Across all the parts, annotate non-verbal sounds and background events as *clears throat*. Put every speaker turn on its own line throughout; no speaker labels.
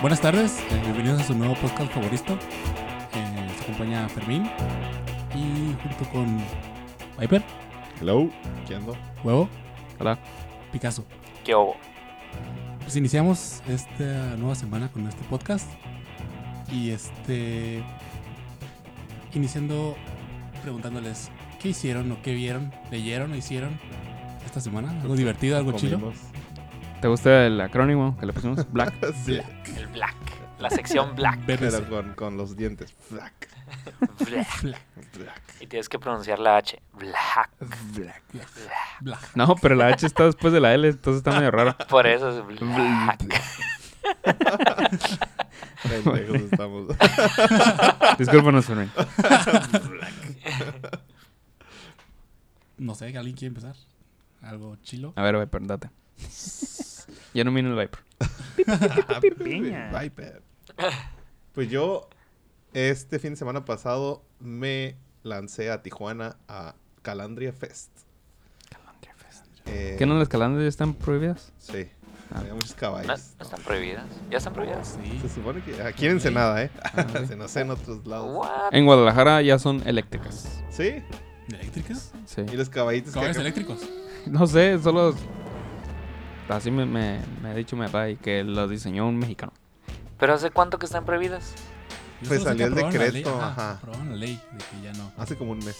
Buenas tardes, eh, bienvenidos a su nuevo podcast favorito. Eh, nos acompaña Fermín y junto con Viper,
Hello, ¿qué ando?
Huevo,
Hola.
Picasso.
¿Qué hubo?
Pues iniciamos esta nueva semana con este podcast y este iniciando preguntándoles qué hicieron o qué vieron, leyeron o hicieron esta semana, algo divertido, algo chido.
Comimos.
¿Te gusta el acrónimo que le *laughs* pusimos? Black.
*laughs* *laughs* Sí,
El black. La sección black.
BBC.
pero con, con los dientes. Black,
Black.
black,
Y tienes que pronunciar la H. Black.
black.
black.
Bla.
No, pero la H está después de la L, entonces está medio raro.
Por eso es
*laughs*
black.
Pendejos *laughs* estamos.
Discúlpanos, Fermín.
No sé, ¿alguien quiere empezar? Algo chilo.
A ver, Viper, date. Ya no vino el Viper.
Viper. Pues yo, este fin de semana pasado, me lancé a Tijuana a Calandria Fest. Eh,
¿Qué no las calandrias están prohibidas?
Sí,
Ah.
había muchos
No,
caballos.
no están prohibidas. Ya están prohibidas.
Sí.
Se supone que aquí en Ensenada, ¿eh? *laughs* Se nos sé en otros lados.
What?
En Guadalajara ya son eléctricas.
Sí,
¿Eléctricas?
Sí.
y los caballitos que
Caballos
acá-
eléctricos.
No sé, solo. Así me, me, me ha dicho mi papá y que lo diseñó un mexicano.
¿Pero hace cuánto que están prohibidas?
Yo
Pues
solo sé que
salió el
aprobaron la ley,
decreto, ajá.
Aprobaron la ley de que ya no.
hace como un mes.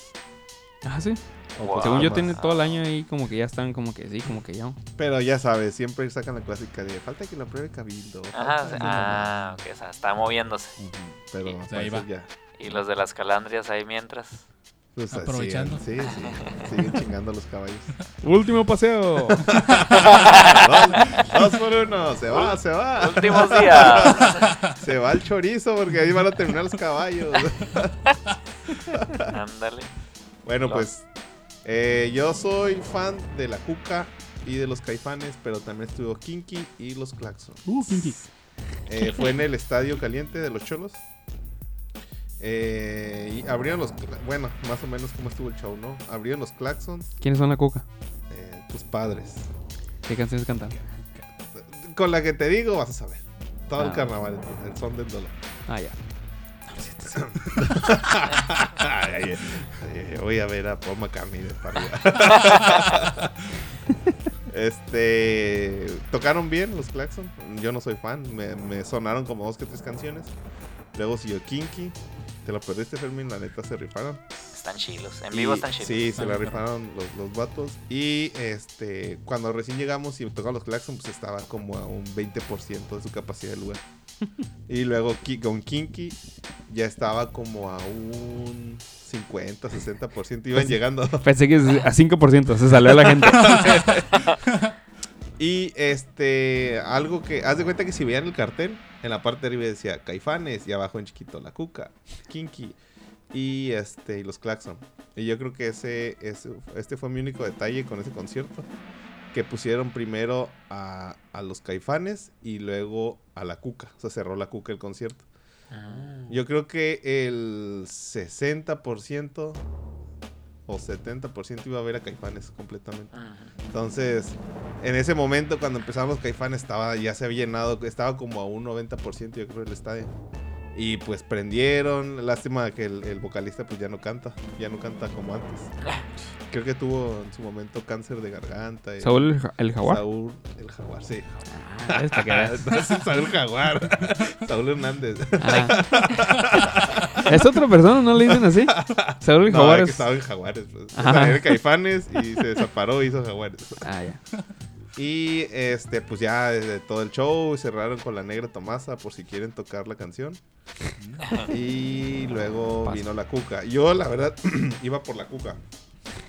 Ah, sí.
O
Wow.
poquito
Según
pues.
yo,
más.
tiene todo el año ahí como que ya están, como que sí, como que ya.
Pero ya sabes, siempre sacan la clásica de falta que lo apruebe Cabildo.
Ajá.
falta
se-
que lo-
Ah, ok. O sea, está moviéndose.
Ujú, Pero
sea,
al
ahí va.
parecer ya.
Y los de las calandrias ahí mientras.
Pues, ah,
Aprovechando.
Siguen, sí, sí. Siguen chingando los
*laughs*
caballos.
Último paseo.
dos, dos por uno. Se va, se va.
Últimos
*laughs*
días.
Se va el chorizo porque ahí van a terminar los caballos.
Ándale.
Bueno,
Los-
pues eh, yo soy fan de la cuca y de los caifanes, pero también estuvo Kinky y los Claxon.
Uh, Kinky.
Eh, fue en el Estadio Caliente de los Cholos. Eh, y abrieron los. Bueno, más o menos como estuvo el show, ¿no? Abrieron los Claxons,
*laughs* ¿Quiénes son la cuca?
eh, tus padres.
¿Qué canciones cantan?
Con la que te digo, vas a saber. Todo el
Ah.
carnaval, el son del dolor.
Ah, ya.
Ay, ay, ay, voy a ver a Paul McCartney de para arriba. este. Tocaron bien los Claxon. Yo no soy fan. Me, me sonaron como dos que tres canciones. Luego siguió Kinky. Te lo perdiste, Fermín. La neta se rifaron.
Están chilos. En
Y-
vivo están chilos.
Sí, se
Ah,
la
claro.
rifaron los, los vatos. Y este. Cuando recién llegamos y tocaron los Claxon, pues estaba como a un 20% de su capacidad de lugar. Y luego Ki- con Kinky ya estaba como a un 50, 60%. Iban llegando.
Pensé que a 5% se salió la *laughs* gente.
Y este, algo que, haz de cuenta que si veían el cartel, en la parte de arriba decía Caifanes y abajo en chiquito la Cuca, Kinky y este, y los Claxon. Y yo creo que ese, ese- este fue mi único detalle con ese concierto, que pusieron primero a, a los Caifanes y luego a la Cuca, o sea, cerró la Cuca el concierto.
Mm.
Yo creo que el 60% o 70% iba a ver a Caifanes completamente.
Ujú.
Entonces, en ese momento cuando empezamos, Caifán estaba, ya se había llenado, estaba como a un 90% yo creo el estadio. Y pues prendieron, lástima que el, el vocalista pues ya no canta, ya no canta como antes. Creo que tuvo en su momento cáncer de garganta. y-
Saúl el ja- el jaguar.
Saúl, el jaguar,
*laughs*
sí.
Ah, es para
*laughs*
que veas.
Entonces, Saúl Jaguar. *laughs* Saúl Hernández.
Ah. ¿Es otra persona? ¿No le dicen así? Saúl el
No,
jaguar
era que
es...
estaba en Jaguares. pues. O sea,
Ajá.
era Caifanes y se desaparó y hizo Jaguares.
Ah, ya.
Y este, pues ya desde todo el show cerraron con la negra Tomasa por si quieren tocar la canción. Y luego
Pasa.
vino la cuca. Yo, la verdad, *clears throat* iba por la cuca.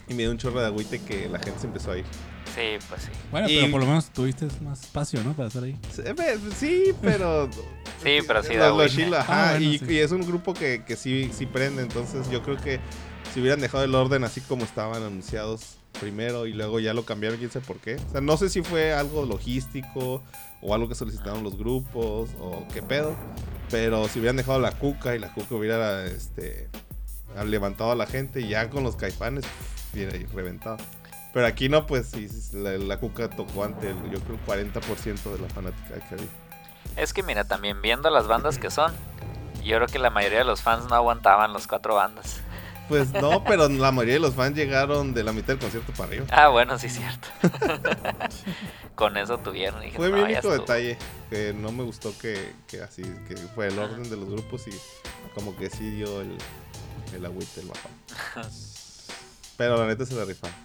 Y me dio un chorro de agüite que la gente se empezó a ir.
Sí, pues sí.
Bueno,
Y-
pero por lo menos tuviste más espacio, ¿no? Para estar ahí.
Se- eh, Sí, pero
Sí, pero sí da
Los, los
agüite.
Sheila, ajá,
Ah, bueno,
y,
sí.
y es un grupo que, que sí, sí prende, entonces yo creo que si hubieran dejado el orden así como estaban anunciados primero y luego ya lo cambiaron, quién sabe por qué. O sea, no sé si fue algo logístico o algo que solicitaron los grupos o qué pedo, pero si hubieran dejado la cuca y la cuca hubiera este, levantado a la gente y ya con los caifanes hubiera reventado. Pero aquí no, pues sí, sí, la, la cuca tocó ante el, yo creo, 40% de la fanática que había.
Es que mira, también viendo las bandas que son, yo creo que la mayoría de los fans no aguantaban las cuatro bandas.
Pues no, pero la mayoría de los fans llegaron de la mitad del concierto para arriba.
Ah, bueno, sí, cierto.
*laughs*
Con eso tuvieron. Dije,
Fue
"No,
mi
ya
único
estuvo".
detalle que no me gustó que, que así, que fue el orden de los grupos y como que sí dio el, el agüite, el bajón.
*laughs*
Pero la neta se la rifaron.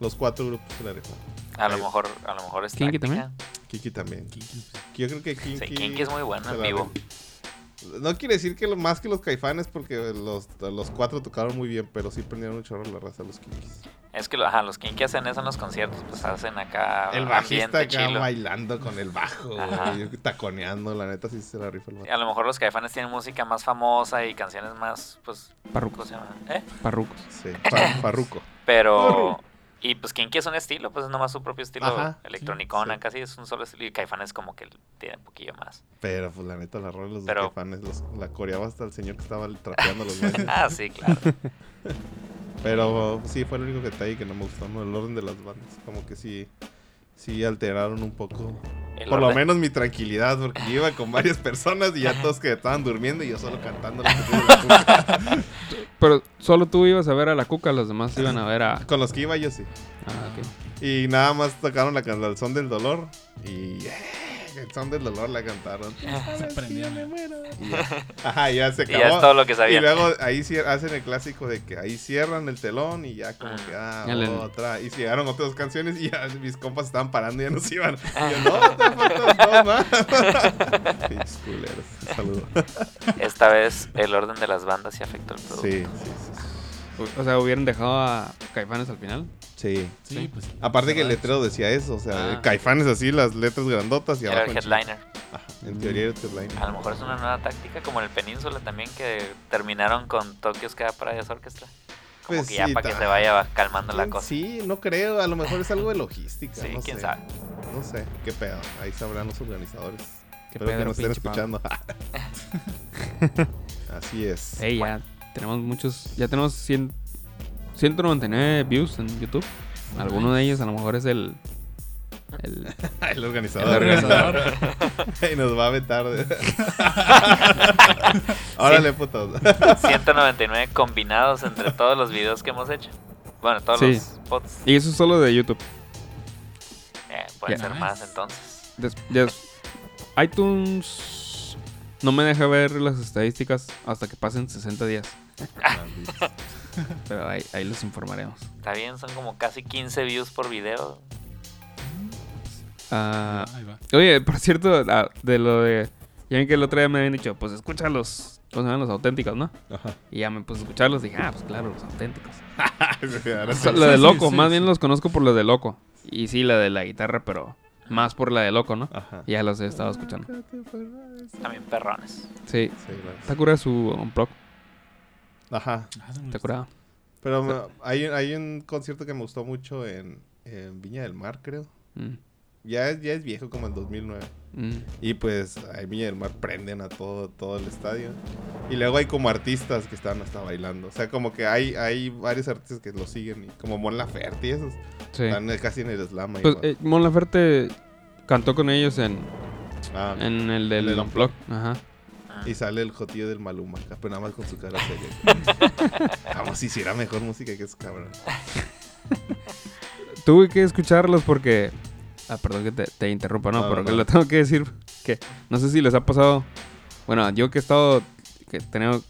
Los cuatro grupos se la rifaron.
A lo mejor, a lo mejor es
¿Kinky
táctica.
Kiki también.
Kinky. pues,
Yo creo que Kinky.
Sí, Kinky es muy bueno
se
en
la
vivo.
rifó. No quiere decir que lo más que los caifanes, porque los, los cuatro tocaron muy bien, pero sí prendieron un chorro la raza los Kinkis.
Es que lo- ajá, los Kinky hacen eso en los conciertos, pues hacen acá
El
ambiente
bajista acá
chilo.
bailando con el bajo,
Ajá.
güey, taconeando, la neta sí se la rifa el
Y
vato.
A lo mejor los caifanes tienen música más famosa y canciones más, pues, ¿cómo
Parrucos,
se llama? ¿Eh?
parrucos.
Sí, fa- farruco.
Pero. Y pues Kinky es un estilo, pues es nomás su propio estilo
Ajá,
electronicona,
sí, sí.
casi es un solo estilo. Y Caifanes como que tiene un poquillo más.
Pero pues la neta la rola de los
Pero-
caifanes los- la coreaba hasta el señor que estaba trapeando los baños.
Ah, sí, claro.
*laughs* Pero sí, fue el único detalle que no me gustó, ¿no? El orden de las bandas. Como que sí, sí alteraron un poco.
El
Por lo
orden-
menos mi tranquilidad, porque yo iba con varias personas y ya todos que estaban durmiendo y yo solo cantando. la
*laughs*
canción de la cuca.
Pero solo tú ibas a ver a la cuca, los demás iban a ver a.
con los que iba yo sí.
Ah, ok.
Y nada más tocaron la canción del son del dolor. Y eh, el son del dolor la cantaron.
Se prendieron.
Y
*laughs*
ya. Ajá, ya se
Y
acabó.
ya es todo lo que
Y
sabía.
luego ahí cier- hacen el clásico de que ahí cierran el telón y ya como
Ah.
que ah,
Ya le-
otra. Y llegaron otras dos canciones y ya mis compas estaban parando y ya nos iban. *laughs* Y yo, no, te faltan dos
*laughs*
más. Pinches culeros. Saludos.
Esta vez el orden de las bandas sí afectó el producto.
Sí, sí, sí.
O, o sea, hubieran dejado a Caifanes al final.
Sí.
Sí, pues. sí.
Aparte que el letrero decía eso, o sea,
Ah.
Caifanes así, las letras grandotas y
Era
abajo.
el
en chiquito.
headliner.
Ajá, en teoría era el headliner.
A lo mejor es una nueva táctica, como en el Península también, que terminaron con Tokyo Ska Paradise Orchestra. Como
Pues
que ya
sí,
para que
ta-
se vaya calmando la
¿Quién-
cosa. Sí,
Mm, Sí, no creo, a lo mejor es algo de logística. no
quién
sé.
sabe.
No sé, qué pedo. Ahí sabrán los organizadores.
Qué
Espero que
pedo,
nos estén
pinche pavo.
escuchando.
*laughs*
Así es.
Ey, ya tenemos muchos. Ya tenemos 100, 199 views en YouTube. Alguno de ellos a lo mejor es el. el
*laughs* El
El
organizador.
organizador.
*laughs* y nos va a aventar.
*laughs*
Órale,
*laughs*
putos.
199
*laughs*
combinados entre todos los videos que hemos hecho. Bueno, todos
Sí.
los spots.
y eso es solo de YouTube.
Eh, pueden
Ya.
ser más entonces.
Des- des- iTunes no me deja ver las estadísticas hasta que pasen 60 días. Pero ahí, ahí les informaremos.
Está bien, son como casi 15 views por video.
Ah,
Ahí va.
oye, por cierto, ah, de lo de. Ya ven que el otro día me habían dicho, pues escucha los. ¿Cómo se llaman los auténticos, no?
Ajá.
Y ya me puse a escucharlos. Dije, ah, pues claro, los auténticos.
Ahora *laughs* sí.
So- lo de
sí,
loco,
sí,
más
sí.
bien los conozco por lo de loco. Y sí, la de la guitarra, pero más por la de loco, ¿no?
Ajá.
Ya los he estado escuchando.
También perrones.
Sí.
Sí,
Está
claro.
curado su unplug.
Ajá.
Ah, eso no
Está
lo sé.
curado.
Pero me- hay, hay un concierto que me gustó mucho en, en Viña del Mar, creo.
Mm,
Ya es, ya es viejo, como en 2009.
mm.
Y pues ahí Viña del Mar prenden a todo, todo el estadio. Y luego hay como artistas que están hasta bailando. O sea, como que hay, hay varios artistas que lo siguen. Y como Mon Laferte y esos.
Sí.
Están eh, casi en el slam ahí.
Pues
¿no?
eh, Mon Laferte cantó con ellos en,
Ah,
en el del
En el
Unplugged. Ajá.
Ah,
Y sale el jotillo del Maluma acá, pero nada más con su cara seria.
*laughs*
Vamos, si hiciera mejor música que ese cabrón.
Tuve que escucharlos porque. Ah, perdón que te, te interrumpa, no,
No, no,
pero que
no.
lo tengo que decir. Que no sé si les ha pasado. Bueno, yo que he estado. Que he tenido-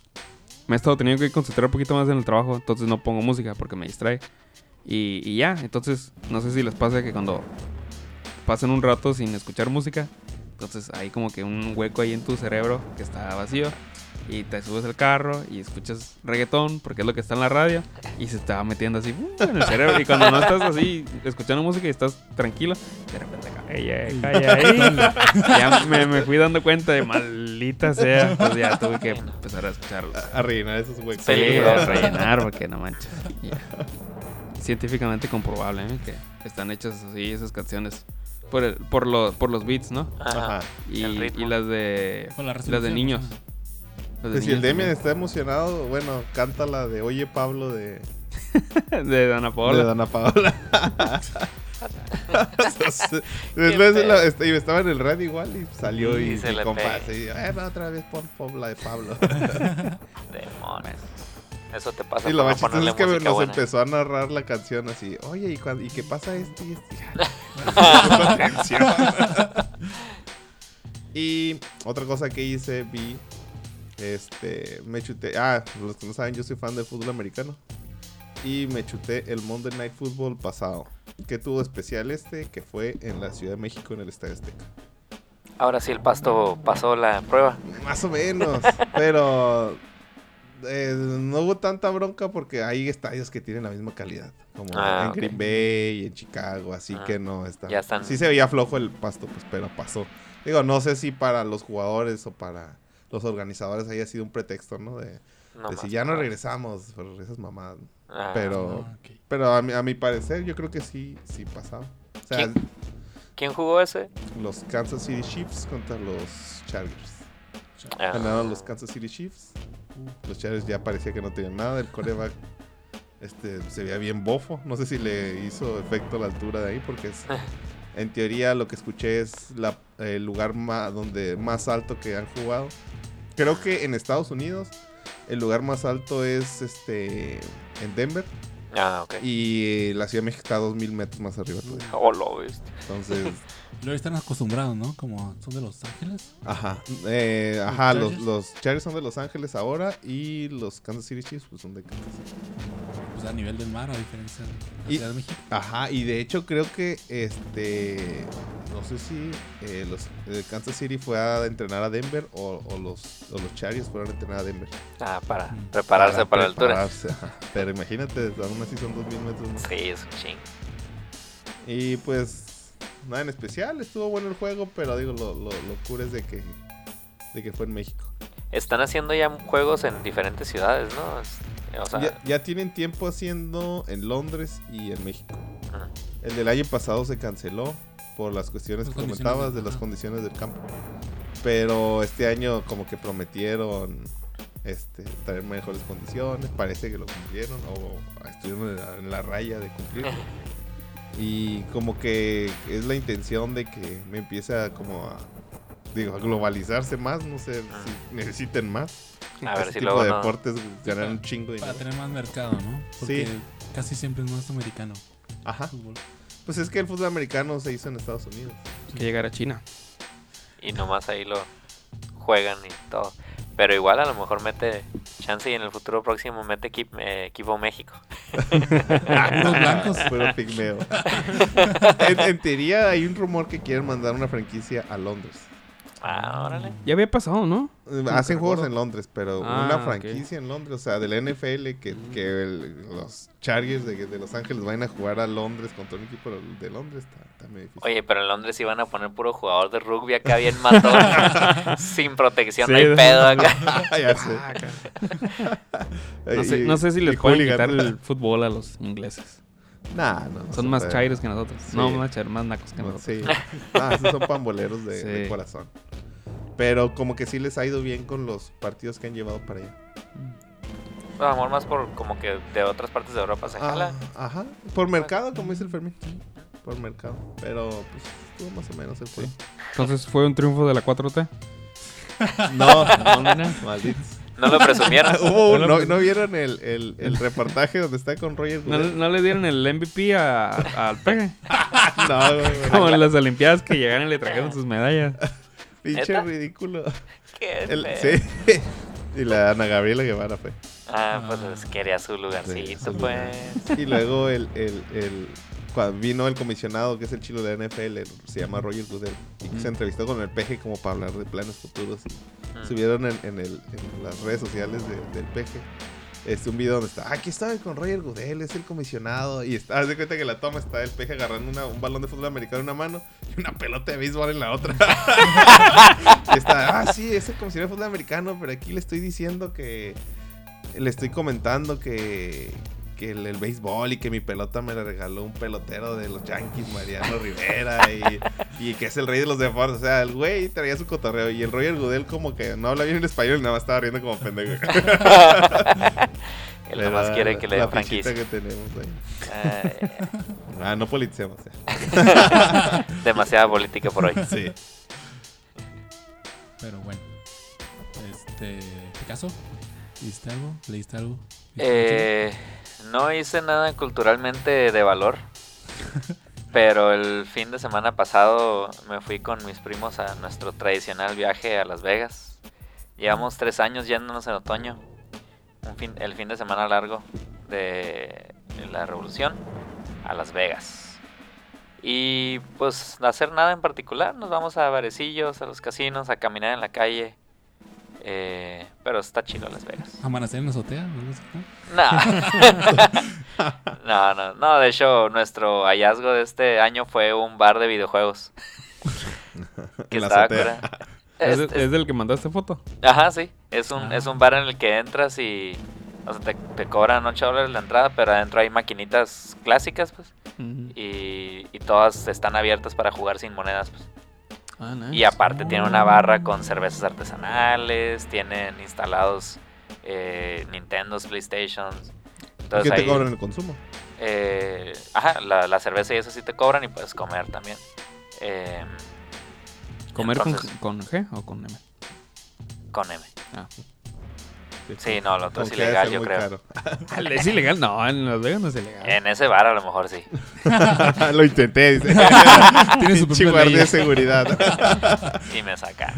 me he estado teniendo que concentrar un poquito más en el trabajo, entonces no pongo música porque me distrae. Y, y ya, entonces no sé si les pasa que cuando pasan un rato sin escuchar música, entonces hay como que un hueco ahí en tu cerebro que está vacío. Y te subes al carro y escuchas reggaetón porque es lo que está en la radio y se te va metiendo así uh, en el cerebro. Y cuando no estás así escuchando música y estás tranquilo, de repente, calla, calla ahí. ya me, me fui dando cuenta de mal. maldita sea. Pues ya tuve que empezar a escucharlos.
A rellenar esos huecos.
Sí,
Sí,
güey.
a rellenar porque no manches. *laughs* Ya. Científicamente comprobable, ¿eh? Que están hechas así esas canciones. Por, el- por, los, por los beats, ¿no?
Ajá.
Ajá.
Y,
El ritmo.
y las de
Con la
las de
resolución. Ah,
niños. Las de
Pues si el
niños
Demian está emocionado, bueno, canta la de Oye Pablo de,
también. *laughs* de Dana Paola.
de Dana
*laughs*
Paola. Entonces,
feo.
después la- est- y estaba en el radio igual y salió
Y
y,
se
mi
le
compa
pega.
así, "Eh, no, otra vez pon, pon la de
*laughs*
Pablo.
Demonios. Eso te pasa
y
por
lo
no
más chistoso
ponerle
es que
música
nos
buena.
empezó a narrar la canción así, oye, ¿y, cuan- y qué pasa esto y esto? Otra
*laughs*
canción. y otra cosa que hice, vi, este, me chuté, ah, los que no saben, yo soy fan del fútbol americano. Y me chuté el Monday Night Football pasado, que tuvo especial este, que fue en la Ciudad de México, en el Estadio Azteca.
Ahora sí el pasto pasó la prueba.
Más o menos. *laughs* pero eh, no hubo tanta bronca porque hay estadios que tienen la misma calidad. Como
Ah,
en
ok.
Green Bay, en Chicago, así
Ah,
que no está.
ya están.
Sí se veía flojo el pasto, pues, pero pasó. Digo, no sé si para los jugadores o para los organizadores haya sido un pretexto, ¿no? De,
No
de si
más.
ya no regresamos por esas mamadas.
Ah,
Pero,
Ah, ok.
pero a, mi, a mi parecer, yo creo que sí, sí pasaba. O sea,
¿Quién? ¿Quién jugó ese?
los Kansas City Chiefs contra los Chargers.
Ah,
Ganaron los Kansas City Chiefs. Los Chargers ya parecía que no tenían nada. El coreback este, se veía bien bofo. No sé si le hizo efecto la altura de ahí porque es... En teoría lo que escuché es la- el lugar más, donde más alto que han jugado. Creo que en Estados Unidos el lugar más alto es este en Denver
Ah, ok.
y eh, la Ciudad de México está a 2000 metros más arriba. todavía.
Oh, lo viste.
Entonces,
Luego están acostumbrados, ¿no? Como son de Los Ángeles.
Ajá. Eh, ajá, los,
Chargers?
los Chargers son de Los Ángeles ahora y los Kansas City Chiefs pues, son de Kansas City.
Pues a nivel del mar, a diferencia de la
Y-
Ciudad de México.
Ajá, y de hecho creo que este. No sé si eh, los eh, Kansas City fue a entrenar a Denver o, o los, o los Chargers fueron a entrenar a Denver.
Ah, para
Mm.
prepararse para, la altura.
prepararse, ajá. Pero imagínate, aún así son 2000 metros. ¿no?
Sí, es un ching.
Y pues, nada en especial, estuvo bueno el juego, pero digo, lo, lo, lo cura es de que, de que fue en México.
Están haciendo ya juegos en diferentes ciudades, ¿no? Es- O sea,
ya, ya tienen tiempo haciendo en Londres y en México.
ah,
El del año pasado se canceló por las cuestiones
Las
que
condiciones
comentabas
del-
de las
ajá.
condiciones del campo. Pero este año como que prometieron este, traer mejores condiciones, parece que lo cumplieron o estuvieron en la, en la raya de
*laughs*
cumplirlo. Y como que es la intención de que me empiece a como a, digo, a globalizarse más, no sé si necesiten más.
a ver
Ese
Ah. si
tipo
luego
de
no.
deportes ganan un chingo de
Para
dinero.
tener más mercado, ¿no? Porque
Sí.
casi siempre es más americano.
Ajá.
Fútbol.
Pues es que el fútbol americano se hizo en Estados Unidos.
Hay Que llegar a China.
Y nomás ahí lo juegan y todo. Pero igual a lo mejor mete chance y en el futuro próximo mete equipo, equipo México.
*laughs*
Puros blancos.
Puro pigmeo.
*laughs*
en, en teoría hay un rumor que quieren mandar una franquicia a Londres.
Ah, órale.
Ya había pasado, ¿no?
Eh,
me
Hacen juegos
acuerdo.
en Londres, pero
Ah,
una
ok. Mm.
franquicia en Londres, o sea, del NFL, que, que el- los Chargers de, de Los Ángeles vayan a jugar a Londres contra un equipo de Londres, está, está medio difícil.
Oye, pero en Londres iban a poner puro jugador de rugby acá bien matón. sin protección, no hay
Sí.
pedo acá.
*laughs* Ya sé.
Ah, No sé,
Y-
no sé si
y
les pueden
hooligan. *laughs*
quitar el fútbol a los ingleses.
Nah, no, no
Son
se
más
puede.
chairos que nosotros. No,
Sí.
más chairos, más nacos que
No,
nosotros.
*laughs* sí. Ah, esos son pamboleros de, de
Sí.
corazón. Pero como que sí les ha ido bien con los partidos que han llevado para allá.
No, amor, más por como que de otras partes de Europa se jala.
Ah, ajá. Por mercado, como dice el Fermín. Por mercado. Pero pues estuvo más o menos el juego.
Entonces fue un triunfo de la 4T.
No, *laughs*
mira.
malditos.
No
*laughs*
lo presumieron.
Ah, Hubo un- ¿no, no vieron el, el- el reportaje donde está con Roger
¿No,
Goodell?
no le dieron el MVP a- al Peje.
No, güey, güey.
Como en las Olimpiadas que llegaron y le
*laughs*
trajeron sus medallas.
Pinche
¿Neta?
ridículo.
Qué
El-
feo.
sí. *laughs* Y la Ana Gabriela Guevara fue.
Ah, pues es que quería su lugarcito,
su lugar.
pues.
*laughs* Y luego el, el, el- cuando vino el comisionado, que es el chilo de la NFL, se llama Roger Goodell, y se entrevistó con el peje como para hablar de planes futuros. y
Mm.
Subieron en, en el- en las redes sociales de- del peje Este, un video donde está, aquí estaba con Roger Goodell, es el comisionado. Y está, haz de cuenta que la toma está el peje agarrando una- un balón de fútbol americano en una mano y una pelota de béisbol en la otra. *laughs* Y está, ah, sí, es el comisionado de fútbol americano, pero aquí le estoy diciendo que. Le estoy comentando que. Que el, el béisbol y que mi pelota me la regaló un pelotero de los Yankees, Mariano Rivera, y, y que es el rey de los deportes. O sea, el güey traía su cotorreo. Y el Roger Goodell, como que no habla bien el español y nada más estaba riendo como
*laughs*
pendejo.
Él nomás
Era
quiere que le
la
den
fichita
franquicia.
que tenemos ahí.
Ay,
Ah, no politicemos. eh.
demasiada política por hoy. *laughs*
Sí.
Pero bueno. Este. Picasso, ¿hiciste algo? ¿Leíste algo?
Eh, no hice nada culturalmente de valor. Pero el fin de semana pasado me fui con mis primos a nuestro tradicional viaje a Las Vegas. Llevamos tres años yéndonos en otoño. Un fin- el fin de semana largo de la revolución a Las Vegas. Y pues hacer nada en particular. Nos vamos a barecillos, a los casinos, a caminar en la calle. Eh, pero está chido Las Vegas.
¿Amanecer en la azotea? ¿No lo sé, no?
No. no, *laughs* no, no, de hecho nuestro hallazgo de este año fue un bar
*laughs*
de videojuegos. que
En la
estaba
azotea. *laughs*
cura-
¿Es,
Este Es-
de- es del que mandaste foto?
es- ajá, sí, es un,
Ah.
es un bar en el que entras y o sea, te, te cobran 8 dólares la entrada, pero adentro hay maquinitas clásicas pues, y, y todas están abiertas para jugar sin monedas. Pues.
Ah, nice.
Y aparte tiene una barra con cervezas artesanales, tienen instalados eh, Nintendos, PlayStations.
¿Por ¿Qué
Entonces
te
ahí-
cobran el consumo?
eh, ajá, la, la cerveza y eso sí te cobran y puedes comer también. Eh,
¿Comer con,
entonces-
con G o con M?
con M.
Ah.
Sí, no, lo otro es
Aunque ha de
ilegal,
ser
yo
muy
creo.
¿Es ilegal? No, en Las Vegas no es ilegal.
Ah,
*laughs*
En ese bar a lo mejor sí.
caro. *laughs* Lo intenté,
*laughs*
dice.
Tiene su
Pinche
propia
guardia
ley.
de seguridad.
Y
*laughs*
me saca.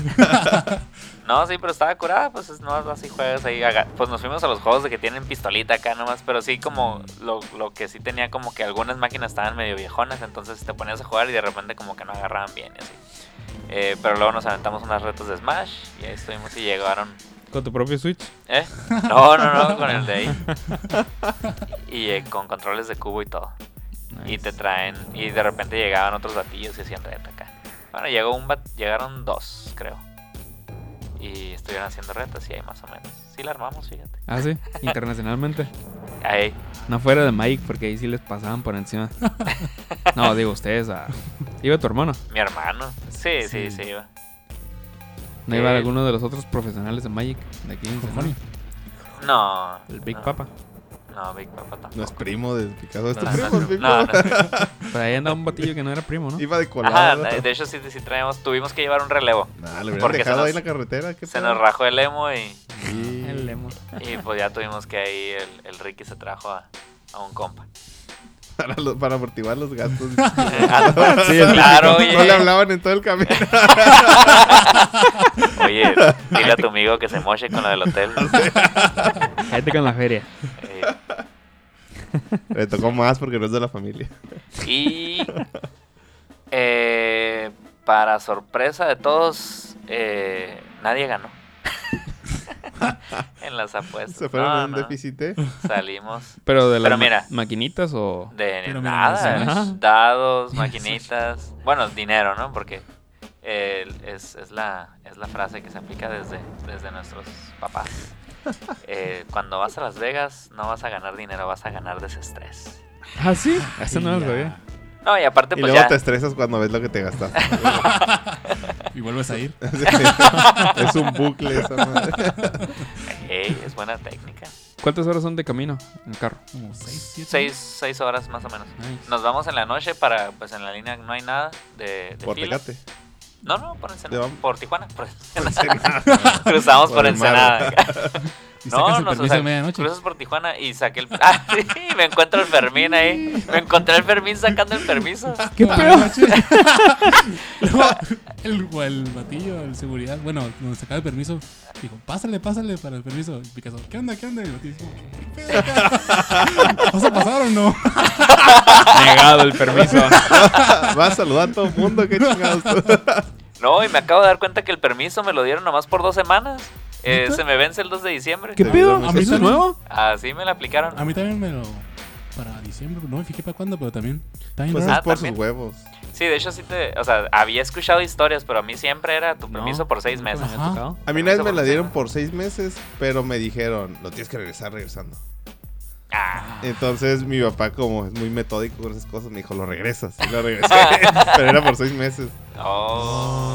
No, sí, pero estaba curada, pues es no así juegas ahí. aga- Pues nos fuimos a los juegos de que tienen pistolita acá nomás, pero sí como lo, lo que sí tenía como que algunas máquinas estaban medio viejonas, entonces te ponías a jugar y de repente como que no agarraban bien y así. Eh, pero luego nos aventamos unas retas de Smash y ahí estuvimos y llegaron
¿Con tu propio Switch?
¿Eh? No, no, no, con el de ahí. Y eh, con controles de cubo y todo. Y te traen, y de repente llegaban otros batillos y hacían reta acá. Bueno, llegó un bat- llegaron dos, creo. Y estuvieron haciendo retas y ahí más o menos. Sí la armamos, fíjate.
Ah, sí, internacionalmente.
Ahí,
No fuera de Mike, porque ahí sí les pasaban por
*laughs*
encima. No, digo, ustedes. a- Iba tu hermano.
mi hermano. Sí,
Sí.
sí, sí, iba.
No iba
Eh.
alguno de los otros profesionales de Magic de aquí en
Con
Sonora?
Juani.
No.
El Big
no,
Papa.
No, Big Papa tampoco.
No es primo de Picasso, es tu
No,
primo.
no,
es mi
no,
primo.
no.
Pero ahí andaba un batillo que no era primo, ¿no?
Iba de colado.
Ajá, de hecho sí, sí traemos, tuvimos que llevar un relevo.
Nah, lo hubieran
porque se
dejado
nos-
ahí en la carretera. ¿qué
Se
pedo?
nos rajó el emo y...
Sí.
El emo.
Y pues ya tuvimos que ahí el, el Ricky se trajo a, a
*laughs*
un compa.
Para, lo- para amortiguar los gastos.
Ah,
Sí,
claro, oye.
No le hablaban en todo el
*laughs*
camino.
Oye, dile a tu amigo que se moche con lo
*laughs*
del hotel.
Cállate con la feria.
Eh,
Le tocó más porque no es de la familia. *laughs*
y eh, para sorpresa de todos, eh,
*laughs*
nadie ganó. en las apuestas.
Se fueron
No,
en un
no,
déficit. ¿eh?
Salimos
Pero de las
Pero
ma-
mira.
maquinitas o.
de
Pero mira,
nada.
Smash.
eh,
*laughs*
Dados, maquinitas. Bueno, dinero, ¿no? Porque eh, es, es la, es la frase que se aplica desde, desde nuestros papás.
*laughs*
Eh, cuando vas a Las Vegas no vas a ganar dinero, vas a ganar desestrés.
Ah, sí. Eso no lo sabía.
No, y aparte
Y
pues
luego
ya...
te estresas cuando ves lo que te
*laughs*
gastaste. *laughs*
Y vuelves a
*laughs*
ir.
es un bucle esa madre.
Ey, es
*laughs*
buena técnica.
¿Cuántas horas son de camino en el carro?
Como 6, 7.
Seis, seis horas más o menos.
Nice.
Nos vamos en la noche para... Pues en la línea no hay nada de... de
Por
fila. *laughs*
Tecate.
No, no, por Ensenada.
¿De dónde?
Por Tijuana. Por Ensenada. *laughs* Cruzamos por,
Por el mar.
Ensenada.
*laughs* Y sacas el
nos-
permiso
o sea,
de medianoche.
Cruzas por Tijuana y saqué el. *laughs* Ah, sí, me encuentro el Fermín ahí. Me encontré el Fermín sacando el permiso.
¿Qué
Ah,
pedo? Luego, el, o el batillo, el seguridad, bueno, nos sacaba el permiso. Dijo, pásale, pásale para el permiso. Y Picasso, ¿qué onda, qué onda? Y el batillo, ¿qué pedo
*laughs*
acá? ¿Vas a pasar o no?
Negado el permiso.
*laughs* Vas a saludar a todo el
*laughs*
mundo, qué chingados. Pues
No, y me acabo de dar cuenta que el permiso me lo dieron nomás por dos semanas. Eh,
¿Neta?
se me vence el 2 de diciembre.
*laughs* ¿Qué pedo?
Seguramente
¿A mí
sí.
es nuevo?
Así me la aplicaron.
A mí también me lo. Para diciembre, no me fijé para cuándo, pero también. Time
Pues
Rap.
es
Ah,
por
también.
sus huevos.
Sí, de hecho sí te... O sea, había escuchado historias, pero a mí siempre era tu permiso
No,
por seis
nunca
meses.
me ha tocado.
A mí una vez
Permiso
me la
por
dieron
seis
por seis meses, pero me dijeron, lo tienes que regresar regresando.
Ah,
Entonces mi papá, como es muy metódico con esas cosas, me dijo, lo regresas. Y lo regresé. *laughs* pero era por seis meses.
oh.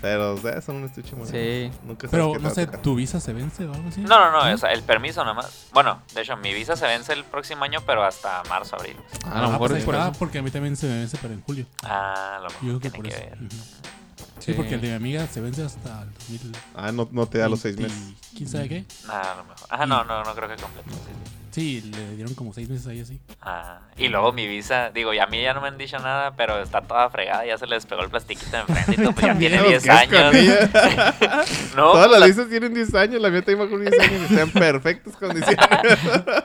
Pero, o sea, son un estuche muy
Sí.
Nunca sabes
Pero
qué
no
te va a
sé,
tocar.
¿tu visa se vence o algo así?
No, no, no,
¿Sí?
o sea, el permiso nomás. Bueno, de hecho, mi visa se vence el próximo año, pero hasta marzo, abril.
A lo
Ah,
mejor
pues
es
ahí
por
está,
eso.
porque a mí también se me vence para en julio.
Ah, lo
Yo creo
mejor
que
tiene
por
que
eso.
ver.
Ujú. Sí, porque el de mi amiga se vence hasta el 2000.
Ah, no, no te da los seis meses.
¿Quién sabe qué?
Ah, lo mejor. Ah, no, no, no creo que completo. sí.
Sí, le dieron como seis meses ahí así.
Ah, y luego mi visa, digo, y a mí ya no me han dicho nada, pero está toda fregada, ya se le despegó el plastiquito de enfrente y todo, pues ya tiene
Mira lo
10
que es con
años.
ella.
*laughs* No,
Todas
o
las
sea,
listas tienen 10 años, la mía también va con 10 años y está en perfectas
*laughs*
condiciones.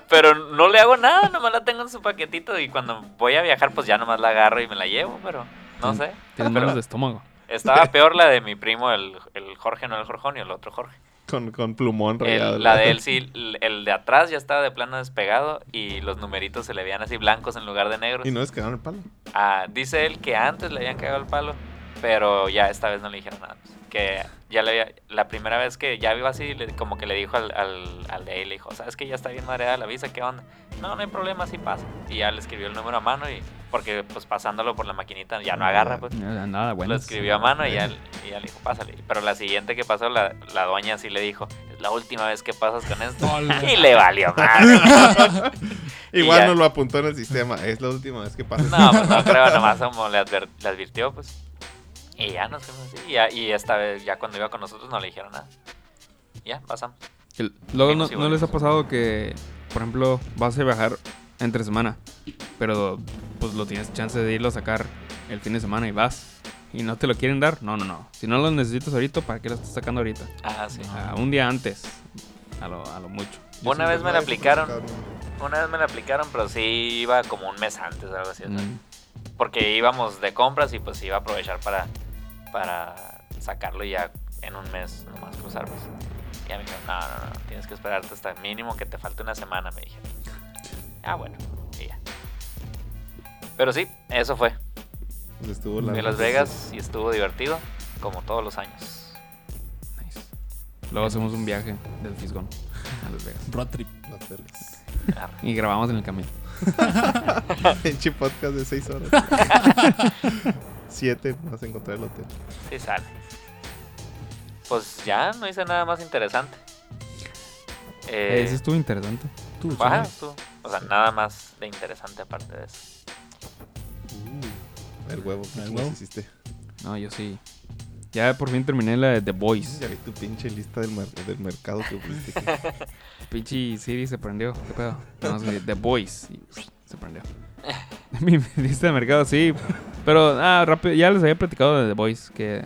pero no le hago nada, nomás la tengo en su paquetito y cuando voy a viajar, pues ya nomás la agarro y me la llevo, pero no sé.
Tienes
Pero
manos de estómago.
*laughs*
estaba peor la de mi primo, el, el Jorge, no el Jorjonio, el otro Jorge.
con, con plumón
El-
rayado.
la de él sí, l- el de atrás ya estaba de plano despegado y los numeritos se le veían así blancos en lugar de negros.
Y no les quedaron el palo.
Ah, dice él que antes le habían cagado el palo, pero ya esta vez no le dijeron nada. pues, que ya le había- la primera vez que ya vio así, le- como que le dijo al, al, al de ahí, le dijo, ¿sabes que ya está bien mareada la visa? ¿Qué onda? No, no hay problema, así pasa. Y ya le escribió el número a mano y porque pues pasándolo por la maquinita ya no agarra, pues.
Nada, nada bueno.
Lo escribió a mano y ya, y ya le dijo, pásale. Pero la siguiente que pasó, la, la doña sí le dijo, es la última vez que pasas con esto.
Hola.
*laughs* y le valió madre. Y
Igual
ya.
no lo apuntó en el sistema. Es la última vez que pasa.
No, pues no creo, nomás como le, adver- le advirtió, pues. Y ya nos fuimos así. Y, ya- y esta vez, ya cuando iba con nosotros, no le dijeron nada. Ya, pasamos.
Que Luego
Sí,
no,
sí,
no
bueno.
les ha pasado que, por ejemplo, vas a viajar entre semana, pero pues lo tienes chance de irlo a sacar el fin de semana y vas. Y no te lo quieren dar, no, no, no. Si no lo necesitas ahorita, ¿para qué lo estás sacando ahorita?
Ah, sí.
Ah, un día antes, a lo, a lo mucho.
Yo *laughs* siento
Una vez
que
me la
nadie se
aplicaron.
acercaba,
Una vez me la aplicaron, pero sí iba como un mes antes, algo así. o sea,
Mm.
Porque íbamos de compras y pues iba a aprovechar para, para sacarlo ya en un mes, nomás cruzarnos. Y ya me dijeron, no, no, no, tienes que esperarte hasta mínimo que te falte una semana, me dijeron. Ah, bueno, y ya. Pero sí, eso fue.
¿no? Pues estuvo la-
Fui a Las Vegas y estuvo divertido, como todos los años.
Nice. Luego hacemos un viaje del Fisgón a Las Vegas.
Road trip.
Las Vegas.
Arre.
Y grabamos en el camino.
*laughs* Pinche podcast de 6
*laughs*
horas. 7 vas a encontrar el hotel.
Sí sale. Pues ya, no hice nada más interesante. Eh,
Eso estuvo interesante.
Tú,
ajá,
chaval.
estuvo- O sea, nada más de interesante aparte de eso.
Uh.
El huevo. ¿qué
El
chingas
huevo.
hiciste?
No, yo sí. Ya por fin terminé la de The Boys.
Ya vi tu pinche lista del, mar- del mercado que pusiste.
*laughs*
aquí.
Pichi Siri se prendió. ¿Qué pedo? No, sí, The Boys. Y, se prendió. Mi lista de mercado, sí. Pero, ah, rápido. Ya les había platicado de The Boys. Que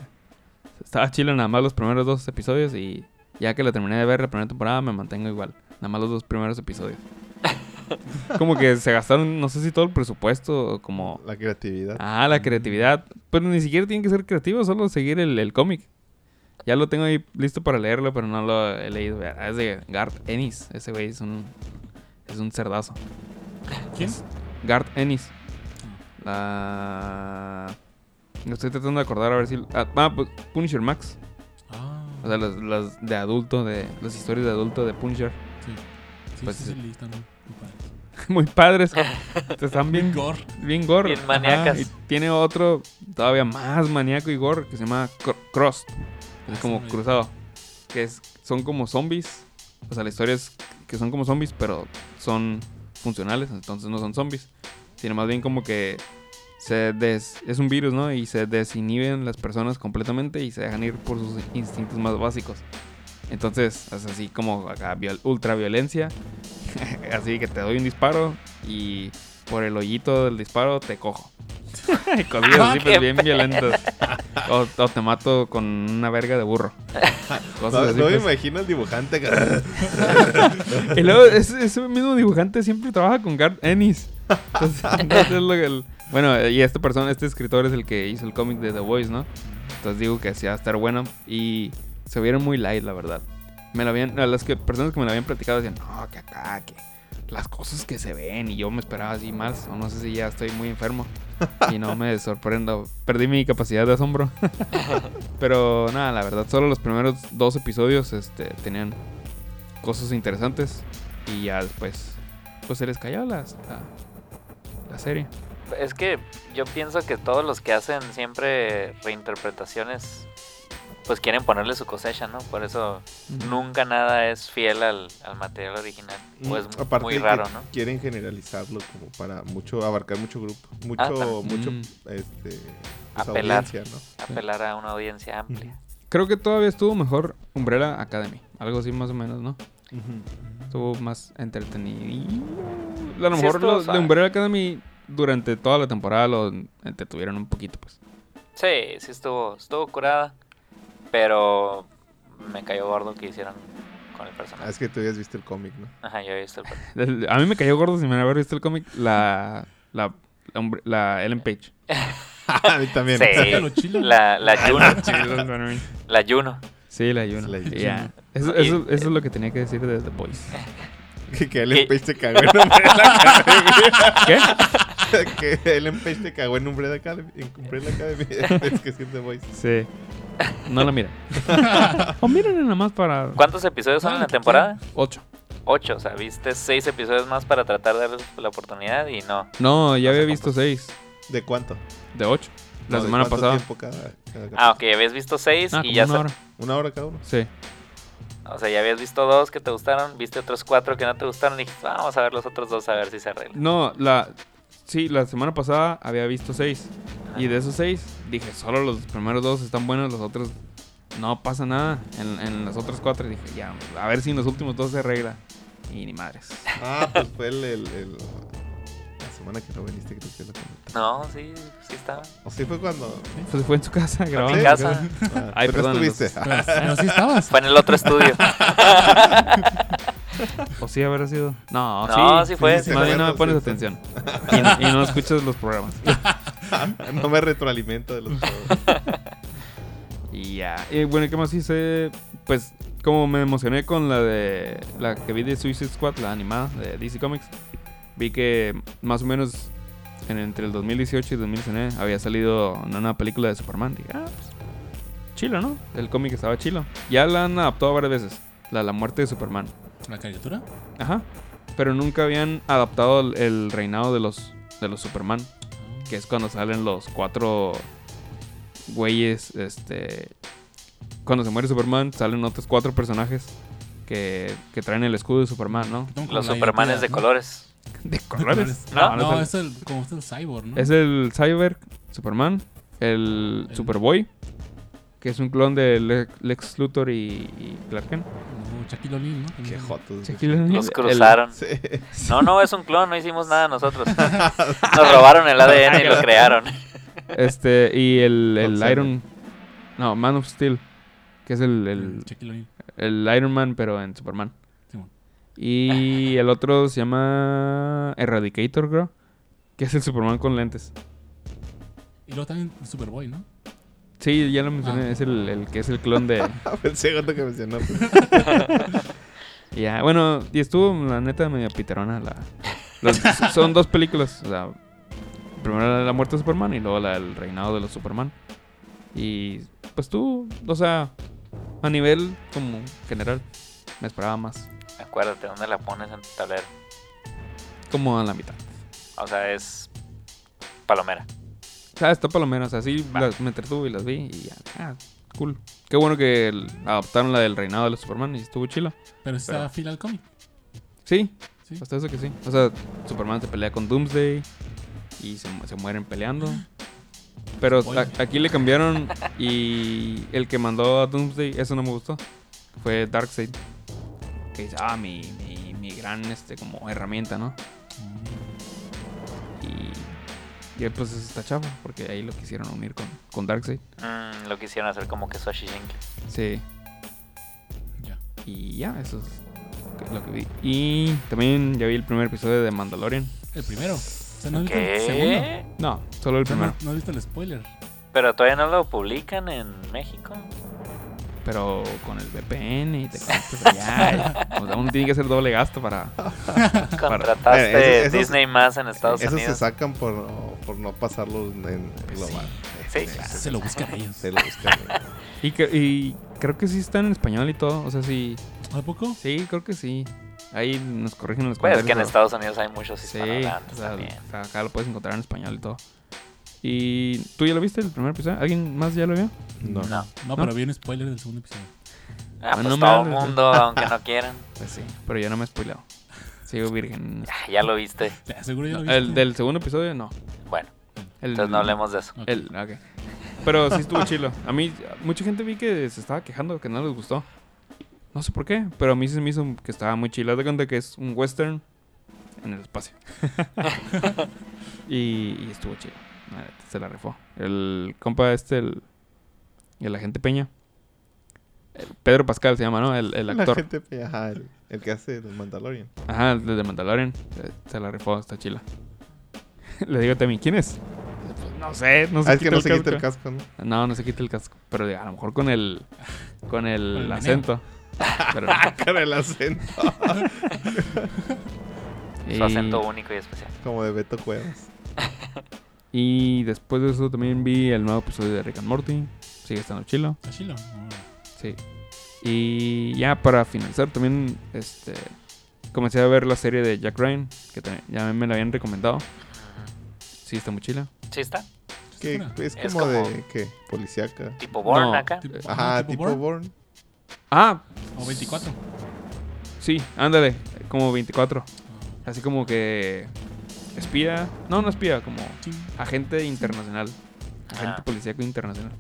estaba chile nada más los primeros dos episodios. Y ya que la terminé de ver la primera temporada, me mantengo igual. Nada más los dos primeros episodios. como que se gastaron, no sé si todo el presupuesto. o Como.
La creatividad.
Ah, la creatividad. Pero ni siquiera tienen que ser creativos, solo seguir el, el cómic. Ya lo tengo ahí listo para leerlo, pero no lo he leído. Ah, Es de Garth Ennis. Ese güey es un, es un cerdazo.
¿Quién?
Garth Ennis. La... Me estoy tratando de acordar a ver si... Ah, ah, pues, Punisher Max.
Ah.
O sea, las, las de adulto, de las historias de adulto de Punisher. *laughs*
sí. Sí,
pues
sí,
sí.
sí, listo, ¿no? Muy padre.
Muy padres. Están bien
Bien gore.
Bien gore.
Bien maníacas.
Ajá, Y tiene otro todavía más maníaco y gore que se llama Cro- Cross. Es
Ah,
como
sí, me-
cruzado. Que es, son como zombies. O sea, la historia es que son como zombies, pero son funcionales, entonces no son zombies. Sino más bien como que se des, es un virus, ¿no? Y se desinhiben las personas completamente y se dejan ir por sus instintos más básicos. Entonces, es así como acá, viol- ultra violencia. *laughs* así que te doy un disparo y por el hoyito del disparo te cojo. *laughs*
Ah,
Cosillas así, pues
qué
bien violentas. O, o te mato con una verga
*laughs*
de burro.
No,
Cosas así,
no me
pues.
imagino al dibujante.
*laughs* Pues,
que- Mm,
Y luego ese, ese mismo dibujante siempre trabaja con Garth Ennis. Entonces, entonces es lo que el- bueno, y esta persona, este escritor es el que hizo el cómic de The Voice, ¿no? Entonces digo que sí va a estar bueno. Y se vieron muy light, la verdad. Me lo habían, a las que, personas que me lo habían platicado decían, no, que acá, que las cosas que se ven. Y yo me esperaba así más. O no sé si ya estoy muy enfermo. Y no me sorprendo. Perdí mi capacidad de asombro. Pero nada, la verdad, solo los primeros dos episodios este, tenían cosas interesantes. Y ya después, pues se les cayó la, la, la serie.
Es que yo pienso que todos los que hacen siempre reinterpretaciones, pues quieren ponerle su cosecha, ¿no? Por eso nunca nada es fiel al, al material original. O es
Mm, Aparte
muy
de que
raro, ¿no?
Quieren generalizarlo como para mucho, abarcar mucho grupo,
Ah,
mucho,
también.
mucho,
Mm.
este, pues,
Apelar.
audiencia, ¿no?
Apelar a una audiencia amplia.
Creo que todavía estuvo mejor Umbrella Academy. Algo así más o menos, ¿no? Estuvo más entretenido. A lo
Sí,
mejor
estuvo
los de
suave.
Umbrella Academy durante toda la temporada lo entretuvieron un poquito, pues.
Sí, sí estuvo, estuvo curada, pero me cayó gordo que hicieron con el
Ah,
personaje.
es que tú habías visto el cómic,
*laughs*
¿no?
Ajá, yo he visto el
*laughs*
per-
El- A mí me cayó gordo sin haber visto el cómic la, la, la, Umbre- la Ellen Page.
A mí también.
Sácalo,
Sí,
chilo.
Eh, la, la Juno, la Juno.
sí, la Juno.
La Juno.
Ya. Eso,
Y-
eso- eso es lo que tenía que decir de The Boys.
*laughs* Que, que Ellen
¿Qué?
Page te cagó *laughs* en Umbrella
¿Qué?
Academy. *laughs* que Ellen Page te cagó en Umbrella Academy. En Umbrella Academy. *laughs* es que siempre voy.
Sí. No la mira. *laughs* o miren nada más para
¿Cuántos episodios son en la temporada?
8.
Ocho, o sea, viste seis episodios más para tratar de darles la oportunidad y no.
No, ya
No sé
había visto 6
¿De cuánto?
de 8 la
No, ¿de
semana
cuánto
pasada.
tiempo cada- cada capítulo?
Ah, ok, habías visto seis
Ah,
y
como
ya...
una
sa-
hora.
¿Una hora cada uno?
Sí.
O sea, ya habías visto dos que te gustaron, viste otros cuatro que no te gustaron y dijiste, vamos a ver los otros dos a ver si se arreglan.
No, la. Sí, la semana pasada había visto seis.
Ajá.
Y de esos seis, dije, solo los primeros dos están buenos, los otros no pasa nada. En, en las otras cuatro dije, ya, a ver si en los últimos dos se arregla. Y ni madres.
Ah, pues fue el, el- el- La semana que no viniste, creo que lo comenté.
No, sí, sí estaba.
¿O sí fue cuando...?
Pues fue en su casa grabando.
En casa.
Ah,
Ay,
pero no
perdón,
estuviste. *laughs*
Pero, pero sí estabas.
Fue en el
*laughs*
otro estudio.
O sí habrá sido. No,
No,
sí.
sí fue, sí
Más
fue.
bien no me pones
Sí, sí.
*laughs*
atención. Y no, y no escuchas los programas.
no me retroalimento de los juegos.
Y ya. Eh, bueno, ¿qué más hice? Pues, como me emocioné con la de. La que vi de Suicide Squad, la animada de DC Comics. Vi que más o menos en- entre el 2018 y 2019 había salido una nueva película de Superman. Dije, ah, pues. Chilo, ¿no? El cómic estaba chilo. Ya la han adaptado varias veces. La, la muerte de Superman.
¿La caricatura?
Ajá. Pero nunca habían adaptado el, el reinado de los, de los Superman. Que es cuando salen los cuatro güeyes. Este. Cuando se muere Superman, salen otros cuatro personajes que, que traen el escudo de Superman, ¿no?
Tengo como
Los
la
Supermanes
identidad,
de
¿no?
colores.
*laughs* De *laughs* colores.
No,
Ah, No,
no,
no, es,
es el, como es el cyborg, ¿no?
el, es el Cyber Superman, el,
El-
Superboy, que es un clon de Le- Lex Luthor y, y Clark Kent.
Como Shaquille O'Neal, ¿no?
Qué
También.
jotos. güey.
Shaquille O'Neal,
Los
el-
cruzaron.
Sí.
No, no, es un clon, no hicimos nada nosotros. Nos robaron el ADN y lo crearon.
Este, y el, el
Observe.
Iron. No, Man of Steel. Que es el, el,
Shaquille O'Neal.
el Iron Man, pero en Superman.
Simón.
Y el otro se llama Eradicator, creo. Que es el Superman con lentes.
Y luego también Superboy, ¿no?
Sí, ya lo mencioné. Es el, el que es el clon de.
Fue el segundo que mencionó. pues.
y ya, bueno, y estuvo, la neta, medio piterona. La, los- son dos películas. O sea, primero la de la muerte de Superman y luego la del reinado de los Superman. Y pues tú, o sea, a nivel como general, me esperaba más.
Acuérdate, ¿dónde la pones en tu tablero?
Como a la mitad.
O sea, es palomera.
O sea, está palomera. O sea, sí
Va.
las, me entretuve y las vi y ya. Ah, cool. Qué bueno que el- adaptaron la del reinado de los Superman y estuvo chila.
Pero sí está
Pero-
fiel al cómic.
Sí,
Sí.
hasta eso que sí. O sea, Superman se pelea con Doomsday y se, mu- se mueren peleando. Pero
Spoiler.
a- aquí le cambiaron y el que mandó a Doomsday, eso no me gustó. Fue Darkseid. Que dice, ah, mi, mi, mi gran este, como herramienta, ¿no?
Mm,
Y, y él, pues eso está chafa, porque ahí lo quisieron unir con, con Darkseid.
Mm, lo quisieron hacer como que Soshi Jinki.
Sí.
Ya.
Y ya, eso es lo que vi. Y también ya vi el primer episodio de Mandalorian.
El primero. O sea, no has visto el segundo.
¿Qué?
No, solo el
O sea, no-
primero.
no, has visto el spoiler.
Pero todavía no lo publican en México.
pero con el VPN y te conectas allá. y- o sea, uno tiene que hacer doble gasto para.
Contrataste
Mira, esos- esos-
Disney más en Estados
Esos se
Unidos.
sacan por no, por no pasarlo en- en global.
Sí,
Eh,
sí,
Se lo buscan ellos.
Se lo buscan.
Y, cre- y creo que sí está en español y todo. O sea, sí.
¿A poco?
Sí, creo que sí. Ahí nos corrigen en los
Pues es que en
comentarios,
Estados Unidos hay muchos
Sí,
hispanohablantes
o sea,
también.
o sea, acá lo puedes encontrar en español y todo. ¿Y tú ya lo viste el primer episodio? ¿Alguien más ya lo vio?
No.
No.
No, pero vi un spoiler del segundo episodio.
Ah, pues
no me
todo el
hables, ¿no?
mundo, aunque no quieran.
Pues sí, pero yo no me he spoilado. Sigo virgen.
Ah, Ya lo viste.
Te aseguro yo
No,
lo
el
viste.
del segundo episodio, no.
Bueno,
El-
entonces no hablemos de eso.
Ok.
el- ok. *laughs* Pero sí estuvo chilo. A mí, mucha gente vi que se estaba quejando que no les gustó. No sé por qué, pero a mí se me hizo que estaba muy chilo. Haz de cuenta que es un western en el *laughs* espacio. y, y estuvo chilo. La neta, Se la rifó. El compa este, el, el agente Peña. El Pedro Pascal se llama, ¿no? El, el
La
actor.
gente, pe- ajá, el, el que hace los Mandalorian.
Ajá, el de Mandalorian. Se, se la rifó, está chila. *laughs* Le digo a Temi, ¿quién es? Pues No sé, no
Ah,
se
es que
quita
no
el
se quita el
casco.
casco, ¿no?
No, no se quita el casco. Pero a lo mejor con el. Con el,
Con el
acento. Pero-
Cara el acento.
*laughs* Su acento único y especial.
*laughs* Como de Beto Cuevas.
y, y después de eso también vi el nuevo episodio de Rick and Morty. Sigue estando chilo.
¿Está chilo? No.
Sí. Y ya para finalizar, también este comencé a ver la serie de Jack Ryan, que también, ya me la habían recomendado.
Ujú.
Sí, está muy chila.
Sí, está.
Que
¿Está
es como,
Es como-
de. ¿Qué? Policiaca.
Tipo Born
No,
acá.
fuera? Tipo-
Ajá, tipo
Born?
Born.
Ah,
O 24.
sí, ándale, como 24. Así como que espía, no, no espía, como
Ching.
agente internacional, agente
Ah,
policíaco internacional.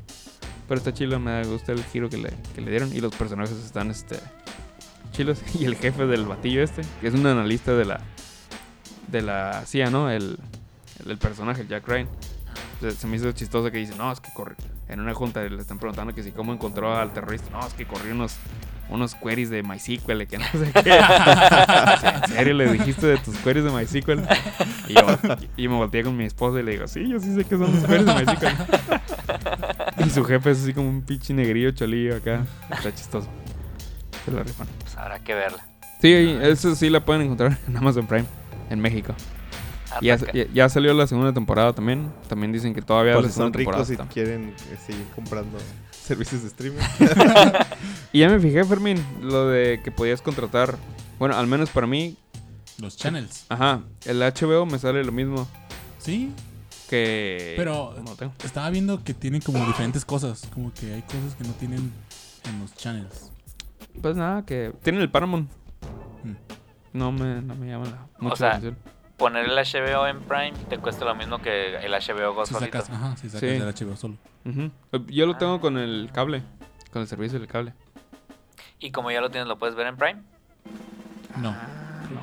Pero está chilo, me gusta el giro que le, que le dieron y los personajes están este chilos *laughs* y el jefe del batillo este, que es un analista de la de la CIA, ¿no? El, el, el personaje el Jack Ryan. Se, se me hizo chistoso que dice, "No, es que corre en una junta le están preguntando que si cómo encontró al terrorista. No, es que corrió unos unos queries de MySQL que no sé qué. *laughs* ¿En serio le dijiste de tus queries de MySQL? Y yo y me volteé con mi esposa y le digo, sí, yo sí sé que son los queries de *laughs* MySQL. y su jefe es así como un pinche negrillo cholillo acá. Está chistoso. Se la rifan.
pues habrá que verla.
Sí, y eso sí la pueden encontrar en Amazon Prime, en México. Ya,
Ataca.
ya, ya salió la segunda temporada también. También dicen que todavía
Por
la
si son
segunda temporada
ricos y
está.
quieren eh, seguir comprando *laughs* servicios de streaming.
Y ya me fijé, Fermín, lo de que podías contratar. Bueno, al menos para mí,
Los channels.
ajá, el HBO me sale lo mismo
Sí,
que.
Pero-
No lo tengo.
estaba viendo que tienen como diferentes cosas. Como que hay cosas que no tienen en los channels.
Pues nada, que. Tienen el Paramount.
Mm.
No me, no me llama la, mucho
sea,
la atención.
Poner el HBO en Prime te cuesta lo mismo que el HBO Go
Si
solito. Ah.
sacas, ajá, si sacas
Sí.
del HBO solo.
Ujú. eh, Yo lo tengo con el cable, con el servicio del cable.
Y como ya lo tienes, lo puedes ver en Prime.
No.
no,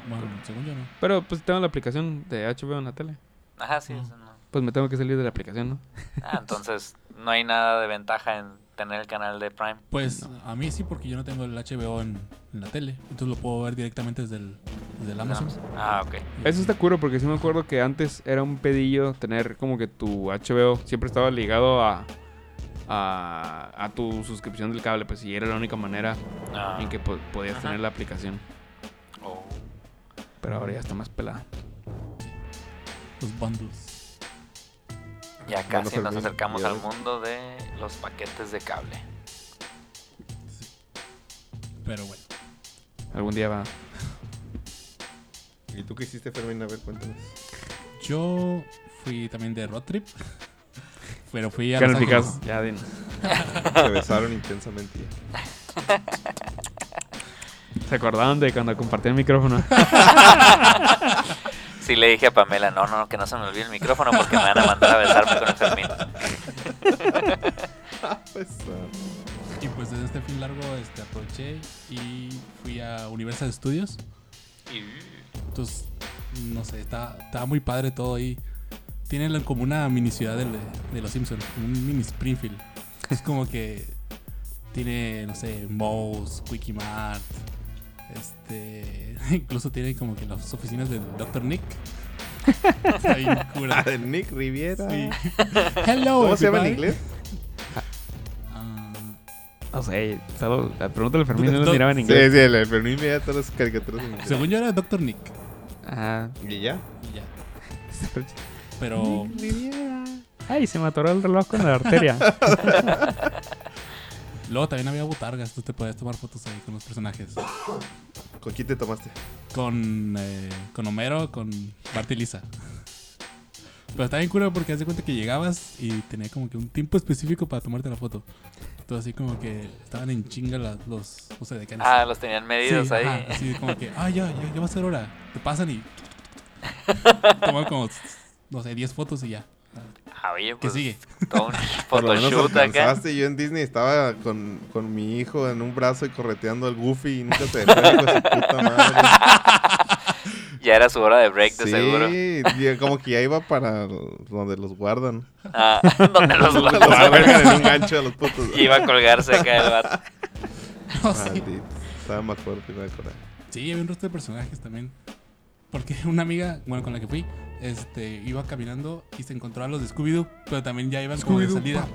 Bueno, según yo no.
Pero pues tengo la aplicación de HBO en la tele.
Ajá, sí.
Mm.
eso no.
Pues me tengo que salir de la aplicación, ¿no?
Ah, entonces no hay nada de ventaja en tener el canal de Prime.
Pues a mí sí, porque yo no tengo el HBO en, en la tele. Entonces lo puedo ver directamente desde el, desde el Amazon.
Ah, ok.
Eso está curo porque sí me acuerdo que antes era un pedillo tener como que tu HBO siempre estaba ligado a, a, a tu suscripción del cable, pues y era la única manera
Ah,
en que po- podías
Ajá.
tener la aplicación.
oh.
Pero ahora ya está más pelada.
Los bundles.
Ya
Bueno,
casi nos
Fermín,
acercamos
ya
al
ves.
mundo de los paquetes de cable.
Pero bueno.
Algún día va.
¿Y tú qué hiciste, Fermín? A ver, cuéntanos.
Yo fui también de road trip. *laughs* Pero fui a
¿Qué
Los
nos fijas?
Ángeles.
Ya, dinos.
Se besaron intensamente. ya.
¿Se acordaban de cuando compartí el *laughs* micrófono?
Sí le dije a Pamela, no, no, que no se me olvide el micrófono porque me van a mandar a besarme con
*laughs*
el Fermín.
Besaron.
Y pues desde este fin largo este, aproveché y fui a Universal Studios. Entonces, no sé, está, está muy padre todo ahí. Tienen la- como una mini ciudad del- de, los Simpsons, un mini Springfield. Es como que tiene, no sé, Moe's, Quickie Mart. Este, *laughs* incluso tienen como que las oficinas del Dr. Nick. Está bien *laughs*
*laughs* Ah, *laughs*
cura.
de Nick Riviera.
Sí. Hello,
¿Cómo se llama en
everybody.
inglés?
Ah,
No sé, solo la pregunta del Fermín no
No.
lo miraba en
Sí, sí,
inglés.
el el Fermín veía todas las caricaturas. en inglés.
Según yo era Doctor Nick.
Ajá.
Y ya.
Y ya. Pero.
Ay, se me atoró el reloj con la *laughs* arteria.
Luego también había botargas. Tú te podías tomar fotos ahí con los personajes.
¿Con quién te tomaste?
Con, eh, con Homero, con Bart y Lisa. Pero está bien cura porque haz de cuenta que llegabas y tenía como que un tiempo específico para tomarte la foto. Entonces así como que estaban en chinga las- los, no sé, de qué
Ah, los tenían medidos
Sí,
ahí. *laughs*
ajá, así como que, ah, ya, ya, ya va a ser hora. Te pasan y. Toman como, no sé, 10 fotos y ya.
Ah, oye,
¿Qué
pues.
sigue?
Todo un
*laughs* Por lo menos
photoshoot acá.
alcanzaste. Yo en Disney estaba con, con mi hijo en un brazo y correteando al Goofy y nunca se dejó hijo de su
*laughs*
puta madre.
Ya era su hora de break, de
sí,
seguro.
y como que ya iba para donde los guardan. *laughs*
Ah, donde *laughs* los
Los
*laughs*
cuelgan en un
guardan.
gancho a los putos.
Iba a colgarse acá el vato.
No, sí.
Maldito. Estaba más fuerte, me acuerdo.
Sí, había un resto de personajes también. Porque *laughs* una amiga, bueno, con la que fui, este, iba caminando y se encontró a los de Scooby-Doo, pero también ya iban como de salida.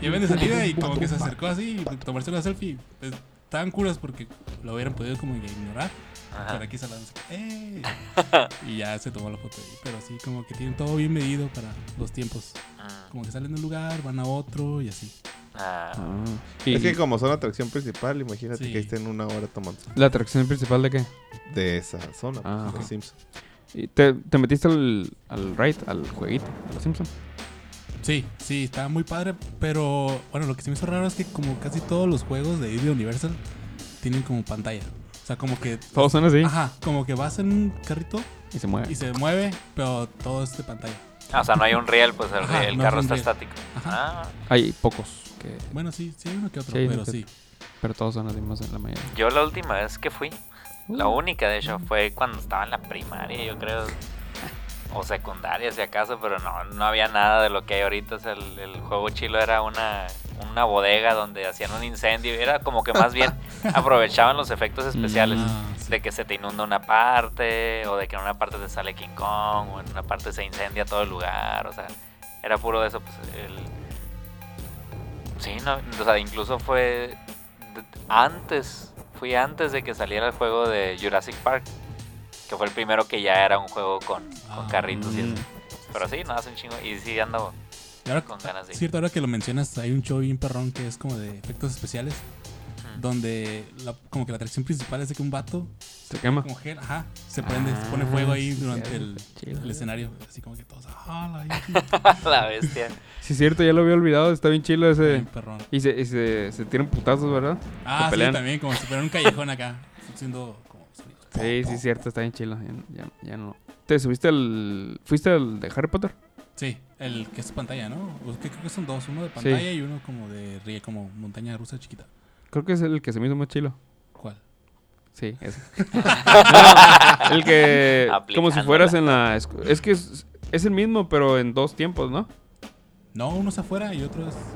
Ya iban de salida y como que se acercó así y tomarse una selfie. Pues, Estaban curas porque lo hubieran podido como que ignorar.
Ajá.
Pero aquí se la dan así, "Ey". Y ya se tomó la foto ahí. Pero sí, como que tienen todo bien medido para los tiempos.
Mm,
Como que salen de un lugar, van a otro y así.
ah,
y
Es que como son atracción principal, imagínate
Sí.
que ahí estén una hora tomando
la atracción principal de qué?
de esa zona.
Ah,
pues,
ok.
los Simpsons.
Y ¿Te, te metiste al, al raid, al jueguito, a los Simpson?
Sí, sí, estaba muy padre, pero bueno, lo que se me hizo raro es que como casi todos los juegos de ID Universal tienen como pantalla. O sea, como que...
Todos son así
Ajá, como que vas en un carrito
y se mueven.
y se mueve, pero todo es de pantalla.
ah, o sea, no hay un riel, pues el,
Ajá,
riel- el
no hay
carro
un
está
riel.
estático.
Ajá.
Ah,
Hay pocos, que,
Bueno, sí, sí hay uno que otro,
Sí, hay uno
pero
que
sí.
pero todos son así más en la mayoría.
yo la última vez que fui, la única de hecho, fue cuando estaba en la primaria, yo creo. O secundaria, si acaso, pero no, no había nada de lo que hay ahorita. O sea, el, el juego chilo era una, una bodega donde hacían un incendio. Era como que más bien aprovechaban los efectos especiales.
Ah, sí.
de que se te inunda una parte, o de que en una parte te sale King Kong, o en una parte se incendia todo el lugar, o sea, era puro de eso, pues el- Sí, no, o sea, incluso fue de- antes, fui antes de que saliera el juego de Jurassic Park, que fue el primero que ya era un juego con, con
Ah,
carritos y
mm.
eso. Pero sí, no, hace un chingo, y sí ando *laughs*
Y ahora,
con ganas de ir.
cierto, ahora que lo mencionas, hay un show bien perrón que es como de efectos especiales,
Ujú.
donde la- como que la atracción principal es de que un vato
Se quema.
Como gel, ajá. Se prende, se pone
Ah,
fuego ahí
sí,
durante
cierto,
el,
chido.
el escenario. Así como que todos,
*laughs*
ah, la
la bestia.
Sí, es cierto, ya lo había olvidado, está bien chido ese.
Bien perrón.
Y se, y se, se tiran putazos, ¿verdad?
Ah, sí,
pelean.
también, como si fuera un callejón acá. Siendo como. sonidos.
Sí, sí, es cierto, está bien chido. Ya, ya- ya no. ¿Te subiste al. ¿Fuiste al de Harry Potter?
Sí, el que es pantalla, ¿no? O que creo que son dos, uno de pantalla y uno como de ríe, como montaña rusa chiquita.
Creo que es el que se me hizo más chilo.
¿Cuál?
Sí,
*laughs*
ese. No, el que. Como si
Aplicándola.
fueras en la. escu- Es que es, es el mismo, pero en dos tiempos, ¿no?
No, uno es afuera y otro es este,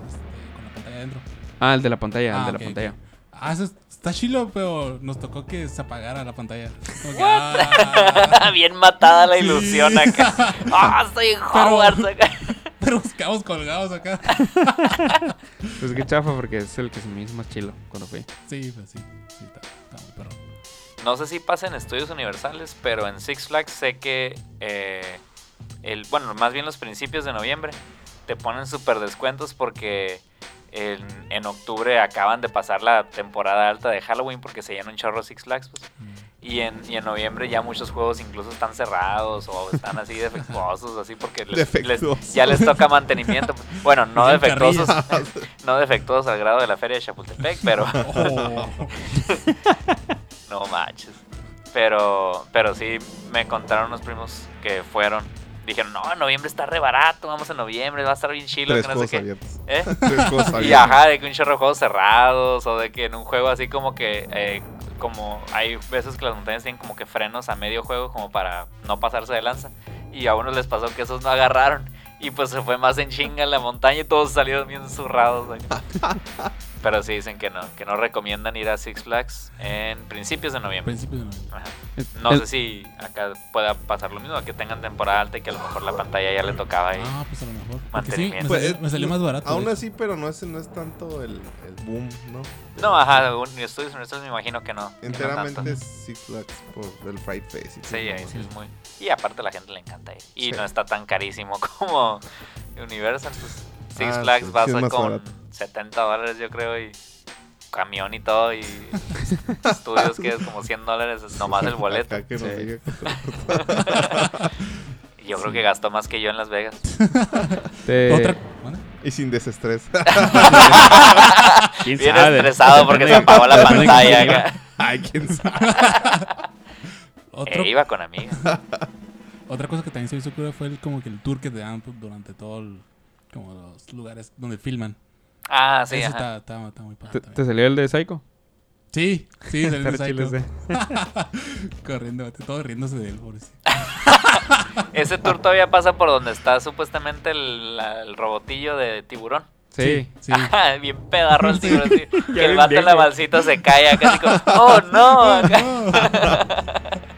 con la pantalla adentro.
Ah, el de la pantalla,
Ah,
el de
ok,
la pantalla.
Ah, eso es- está chilo, pero nos tocó que se apagara la pantalla. *laughs* Como que, ah,
*laughs* Bien matada la
Sí. *laughs*
ilusión acá. ¡Ah, estoy en
Pero-
Hogwarts acá!
pero buscamos colgados acá.
Pues qué chafa, porque es el que se me hizo más chilo cuando fui.
Sí, pues sí, sí, está, está muy perrón.
No sé si pasa en estudios universales, pero en Six Flags sé que eh, el, bueno, más bien los principios de noviembre te ponen súper descuentos porque en, en octubre acaban de pasar la temporada alta de Halloween porque se llena un chorro Six Flags, pues. Y en, y en noviembre ya muchos juegos incluso están cerrados o están así *laughs* defectuosos, así porque les- les-
Defectuosos.
ya les toca mantenimiento. pues. Bueno, no
Dicen
defectuosos, *laughs* no defectuosos al grado de la feria de Chapultepec, pero
*laughs* Oh.
No manches. Pero, pero sí, me contaron unos primos que fueron. Dijeron, no, en noviembre está re barato, vamos en noviembre, va a estar bien chilo,
Tres
que no sé
cosas
qué.
abiertas.
¿Eh?
Tres cosas
*laughs* Y
abiertas.
ajá, de que un chorro de juegos cerrados, o de que en un juego así como que, eh, como hay veces que las montañas tienen como que frenos a medio juego como para no pasarse de lanza. Y a unos les pasó que esos no agarraron. Y pues se fue más en chinga en la montaña y todos salieron bien zurrados. acá. Pero sí dicen que no, que no recomiendan ir a Six Flags en principios de noviembre.
Principios de noviembre.
Ajá. No
El-
sé si acá pueda pasar lo mismo, que tengan temporada alta y que a lo mejor la pantalla ya le tocaba y
Ah, pues a lo mejor. Porque sí, me
Mantenimiento.
Pues,
salió, me salió más barato.
Aún
de
así, pero no es, no es tanto el, el boom, ¿no?
No, ajá, un, estudios nuestros me imagino que no. que no
Enteramente
tanto.
es Six Flags por el Fried Face. y
Sí,
todo,
ahí
¿no?
sí es muy. Y aparte a la gente le encanta ahí. Y
Sí.
no está tan carísimo *laughs* como Universal. pues, Six
Ah,
Flags
sí,
vas
sí es
a
más
con
barato.
70 dólares, yo creo, y camión y todo,
*laughs*
y estudios que es como 100 dólares nomás el boleto.
Acá que nos
Sí.
diga que-
Y yo creo que gastó más que yo en Las
*laughs*
Vegas. *laughs*
Te-
que- Otra. ¿Mande?
y sin desestrés.
¿Quién
Bien
sabe?
estresado porque se apagó la
Depende de quién
pantalla.
iba.
*laughs* acá.
Ay, quién sabe.
Otro-
Eh, iba con amigos.
Otra cosa que también se hizo cura fue el, como que el tour que te dan pues, durante todo el- como los lugares donde filman.
Ah, sí,
Eso está,
ajá.
está, está muy padre.
¿Te,
también.
te salió el de Psycho?
Sí,
*laughs*
sí, salió de
Está chilo
Psycho.
ese.
*laughs* Corriendo, todo riéndose de él, pobrecito.
Ese tour todavía pasa por donde está supuestamente el, la- el robotillo de tiburón.
Sí.
Sí.
Ajá, *laughs* bien pedarro el tiburón.
*laughs*
así, que el
bien
vato en la
viejo.
balsita se cae acá así como, oh no.
*laughs*
acá.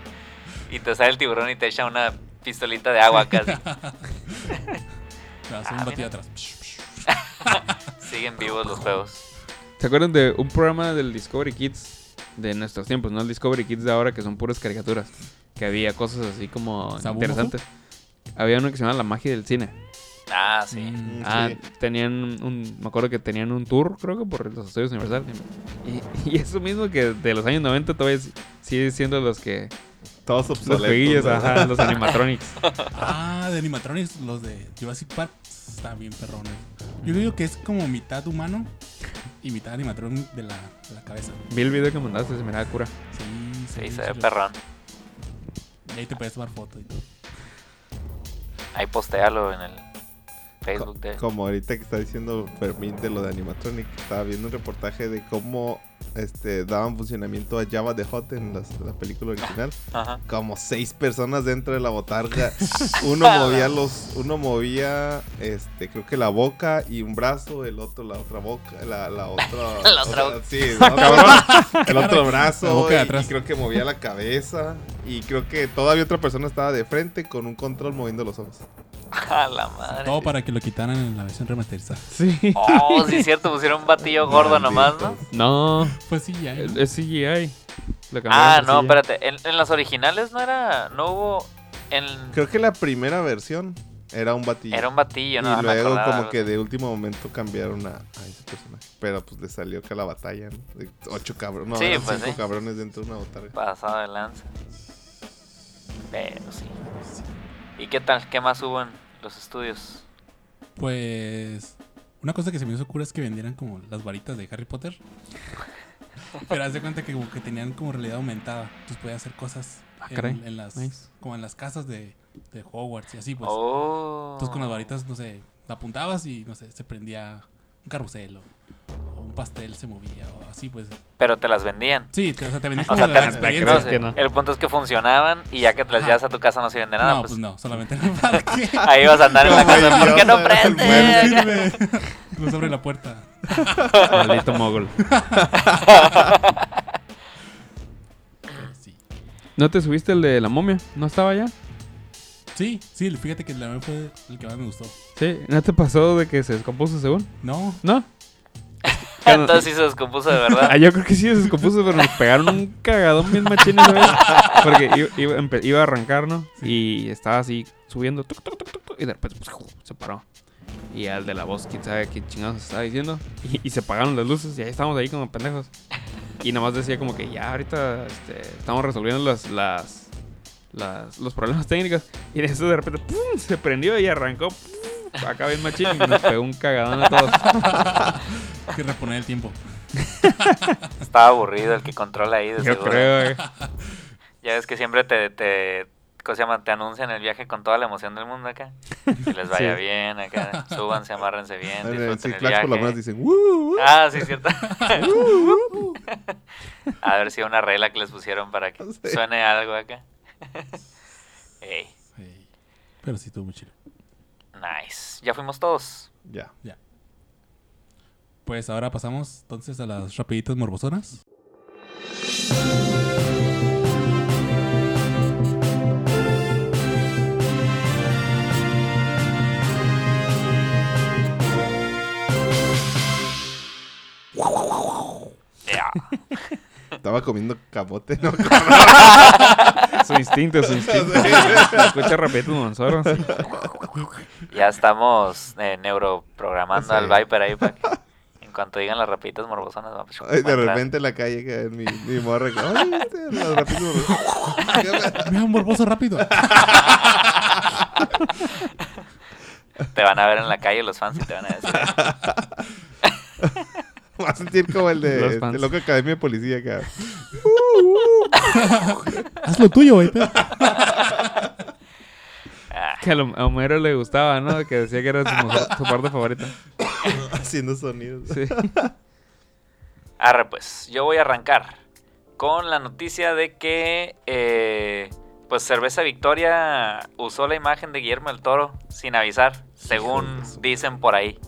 *laughs* y te sale el tiburón y te echa una pistolita de agua casi.
No, hace un
Ah,
batido
mira.
atrás.
Siguen vivos los juegos.
¿Se acuerdan de un programa del Discovery Kids de nuestros tiempos? No el Discovery Kids de ahora, que son puras caricaturas. Que había cosas así como
¿Sabumofu?
interesantes. Había uno que se llamaba La Magia del Cine.
Ah, sí.
Mm,
Ah,
Sí.
tenían un... Me acuerdo que tenían un tour, creo que por los estudios Universal. Y, y eso mismo que de los años 90 todavía si- sigue siendo los que...
Todos
Los
obsoletos.
jueguillos,
¿verdad?
ajá, los animatronics.
Ah, de animatronics, los de Jurassic Park. Están bien perrones. Yo
Mm.
digo que es como mitad humano y mitad animatronic de la, de la cabeza.
Vi el video que mandaste, se miraba cura.
Sí, sí.
Sí, se
sí,
ve
lo-
perrón.
Y ahí te puedes tomar fotos y todo.
Ahí postealo en el Facebook de...
Como ahorita que está diciendo Fermín de lo de animatronic, estaba viendo un reportaje de cómo este, daban funcionamiento a Java de Hot en las- la película original.
Ajá. *laughs*
como seis personas dentro de la botarga. Uno
Ah.
movía los, uno movía, este, creo que la boca y un brazo, el otro la otra boca, la, la otra,
*laughs* La otra boca.
*laughs*
sí, el otro, el otro brazo
La boca de
y- y,
atrás.
creo que movía la cabeza y creo que todavía otra persona estaba de frente con un control moviendo los ojos.
A la madre.
Todo para que lo quitaran en la versión remasterizada.
Sí.
Oh, sí es cierto, pusieron un batillo gordo nomás, ¿no?
No,
Pues sí, ya.
es es CGI. Lo
Ah,
cambiaron por
no,
CGI.
espérate. En, en las originales no era... No hubo... En...
Creo que la primera versión era un batillo.
Era un batillo, ¿no?
y
Ah, me
luego
acordaba
como
algo
que
así.
de último momento cambiaron a, a ese personaje. Pero pues le salió que la batalla, ¿no? De Ocho cabrones, no,
Sí,
eran
pues,
cinco
sí.
cabrones dentro de una botarga.
Pasado de lanza. Pero sí. ¿Y qué tal? ¿Qué más hubo en los estudios?
Pues una cosa que se me hizo cura es que vendieran como las varitas de Harry
*laughs*
Potter. Pero haz de cuenta que como que tenían como realidad aumentada. Entonces podía hacer cosas
Ah,
en,
caray.
en las
Nice.
como en las casas de, de Hogwarts y así pues.
oh.
Entonces con las varitas, no sé, la apuntabas y no sé, se prendía un carrusel o, o un pastel se movía o así pues.
Pero te las vendían.
Sí, te- o sea, te vendían
*laughs* O
como
sea,
la
te las
experiencia.
creo
no sé,
que no.
El punto es que funcionaban y ya que te las
Ajá.
llevas a tu casa no sirven de nada.
no,
pues,
pues no, solamente en el
*laughs*
parque.
Ahí vas a andar en la
Como
casa. ¿Por qué
idiota,
no
era
prende?
*laughs* No sobre Pues la puerta.
*laughs*
Maldito mogul.
Ah,
Pero sí.
¿No te subiste el de la momia? ¿No estaba ya?
Sí, sí, fíjate que la verdad fue el que más me gustó.
Sí. ¿No te pasó de que se descompuso según?
No,
¿No?
Entonces sí se descompuso de verdad.
Ah, yo creo que sí se descompuso, pero nos pegaron un cagadón bien machín esa vez. Porque iba, iba- empe- iba a arrancar, ¿no? Y estaba así subiendo. tuc, tuc, tuc, tuc, tuc, y de repente pues, ¡ju! se paró. Y al de la voz, quién sabe qué chingados estaba diciendo. Y, y se apagaron las luces y ahí estábamos ahí como pendejos. Y nomás decía como que ya ahorita este, estamos resolviendo las, las, las- los problemas técnicos. Y de eso de repente ¡pum! se prendió y arrancó. ¡pum! Acá bien machín y nos pegó un cagadón a todos.
hay que reponer el
*laughs*
tiempo.
Estaba aburrido el que controla ahí. De
Yo
seguro.
creo. eh.
Ya ves que siempre te, te, ¿cómo se llama? Te anuncian el viaje con toda la emoción del mundo acá. Que les vaya
Sí.
bien acá. Súbanse, amárrense bien.
En el
Disfruten
Six
el
Flags por lo menos
viaje.
dicen "Woo,
*laughs*
woo".
Ah, sí, cierto. A ver si una regla que les pusieron para que
Sí.
suene algo acá. *laughs* Ey,
Sí. Pero sí estuvo muy chido.
nice. Ya fuimos todos.
Ya.
Pues ahora pasamos entonces a las rapiditas morbosonas.
estaba comiendo camote, ¿no? *laughs*
Su instinto, su instinto. Escucha Repeto Monzoro. sí.
Ya estamos eh, neuroprogramando
Sí.
al Viper ahí para que en cuanto digan las rapitas morbosonas, va, pues,
Ay,
va a
de
entrar.
repente en la calle que mi, mi morra. que, Ay, este, las *laughs* rapitas morboso".
Mira, un morboso
*laughs*
rápido.
Te van a ver en la calle los fans y te van a decir.
Va a sentir como el de,
Los
este,
fans.
loca academia de policía acá. *laughs*
Haz lo tuyo, güey. pe.
"Ah,
Que a lo- a Homero le gustaba, ¿no? Que decía que era su, mujer- su parte favorita.
Haciendo sonidos.
Sí.
Arre, pues, yo voy a arrancar con la noticia de que, eh, pues, Cerveza Victoria usó la imagen de Guillermo del Toro sin avisar, según dicen por ahí.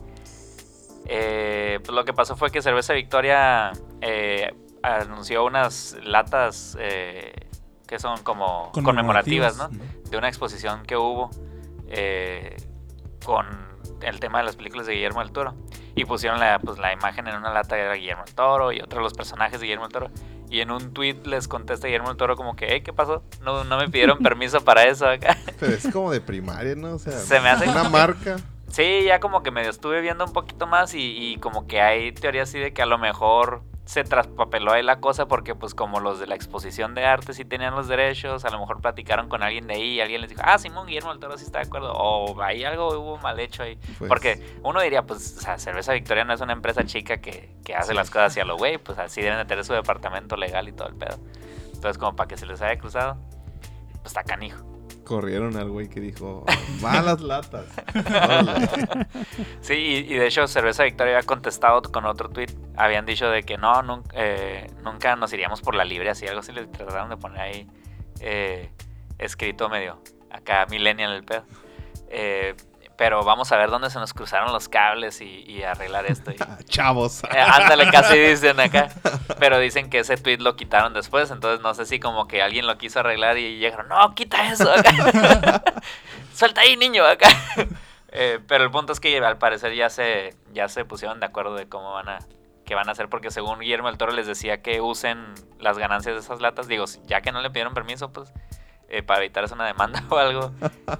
Eh, pues lo que pasó fue que Cerveza Victoria eh, anunció unas latas eh, que son como conmemorativas, ¿no? de una exposición que hubo eh, con el tema de las películas de Guillermo del Toro. Y pusieron la, pues, la imagen en una lata de Guillermo del Toro y otro de los personajes de Guillermo del Toro. Y en un tweet les contesta Guillermo del Toro como que, "Ey, ¿qué pasó? No, no me pidieron *laughs* permiso para eso acá.
Pero es como de primaria, ¿no? O sea,
Se me hace-
una marca.
Sí, ya como que medio estuve viendo un poquito más y, y como que hay teorías así de que a lo mejor se traspapeló ahí la cosa porque pues como los de la exposición de arte sí tenían los derechos, a lo mejor platicaron con alguien de ahí y alguien les dijo, ah, Simón Guillermo del Toro sí está de acuerdo, o ahí algo hubo mal hecho ahí.
Pues,
Porque uno diría, pues, o sea, Cerveza Victoria no es una empresa chica que, que hace las cosas hacia lo güey, pues así deben de tener su departamento legal y todo el pedo. Entonces como para que se les haya cruzado, pues está canijo.
Corrieron al güey que dijo: malas
*laughs*
latas. Órale.
Sí, y, y de hecho Cerveza Victoria había contestado con otro tweet. Habían dicho de que no, nunca, eh, nunca nos iríamos por la libre, así algo así le trataron de poner ahí eh, escrito medio acá millennial el pedo. Eh, pero vamos a ver dónde se nos cruzaron los cables y, y arreglar esto. Y-
Ah, Chavos.
Eh, ándale, casi dicen acá. Pero dicen que ese tweet lo quitaron después, entonces no sé si como que alguien lo quiso arreglar y llegaron, no, quita eso. acá". Suelta ahí, niño, acá. Eh, pero el punto es que al parecer ya se, ya se pusieron de acuerdo de cómo van a que van a hacer porque según Guillermo del Toro les decía que usen las ganancias de esas latas digo ya que no le pidieron permiso pues eh, para evitarse una demanda *laughs* o algo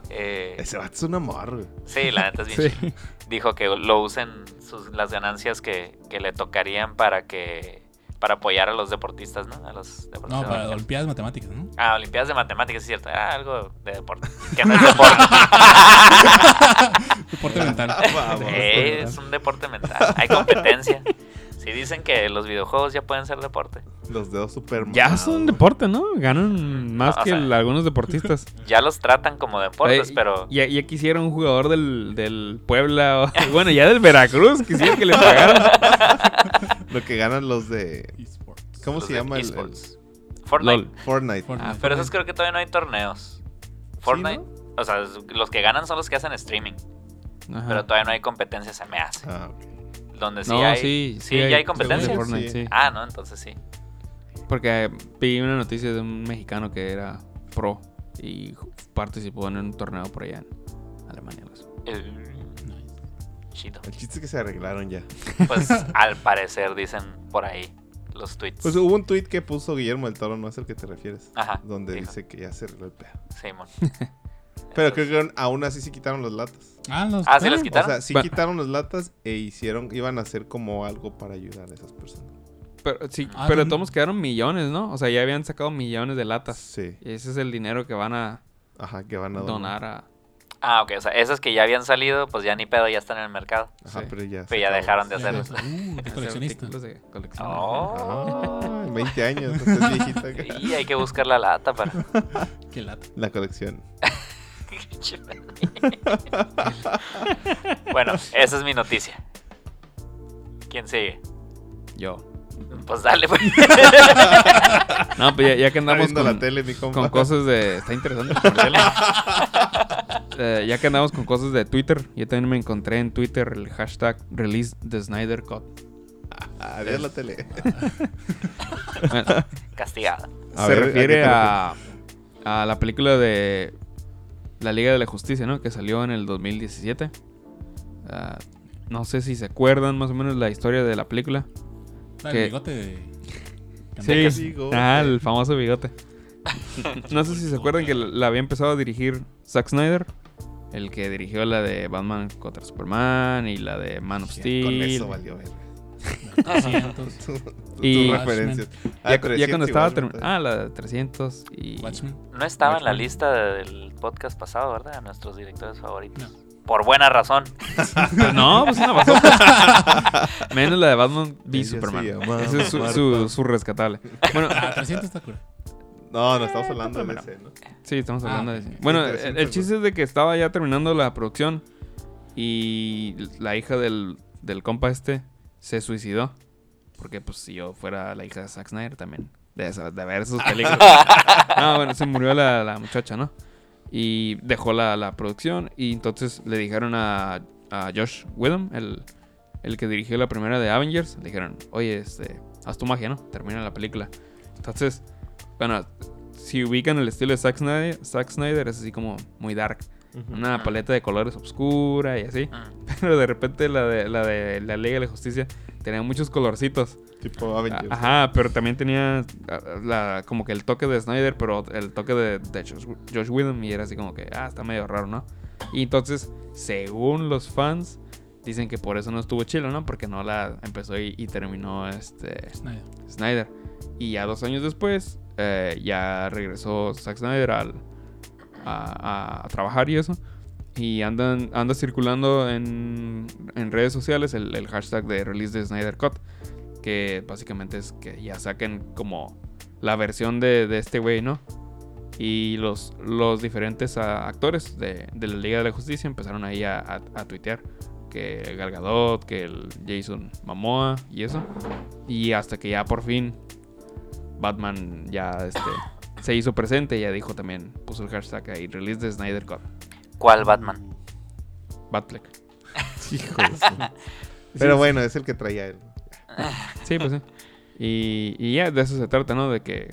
eh,
Ese vato es un amor, güey.
sí
*laughs*
la neta es bien
Sí.
chido dijo que lo usen sus, las ganancias que, que le tocarían para que para apoyar a los deportistas, ¿no? A los deportistas.
No, para
olímpicos.
Olimpiadas Matemáticas, ¿no?
Ah, Olimpiadas de Matemáticas, es cierto. Ah, algo de deporte. Que no es deporte.
Deporte
*laughs*
mental.
Ah,
Vamos.
Eh, es un deporte mental. Hay competencia. Si dicen que los videojuegos ya pueden ser deporte.
Los dedos super
Ya
mamados.
son deporte, ¿no? Ganan más
Ah, O
que
sea-
el- algunos deportistas.
Ya los tratan como deportes,
Oye,
pero.
Ya, ya quisiera un jugador del, del Puebla. o- *laughs* bueno, ya del Veracruz. Quisiera que le pagaran.
Lo que ganan los de.
Esports.
¿Cómo
los
se
de
llama el- el,
esports. *laughs* Fortnite.
LOL.
Fortnite?
Fortnite.
Ah, pero esos creo que todavía no hay torneos. Fortnite. O sea, los que ganan son los que hacen streaming.
Ajá.
Pero todavía no hay competencia, se me hace.
Ah, ok.
Donde sí
no,
hay.
sí,
sí, ya hay competencia.
competencias Fortnite,
Sí.
sí.
Ah, no, entonces sí.
Porque eh, vi una noticia de un mexicano que era pro y ju- participó en un torneo por allá en Alemania. algo así.
El-
*laughs*
Chido.
El chiste es que se arreglaron
*laughs*
ya.
Pues al parecer dicen por ahí los tweets.
Pues hubo un tweet que puso Guillermo del Toro, no es el que te refieres.
Ajá.
Donde
dijo,
dice que ya se arregló el pedo.
Simón.
Pero creo que aún así sí quitaron las latas.
Ah, los.
Ah, sí los
O
quitaron.
sea, sí
Ba-
quitaron las latas e hicieron, iban a hacer como algo para ayudar a esas personas.
Pero sí,
Ah,
pero
no.
todos quedaron millones, ¿no? O sea, ya habían sacado millones de latas.
Sí.
Y ese es el dinero que van a
Ajá, que van a donar.
donar a...
Ah, ok. O sea, esas que ya habían salido, pues ya ni pedo, ya están en el mercado.
Ajá,
Sí.
pero ya.
Pero ya dejaron de hacerlo.
*laughs* Uh, qué coleccionista.
artículos de colección.
Oh.
Ah, 20 años, estás
*laughs*
viejita. acá.
*laughs* Y hay que buscar la lata para. *laughs*
Qué lata.
La colección.
bueno, esa es mi noticia. ¿Quién sigue?
Yo.
Pues dale, pues.
No, pues ya, ya que andamos
Viendo
con,
la tele, mi compa.
con
*laughs*
cosas de... Está interesante. el comercial. Eh, ya que andamos con cosas de Twitter, yo también me encontré en Twitter el hashtag release the Snyder Cut.
Adiós la
*laughs*
tele.
Bueno,
Castigada.
A
se
ver, ¿a qué
refiere
te
a, a la película de La Liga de la Justicia, ¿no? Que salió en el 2017. Ah, no sé si se acuerdan más o menos la historia de la película.
Está el
¿Qué?
bigote de.
Sí,
Qué
sí.
bigote.
Ah, el famoso bigote. *laughs* no sé si se acuerdan que la había empezado a dirigir Zack Snyder, el que dirigió la de Batman contra Superman y la de Man of Steel.
Pues Con eso valió ver.
Ah,
*laughs*
Y-
Tus referencias. Ah,
Ya, cu- ya
300
cuando estaba
igual,
terminada. Ah, la de 300 y.
Watchmen.
No estaba en la
Watchmen.
lista del podcast pasado, ¿verdad? De nuestros directores favoritos.
No.
Por
*laughs*
buena razón.
Pues no, pues una basura. Menos la de Batman v
Ella se
Superman.
llama
Ese es su,
Marta.
su- su rescatable. Bueno,
Ah, 300 está cool.
No, no
Ah,
estamos hablando de ese, ¿no?
sí, estamos
Ah,
hablando de
ok.
eso. Bueno,
Sí, 300,
el, el chiste es de que estaba ya terminando la producción y la hija del, del compa este se suicidó. Porque, pues, si yo fuera la hija de Zack Snyder también, de, esa- de ver
*laughs*
sus películas. Ah, bueno, se murió la, la muchacha, ¿no? Y dejó la, la producción. Y entonces le dijeron a, a Josh Whedon, el, el que dirigió la primera de Avengers, le dijeron, oye, este, haz tu magia, ¿no? Termina la película. Entonces, bueno, si ubican el estilo de Zack Snyder, Zack Snyder es así como muy dark. Una paleta de colores oscura y así.
Mm.
Pero de repente la de la, de la Liga de la Justicia tenía muchos colorcitos.
Tipo
Ah,
Avengers. *laughs*
Ajá, pero también tenía ah, la- como que el toque de Snyder, pero el toque de, de Josh, Josh Whedon y era así como que, ah, está medio raro, ¿no? Y entonces, según los fans, dicen que por eso no estuvo chilo, ¿no? Porque no la empezó y, y terminó este
Snyder.
Snyder. Y ya dos años después, eh, ya regresó Zack Snyder al, a, a- a trabajar y eso. Y andan, anda circulando en, en redes sociales el, el hashtag de release de Snyder Cut. Que básicamente es que ya saquen como la versión de, de este güey, ¿no? Y los, los diferentes ah, actores de, de la Liga de la Justicia empezaron ahí a, a, a tuitear. Que el Gal Gadot, que el Jason Momoa y eso. Y hasta que ya por fin Batman ya este, se hizo presente y ya dijo también, puso el hashtag ahí, release de Snyder Cut,
¿Cuál Batman? *laughs*
Batfleck.
Hijo
*laughs*
de su- Pero bueno, es el que traía él.
Sí, pues sí. *laughs* Y, y ya de eso se trata, ¿no? De que,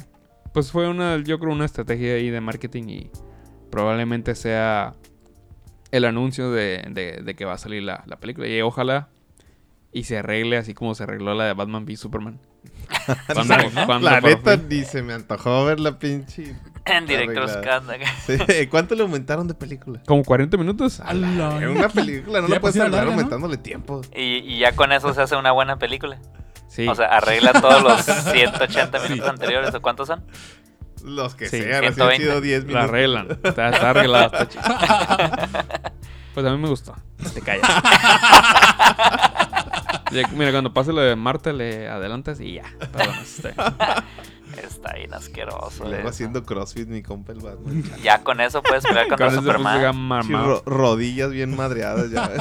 pues fue una, yo creo, una estrategia ahí de marketing y probablemente sea el anuncio de, de- de que va a salir la, la película. Y ojalá y se arregle así como se arregló la de Batman
*laughs*
v Superman. Cuando- cuando
la
por
neta
fin-
ni se me antojó ver la pinche. *laughs*
En director
Arreglada.
Scott. *laughs*
Sí, ¿Cuánto le aumentaron de película?
Como 40 minutos.
A la-
En una película no
Ya
le puedes
pusieron
hablar
larga, ¿no?
aumentándole tiempo.
Y, y ya con eso se hace una buena película.
Sí.
O sea, arregla todos
*laughs*
los 180 minutos anteriores. ¿O cuántos son?
Los que
Sí,
sean, así han
120.
sido 10
La
minutos.
arreglan. Está, está arreglado. está chido. *laughs* Pues a mí me gustó. Te callas. *laughs* Ya, Mira, cuando pase lo de Marta, le adelantas y ya. *laughs* este, Perdonas, está bien.
Está bien
Y
asqueroso.
luego
eso.
haciendo crossfit, mi compa el Batman.
Ya con eso puedes pelear contra
*laughs* Con eso pues, se puso ya
Superman.
Sí,
mamado.
ro- rodillas bien madreadas ya.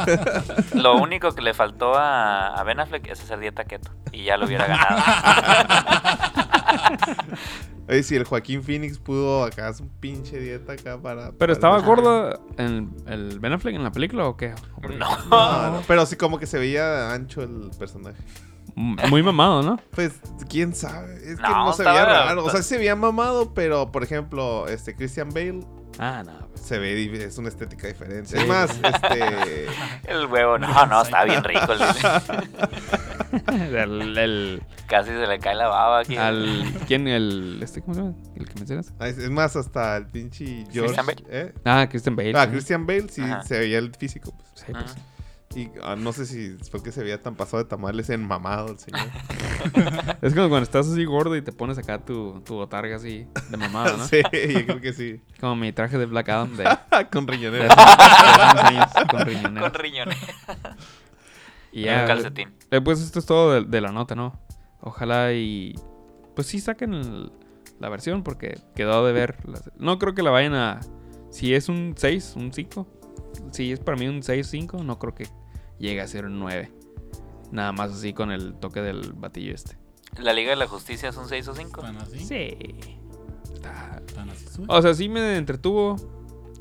*laughs*
Lo único que le faltó a, a Ben Affleck es hacer dieta keto. Y ya lo hubiera
*laughs*
ganado.
Oye, si el Joaquín Phoenix pudo acá hacer un pinche dieta acá para. para-
Pero estaba gordo el, el Ben Affleck en la película o qué?
no.
No, no, pero sí como que se veía ancho el personaje.
Muy mamado, ¿no?
Pues, quién sabe. Es que
No,
no, se veía
estaba-
raro. O sea, sí se veía mamado, pero por ejemplo, este Christian Bale
Ah, *laughs* no.
se ve, di- es una estética diferente.
Sí.
Es
*laughs*
más, este.
El huevo, no, no, está bien rico.
*laughs*
el-
El, el-
Casi se le cae la baba aquí.
al, ¿Quién? El, este, ¿Cómo se llama? ¿El que mencionas?
Es es más, hasta el pinche George.
¿Christian Bale?
¿eh?
Ah, Christian Bale.
Ah,
sí.
Christian Bale sí
Ajá.
se veía el físico. pues.
Sí,
Mm.
pues, sí.
Y ah, no sé si fue que se veía tan pasado de tamales en mamado el señor.
Es como cuando estás así gordo y te pones acá tu, tu botarga así de mamado, Ah, ¿no?
Sí, yo creo que sí.
Como mi traje de Black Adam de,
Con
de
riñonera.
hace- de hace unos años con riñonera.
Con riñones.
Y
Y un
ya,
calcetín.
eh, pues esto es todo de, de la nota, ¿no? Ojalá y... Pues sí saquen el- la versión porque quedó de ver. las- no creo que la vayan a... Si es un 6, un 5. Si es para mí un 6, 5, no creo que llegue a ser un 9. Nada más así con el toque del batillo este.
La Liga de la Justicia es un 6 o 5.
Tan así.
Sí. Está-
Tan así sube.
O sea, sí me entretuvo.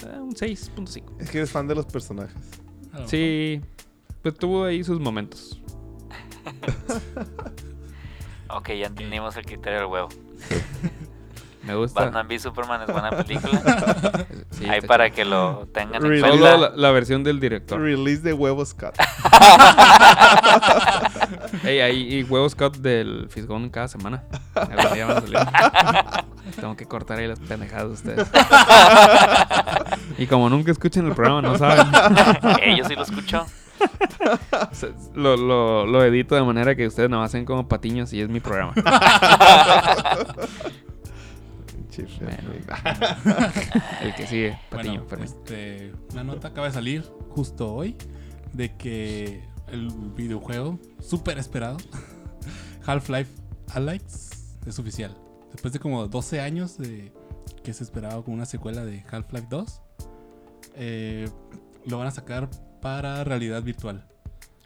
eh, un 6.5.
Es que eres fan de los personajes.
A lo
Sí. Pues tuvo ahí sus momentos.
Ok, ya entendimos el criterio del huevo.
Me gusta.
Batman v Superman es buena *laughs* película.
*laughs* Sí,
Ahí
está
para
chido.
que lo tengan en
Really?
Solo la,
cuenta.
la versión del director.
Release de huevos Scott.
Ey, hay y huevos cut del Fisgón cada semana. Algún día van a
*laughs*
salir. Tengo que cortar ahí las pendejadas de ustedes. Y como nunca escuchan el programa, no saben.
*laughs* Eh, yo sí lo escucho.
Se- Lo, lo, lo edito de manera que ustedes nada más hacen como patiños y es mi programa.
Chifre. Ah,
Bueno. El que sigue, patiño,
Bueno,
permiso.
este, una nota acaba de salir justo hoy de que el videojuego súper esperado, *laughs* Half-Life Alyx, es oficial. Después de como 12 años de que se esperaba como una secuela de Half-Life 2, eh, lo van a sacar para realidad virtual.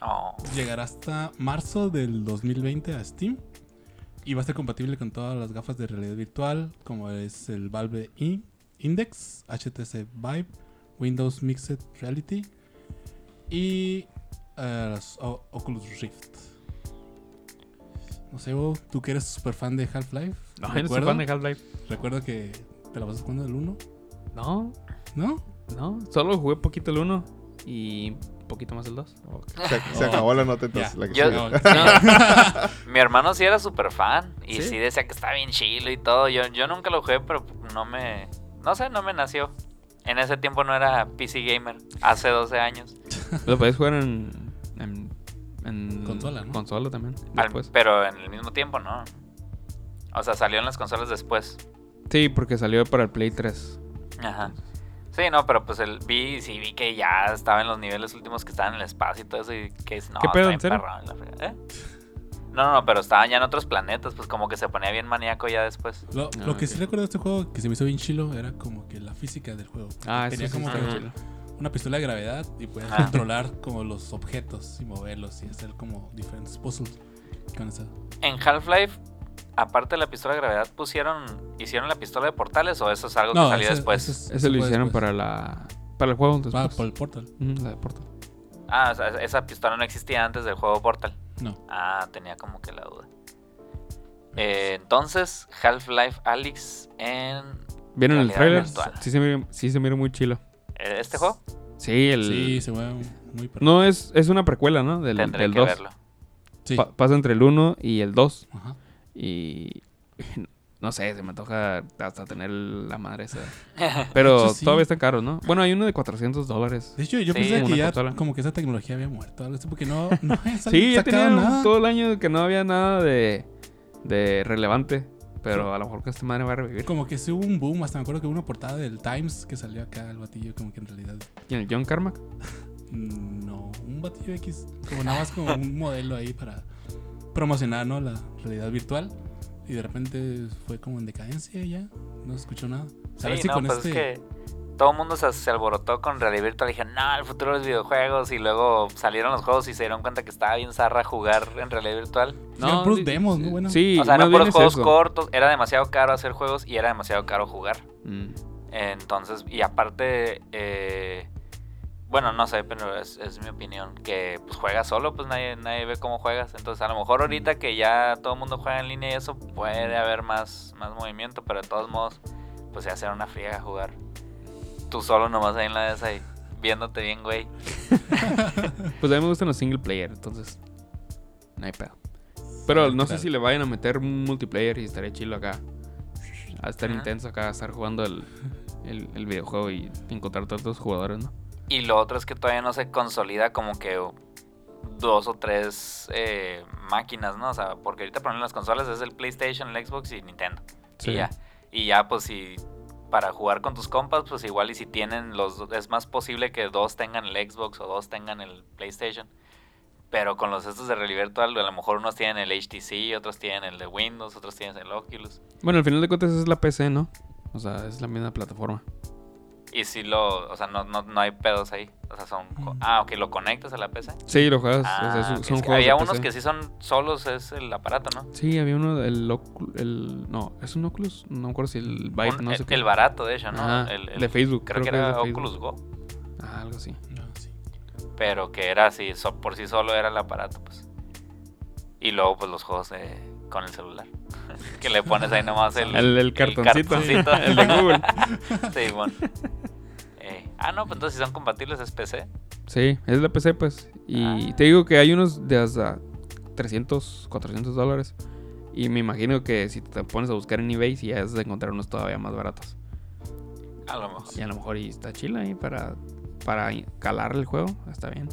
Oh,
Llegará hasta marzo del 2020 a Steam y va a ser compatible con todas las gafas de realidad virtual, como es el Valve In- Index, HTC Vive, Windows Mixed Reality y eh, las O- Oculus Rift. No sé, Bo, tú que eres super fan de Half-Life.
No, yo no soy
recuerdo,
fan de Half-Life.
recuerdo que te la vas jugando el 1,
No,
¿no?
no. Solo jugué poquito el 1 y poquito más el 2.
Se, se acabó la nota entonces.
Ya.
la que
Yo- *laughs*
sigue.
mi hermano sí era súper fan. Y
¿Sí?
¿Sí? decía que estaba bien chilo y todo. Yo, yo nunca lo jugué, pero no me. No sé, no me nació. En ese tiempo no era PC Gamer. Hace 12 años.
Lo podés jugar en. en, en
Consola, ¿no?
Consola también.
Al-
Después.
pero en el mismo tiempo, ¿no? O sea, salió en las consolas después.
Sí, porque salió para el Play 3.
Ajá. Sí, no, pero pues el, vi, sí, vi que ya estaba en los niveles últimos que estaban en el espacio y todo eso. Y que es- no,
¿Qué pedo,
está
en
bien
serio?
perrón, la fregada. ¿Eh? No, no, no, pero estaban ya en otros planetas, pues como que se ponía bien maníaco ya después.
Lo,
Ah,
lo que
ok.
sí recuerdo de este juego que se me hizo bien chilo era como que la física del juego.
Ah, eso
Tenía
sí
como
está
que-
chido.
una pistola de gravedad y puedes
Ah.
controlar como los objetos y moverlos y hacer como diferentes puzzles con esa.
En Half-Life, aparte de la pistola de gravedad, pusieron, hicieron la pistola de portales o eso es algo que salió
ese-
después.
ese es-
Eso lo
fue
hicieron
después.
para la. Para el juego después.
Va, por el portal.
Ujú, la de Portal.
Ah, o sea, esa pistola no existía antes del juego Portal.
No.
Ah, tenía como que la duda. Eh, entonces, Half-Life Alyx en
¿Vieron el
Realidad
trailer?
virtual.
Sí se, mira, sí se mira muy chilo.
eh, este juego.
Sí, el.
Sí, se mueve muy per-
No, es, es una precuela, ¿no? Del,
Tendré
del
que
2.
verlo.
Sí.
Pa- pasa entre el 1 y el 2.
Ajá.
Y. *laughs* No sé, se me antoja hasta tener la madre
*laughs*
esa. Pero
De hecho, sí.
todavía está caro, ¿no? Bueno, hay uno de 400 dólares.
De hecho, yo
Sí,
pensé
como
que
una
ya
consola.
como que esa tecnología había muerto, algo así, porque
*laughs*
no, no había sal-
Sí, ya
sacado
tenía
nada.
todo el año que no había nada de, de relevante. Pero a lo mejor que esta madre va a revivir.
Como que sí hubo un boom, hasta me acuerdo que hubo una portada del Times que salió acá el batillo, como que en realidad
¿Y el John Carmack?
mm, no, un batillo X, como nada más como un modelo ahí para promocionar, ¿no? La realidad virtual. Y de repente fue como en decadencia y ya, no se escuchó nada. A
Sí,
ver si
no,
con
pues
este...
es que todo el mundo se, se alborotó con realidad virtual. Dijeron, no, el futuro de los videojuegos. Y luego salieron los juegos y se dieron cuenta que estaba bien zarra jugar en realidad virtual.
eran puros
sí,
demos, ¿no? Bueno.
Sí,
o sea,
más
eran
bien
puros
es
juegos
eso.
cortos. Era demasiado caro hacer juegos y era demasiado caro jugar.
Mm.
Entonces, y aparte, eh, bueno, no sé, pero es, es mi opinión, que pues juegas solo, pues nadie, nadie ve cómo juegas. Entonces, a lo mejor ahorita que ya todo el mundo juega en línea y eso, puede haber más, más movimiento, pero de todos modos, pues se hace una friega jugar. Tú solo nomás ahí en la de esa ahí, viéndote bien, güey.
Pues a mí me gustan los single player, entonces. No hay pedo. Pero no sé
Claro.
si le vayan a meter un multiplayer y estaré chilo acá. A estar
Ajá.
intenso acá, a estar jugando el, el, el videojuego y encontrar todos los jugadores, ¿no?
Y lo otro es que todavía no se consolida como que dos o tres eh, máquinas, ¿no? O sea, porque ahorita ponen las consolas es el PlayStation, el Xbox y Nintendo.
Sí.
Y ya. Y ya, pues si para jugar con tus compas, pues igual y si tienen los do- es más posible que dos tengan el Xbox o dos tengan el PlayStation. Pero con los estos de realidad virtual, a lo mejor unos tienen el HTC, otros tienen el de Windows, otros tienen el Oculus.
Bueno, al final de cuentas es la PC, ¿no? O sea, es la misma plataforma.
Y si lo, o sea, no, no, no hay pedos ahí. O sea, son co-
Mm.
ah, ok, lo conectas a la PC.
Sí, lo juegas. o sea, son-
Ah, ok,
son
es que
juegos
había
de
unos
PC.
que sí son solos, es el aparato, ¿no?
Sí, había uno, el Oculus, el... No, ¿es un Oculus? No me acuerdo si el Vive,
Un-
no
el,
sé qué.
el barato, de hecho, ¿no?
Ajá,
El- el-
de Facebook.
Creo, que
es de
era
Facebook.
Oculus Go,
Ah, algo así.
No, sí.
pero que era así, so- por sí solo era el aparato, pues. Y luego, pues los juegos de con el celular. *laughs* que le pones ahí nomás el,
El, el cartoncito, *laughs*
cartoncito.
el de Google.
*laughs* Sí, bueno. Eh, ah, no, pues entonces si son compatibles es PC.
Sí, es la PC, pues. Y
Ah.
te digo que hay unos de hasta 300, 400 dólares. Y me imagino que si te pones a buscar en eBay, si ya has de encontrar unos todavía más baratos.
A lo mejor.
Y a lo mejor y está chila ahí para, para calar el juego. Está bien.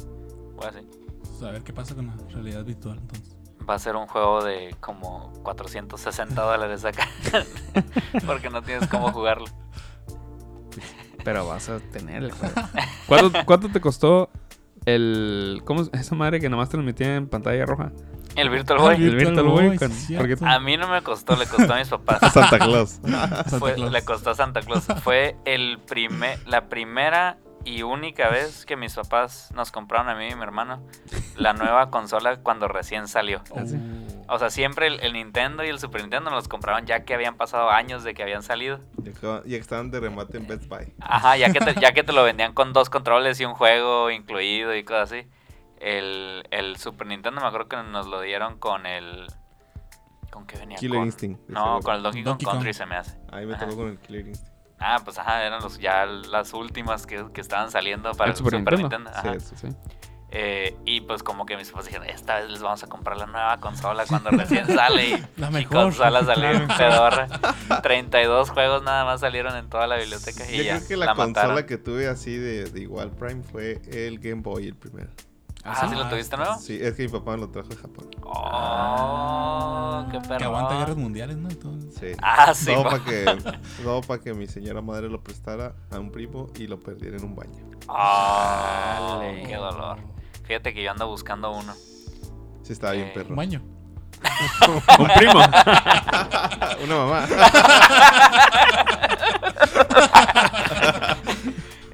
o así.
Pues A ver qué pasa con la realidad virtual entonces.
Va a ser un juego de como 460 dólares acá. *laughs* Porque no tienes cómo jugarlo.
Pero vas a tener el juego. *laughs* ¿Cuánto, cuánto te costó el. ¿Cómo es esa madre que nomás transmitía en pantalla roja?
El Virtual Boy. Ah,
El Virtual Boy con-
sí, cierto.
porque-
A mí no me costó, le costó a
*laughs*
mis papás.
Santa Claus.
Santa
Fue-
Claus.
le costó a Santa Claus. Fue el primer, la primera y única vez que mis papás nos compraron a mí y mi hermano la nueva consola cuando recién salió.
Así.
Oh.
O sea, siempre el, el Nintendo y el Super Nintendo nos los compraron ya que habían pasado años de que habían salido.
Ya acaban- ya estaban de remate en Best Buy.
Ajá, ya que te, ya que te lo vendían con dos controles y un juego incluido y cosas así. El, el Super Nintendo me acuerdo que nos lo dieron con el... ¿Con qué venía?
Killer
Con-
Instinct. de
No,
seguro.
con el Donkey Kong
Donkey
Country
Kong.
se me hace.
Ahí me
Ajá.
tocó con el Killer Instinct.
Ah, pues ajá, eran los, ya las últimas que, que estaban saliendo para
El
el Super,
Super
Nintendo.
Nintendo.
ajá.
Sí, sí,
Sí.
Eh, y pues como que mis papás dijeron, esta vez les vamos a comprar la nueva consola cuando recién sale. Y
La
y
mejor.
consola
La
salió en pedorra. 32 juegos nada más salieron en toda la biblioteca y
Yo
ya
creo que la, consola
mataron.
que tuve así de, de igual Prime fue el Game Boy, el primero.
Ah, ¿sí lo
Ah,
tuviste nuevo?
Sí, es que mi papá me lo trajo de Japón.
Oh, qué perro.
Que aguanta guerras mundiales, ¿no? Entonces,
Sí.
Ah, sí.
todo
po-
para que, todo pa' que mi señora madre lo prestara a un primo y lo perdiera en un baño.
Ah,
Dale.
qué dolor. Fíjate que yo ando buscando uno.
Sí, estaba bien
Eh,
un
perro.
baño.
Un primo.
Ah, *laughs* Una mamá.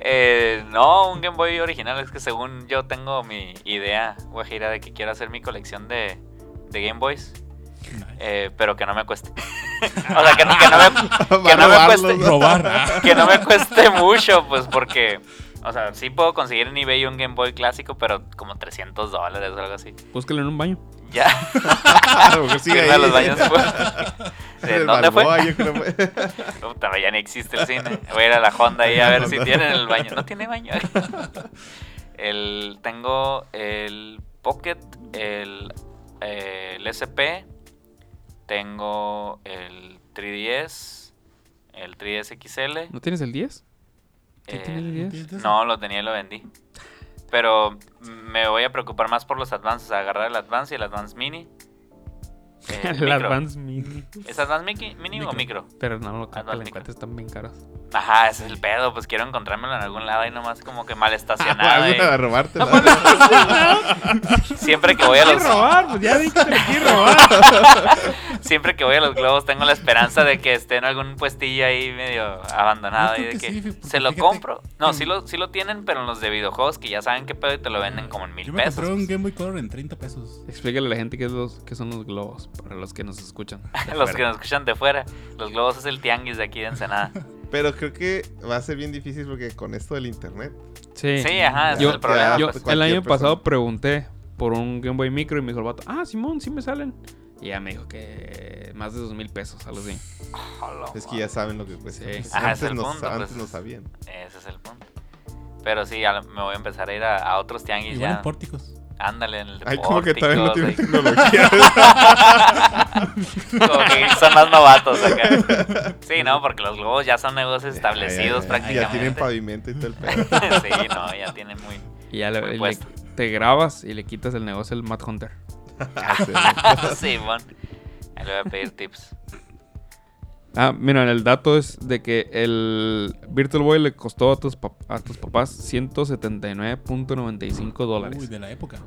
Eh, no, un Game Boy original. Es que según yo tengo mi idea, Guajira, de que quiero hacer mi colección de, de Game Boys. eh, pero que no me cueste. *laughs* o sea, que, no- que
*laughs*
no me,
Para
no me
robarlo,
*laughs* cueste.
¿no?
Robar. ah.
que no me cueste mucho, pues porque... O sea, sí puedo conseguir en eBay un Game Boy clásico, pero como 300 dólares o algo así.
Búscalo en un baño.
Ya.
A lo mejor sigue
*laughs* Irme
ahí.
a Ah, los
*laughs*
baños. pues.
En
¿De
el
dónde fue?
Balboa, yo creo
*laughs*
fue.
Puta, ya ni existe el cine. Voy a ir a la Honda ahí a ver si tienen el baño. No tiene baño. *laughs* El, tengo el Pocket, el, eh, el SP, tengo el 3DS, el 3DS XL.
¿No tienes el 10? ¿Qué
el-
tiene el 10?
Eh,
*laughs*
no, lo tenía y lo vendí. Pero me voy a preocupar más por los advances. Agarrar el Advance y el Advance Mini. Eh,
*laughs* El
micro.
Advance Mini.
¿Es Advance Mini, mini o micro?
Pero no lo
Advance
compro, las
Micro.
encuentras están bien *laughs* caras.
Ajá, ese es el pedo, pues quiero encontrármelo en algún lado y nomás como que mal
Ah,
estacionado.
Algo
y-
para robarte.
Siempre que voy a los
robar, pues ya dije que aquí robar.
siempre que voy a los globos tengo la esperanza de que esté en algún puestillo ahí medio abandonado
Yo
y
creo
de
que
que,
sí, porque
se lo
fíjate-
compro. No, sí lo, sí lo tienen, pero en los de videojuegos que ya saben qué pedo y te lo venden como en mil
Yo me
pesos. *laughs*
compré un Game Boy Color en 30 pesos.
Explícale a la gente qué, es los, qué son los globos, para los que nos *laughs* escuchan. de
Los que
fuera.
nos escuchan de fuera, los globos es el tianguis de aquí de Ensenada.
*laughs* Pero creo que va a ser bien difícil porque con esto del internet.
Sí.
Sí, ajá, ese
Yo-
es el problema. pues,
Yo
Cualquier
el año
persona.
pasado pregunté por un Game Boy Micro y me dijo el vato, ah, Simón, sí me salen. Y ya me dijo que más de dos mil pesos, algo así.
Jalo,
Es que ya saben lo que cuesta.
Sí.
Pues
Ajá, es
antes
el
no,
punto,
antes
pues.
no sabían.
Ese es el punto. Pero sí, a lo- me voy a empezar a ir a, a otros tianguis
Igual
ya.
en pórticos.
Ándale en el de
Ay, como que todavía no tienen
pórticos, ahí.
*laughs* tecnología.
Como que son más novatos acá. Sí, no, porque los globos ya son negocios *laughs*
*laughs*
establecidos
Ya, ya, ya. Ya tienen
prácticamente.
pavimento y todo el
*laughs*
pedo.
sí, no, ya tienen muy.
Y ya le-
Muy
le-
puesto.
te grabas y le quitas el negocio al Mad Hunter.
*laughs* sí, bueno. Ahí le voy a pedir tips.
Ah, mira, el dato es de que el Virtual Boy le costó a tus, pap- a tus papás 179.95
Uy,
dólares.
de la época.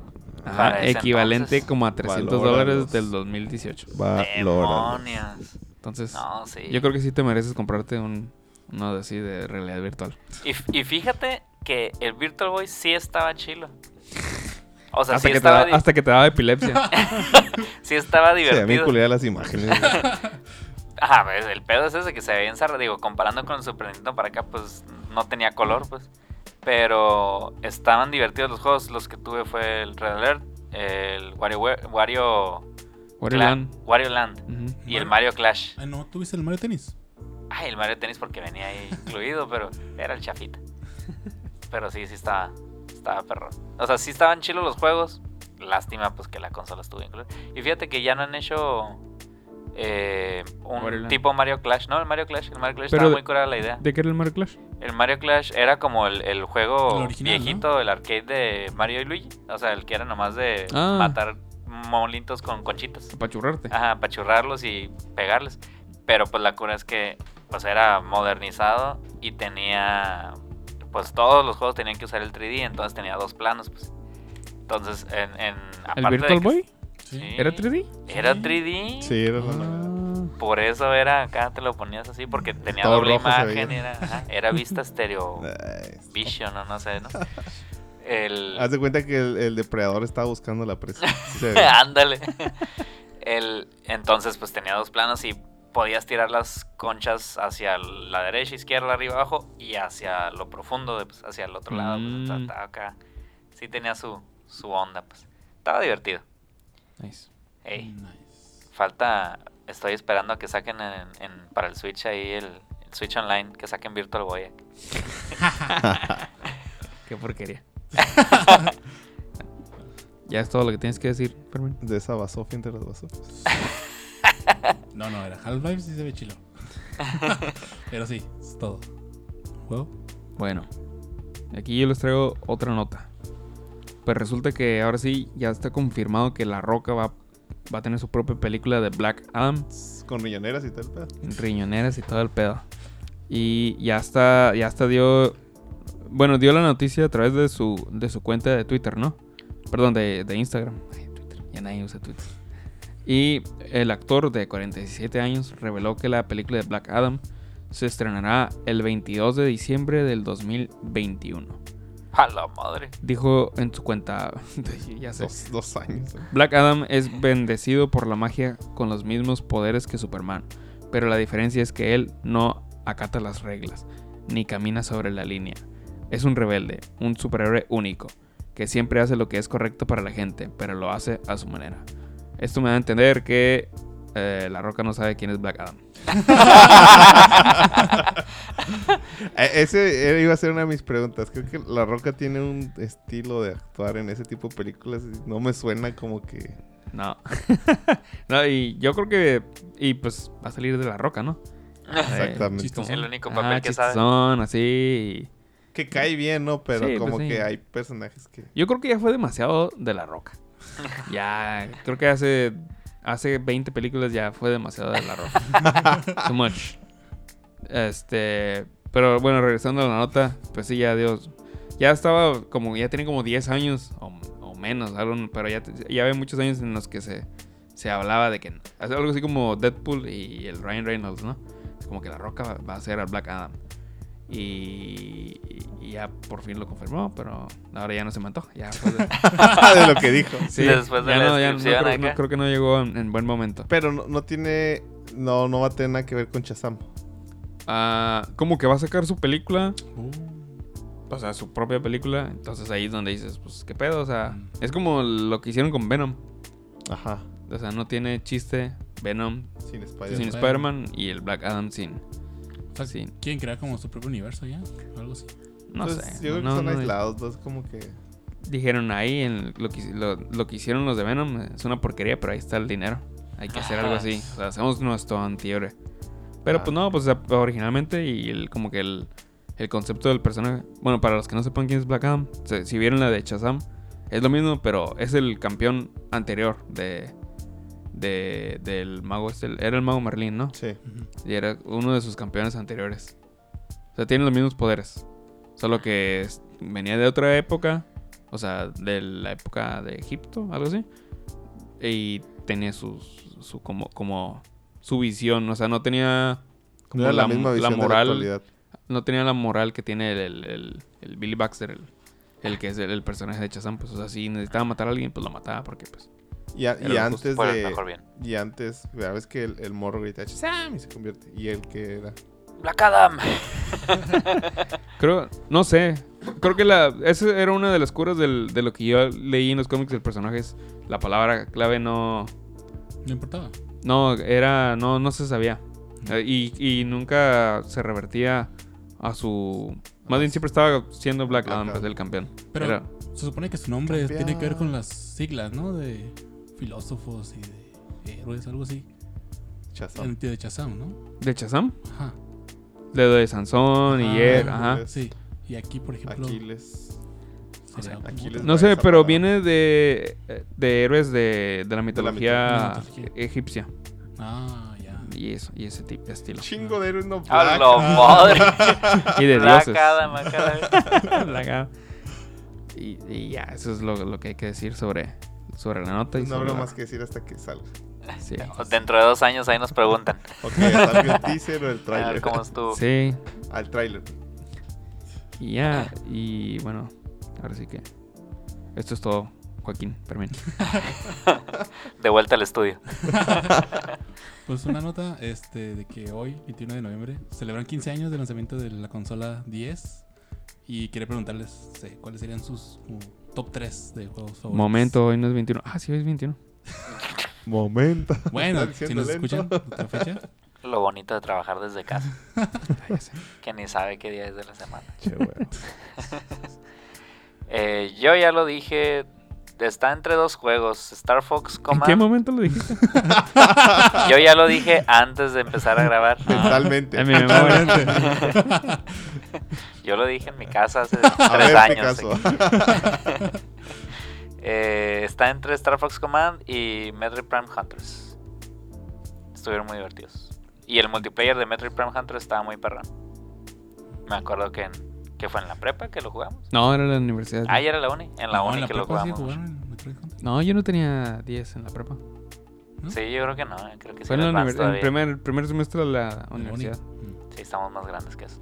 Ajá,
Para ese
equivalente
entonces.
como a 300
Valóralos.
dólares del 2018.
Valora.
Demonios.
Entonces,
No, sí.
yo creo que sí te mereces comprarte un, uno de así de realidad virtual.
y, f- y fíjate que el Virtual Boy sí estaba chilo. O sea,
hasta,
sí
que te da-
estaba, di-
hasta que te daba
*laughs*
epilepsia.
sí estaba
Se ven bien
divertido.
culeras las
*laughs*
imágenes. güey.
Ajá, pues, el pedo es ese que se veía ensarrado. Digo, comparando con el Super Nintendo para acá, pues no tenía color, pues. Pero estaban divertidos los juegos. Los que tuve fue el Red Alert, el WarioWare- Wario, Wario,
Wario
Cla-
Land.
Wario Land.
Ujú.
Y el Mario Clash.
Ah, no, tuviste el Mario Tennis.
Ay, el Mario Tennis porque venía ahí incluido, pero era el chafita. Pero sí, sí estaba, estaba perro. O sea, sí estaban chilos los juegos. Lástima pues que la consola estuvo incluida. Y fíjate que ya no han hecho eh, un
Mario Land.
tipo Mario Clash. No, el Mario Clash. El Mario Clash
Pero
estaba
de-
muy curada la idea.
¿De qué era el Mario Clash?
El Mario Clash era como el, el juego
El original,
viejito, el arcade de Mario y Luigi. O sea, el que era nomás de
Ah.
matar molitos con conchitas.
Para *laughs* churrarte.
Ajá, para churrarlos y pegarles. Pero pues la cura es que pues era modernizado y tenía pues todos los juegos tenían que usar el 3D, entonces tenía dos planos, pues. Entonces en, en
¿El
de
Virtual
que-
Boy?
Sí.
¿Era 3D?
Era
Sí.
3D.
Sí, era la novedad.
Ah.
Por eso era acá te lo ponías así porque tenía
Todo
doble
rojo Pues, se
imagen,
veía.
era, ajá, era
*laughs*
vista estéreo
Ay,
vision o no sé,
*laughs*
¿no? El
Haz de cuenta que el, el depredador estaba buscando la
*laughs*
presa. Sí
*laughs*
se ve.
Ándale. El, entonces, pues tenía dos planos y podías tirar las conchas hacia la derecha, izquierda, arriba, abajo y hacia lo profundo, de, pues, hacia el otro lado. Pues, o sea,
Mm.
estaba acá. Sí tenía su, su onda, pues. Estaba divertido.
Nice. Mm.
Ey,
Nice.
falta. Estoy esperando a que saquen en- en- para el Switch ahí el, el Switch Online, que saquen Virtual Boy.
Qué porquería. *laughs* ya es todo lo que tienes que decir, Fermín.
De esa basofia entre las basofias.
No, no, era Half-Life, sí se ve
*laughs*
chilo. Pero sí, es todo. ¿Juego?
Bueno, aquí yo les traigo otra nota. Pues resulta que ahora sí ya está confirmado que La Roca va, va a tener su propia película de Black Adam,
Con riñoneras y tal, pedo.
riñoneras y todo el pedo. Y ya está, ya está dio, bueno, dio la noticia a través de su, de su cuenta de Twitter, ¿no? Perdón, de, de Instagram. Ay, Twitter. Ya nadie usa Twitter. Y el actor de 47 años reveló que la película de Black Adam se estrenará el 22 de diciembre del 2021.
*laughs* A la
*laughs*
madre.
Dijo en su cuenta, *laughs* ya sé.
Dos, dos años. eh.
Black Adam es bendecido por la magia con los mismos poderes que Superman, pero la diferencia es que él no acata las reglas, ni camina sobre la línea. Es un rebelde, un superhéroe único, que siempre hace lo que es correcto para la gente, pero lo hace a su manera. Esto me da a entender que eh, La Roca no sabe quién es Black Adam.
Eh, Ese era- iba a ser una de mis preguntas. Creo que La Roca tiene un estilo de actuar en ese tipo de películas. y No me suena como que.
*laughs*
No. no, y yo creo que... Y pues va a salir de La Roca, ¿no?
Exactamente.
chistoso.
El único papel
Ah,
que sabe.
chistosón, así...
Que cae bien, ¿no? Pero
Sí, pues
como
sí.
que hay personajes que. *laughs*
Yo creo que ya fue demasiado de la roca. ya, creo que hace hace 20 películas ya fue demasiado de la roca. Too much. Este, pero bueno, regresando a la nota, pues sí, ya Dios. Ya estaba como, ya tiene como 10 años o, o menos, algo, pero ya, ya había muchos años en los que se, se hablaba de que algo así como Deadpool y el Ryan Reynolds, ¿no? Como que la roca va- va a ser al Black Adam. Y, y ya por fin lo confirmó, pero ahora ya no se me antoja. Ya fue
*laughs*
de-
de lo que dijo.
Sí,
Después de
ya
la
no, ya no
descripción ¿eh?
creo, no
acá.
creo que no llegó en, en buen momento.
Pero no, no tiene. No, no va a tener nada que ver con Shazam.
Ah, como que va a sacar su película,
Uh,
o sea, su propia película. Entonces ahí es donde dices, pues qué pedo, o sea,
Mm.
es como lo que hicieron con Venom.
Ajá.
O sea, no tiene chiste Venom
Sin Spider-Man.
sin Spider-Man y el Black Adam sin.
o sea,
Sí.
¿Quieren crear como su propio universo ya? Algo así.
No
Entonces,
sé.
Pues, Yo creo que
no-
son
no-
aislados, dos como que.
Dijeron ahí en lo, que, lo, lo que hicieron los de Venom es una porquería, pero ahí está el dinero. Hay que hacer algo
Ajá.
así. O sea, hacemos nuestro antihéroe. Pero
Ah.
pues no, pues originalmente y el- como que el, el concepto del personaje. Bueno, para los que no sepan quién es Black Adam, se- si vieron la de Shazam, es lo mismo, pero es el campeón anterior de, de del mago. este, el- Era el mago Merlín, ¿no?
Sí.
Ujú.
Y era uno de sus campeones anteriores. O sea, tiene los mismos poderes. Solo que es- venía de otra época. O sea, de la época de Egipto, algo así. Y tenía su, su como, como su visión. O sea, no tenía como
No era la, misma
la
visión
moral.
de la actualidad.
no tenía la moral que tiene el, el- el- el Billy Baxter, el, el que es el, el personaje de Chazam. Pues, o sea, si necesitaba matar a alguien, pues lo mataba. Porque, pues.
Y, a- y
Era lo justo.
antes
Por el
de.
mejor bien.
Y antes, ya ves que el, el morro grita Shazam y se convierte. Y el que era.
Black Adam.
Creo, no sé. Creo que la, esa era una de las curas del- de lo que yo leí en los cómics del personaje. Es la palabra clave no,
No importaba.
No, era, no, no se sabía. Eh, y, y nunca se revertía a su... Más bien siempre estaba siendo Black Adam
Adam.
pues, el campeón.
Pero
Era-
se supone que su nombre es- tiene que ver
Campeón.
con las siglas, ¿no? De filósofos y de héroes, algo así.
Shazam.
El tío de Chazam, ¿no?
¿De Chazam?
Ajá.
De, de Sansón
Ah,
y Er,
no,
ajá.
Es-
Sí. Y aquí, por ejemplo.
Aquiles.
sería
no
Aquiles.
puta.
No sé,
esa
pero
palabra.
viene de, de héroes de, de la mitología
mitología.
egipcia.
Ah, ya.
Y eso, y ese tipo
*laughs*
de estilo.
Chingo de héroes no
¡A
black.
Ah, lo
*laughs*
madre!
Y de
Black
dioses.
Adam, acá la-
*laughs* Black Adam. Y, y ya, eso es lo, lo que hay que decir sobre, sobre la nota. Y
No
sobre
habrá
la-
más que decir hasta que salga.
*laughs* Sí.
Dentro de dos años ahí nos preguntan.
Ok, salga el teaser o el
A ver
trailer. *laughs*
cómo estuvo.
Sí,
Al trailer.
y ya. Y bueno, ahora sí que. Esto es todo, Joaquín, Fermín.
De vuelta al estudio.
Pues una nota este, de que hoy, 21 de noviembre, celebran 15 años del lanzamiento de la consola 10. Y quería preguntarles eh, cuáles serían sus como, top 3 de juegos favoritos.
Momento, hoy no es 21. Ah, sí, hoy es 21.
Momento.
Bueno,
Están
si
siendo
nos
lento.
escuchan, otra fecha.
Lo bonito de trabajar desde casa.
Ah, ya sé.
Que ni sabe qué día es de la semana.
Che, huevo.
*laughs* Eh, yo ya lo dije. Está entre dos juegos. Star Fox
¿En
Command.
qué momento lo
*laughs*
dijiste?
Yo ya lo dije antes de empezar a grabar.
*laughs*
Ah,
Mentalmente.
En mi memoria.
Yo lo dije en mi
*laughs*
casa hace
A ver,
tres
este
años.
caso.
*laughs* Eh, está entre Star Fox Command y Metroid Prime Hunters. Estuvieron muy divertidos. Y el multiplayer de Metroid Prime Hunters estaba muy perrón. Me acuerdo que, en- que fue en la prepa que lo jugamos.
No, era la universidad.
Ah, ya era la uni. En *laughs* la
No,
uni que lo
prepa sí
jugamos.
jugaron en Metroid Hunter.
No, yo no tenía 10 en la prepa.
¿no?
Sí, yo creo que no. eh, Creo que sí.
Fue en
era
la
Advance
univers- el
todavía.
primer, el primer semestre de la
En la uni.
universidad.
Mm.
Sí, estamos más grandes que eso.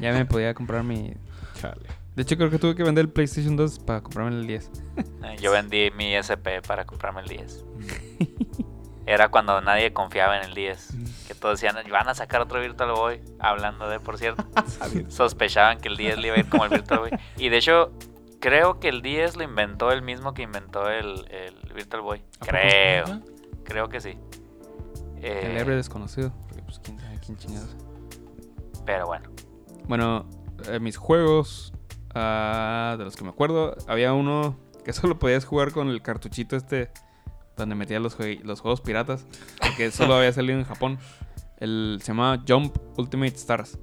Ya me podía comprar mi.
Chale.
De hecho, creo que tuve que vender el PlayStation 2 para comprarme el 10.
Eh, Yo vendí mi SP para comprarme el 10. Era cuando nadie confiaba en el 10. Que todos decían, van a sacar otro Virtual Boy. Hablando de,
*laughs*
por cierto. Sospechaban que el 10 le iba a ir como el Virtual Boy. Y de hecho, creo que el 10 lo inventó el mismo que inventó el, el Virtual Boy.
¿A poco
Creo.
neta?
Creo que sí.
El
Eh,
héroe desconocido. Porque, pues, quién sabe quién chingados.
pero bueno.
Bueno, eh, mis juegos. ah, de los que me acuerdo, había uno que *laughs* solo podías jugar con el cartuchito este. Donde metía los, jue- los juegos piratas. *laughs* Que solo había salido en Japón. El, se llamaba Jump Ultimate Stars.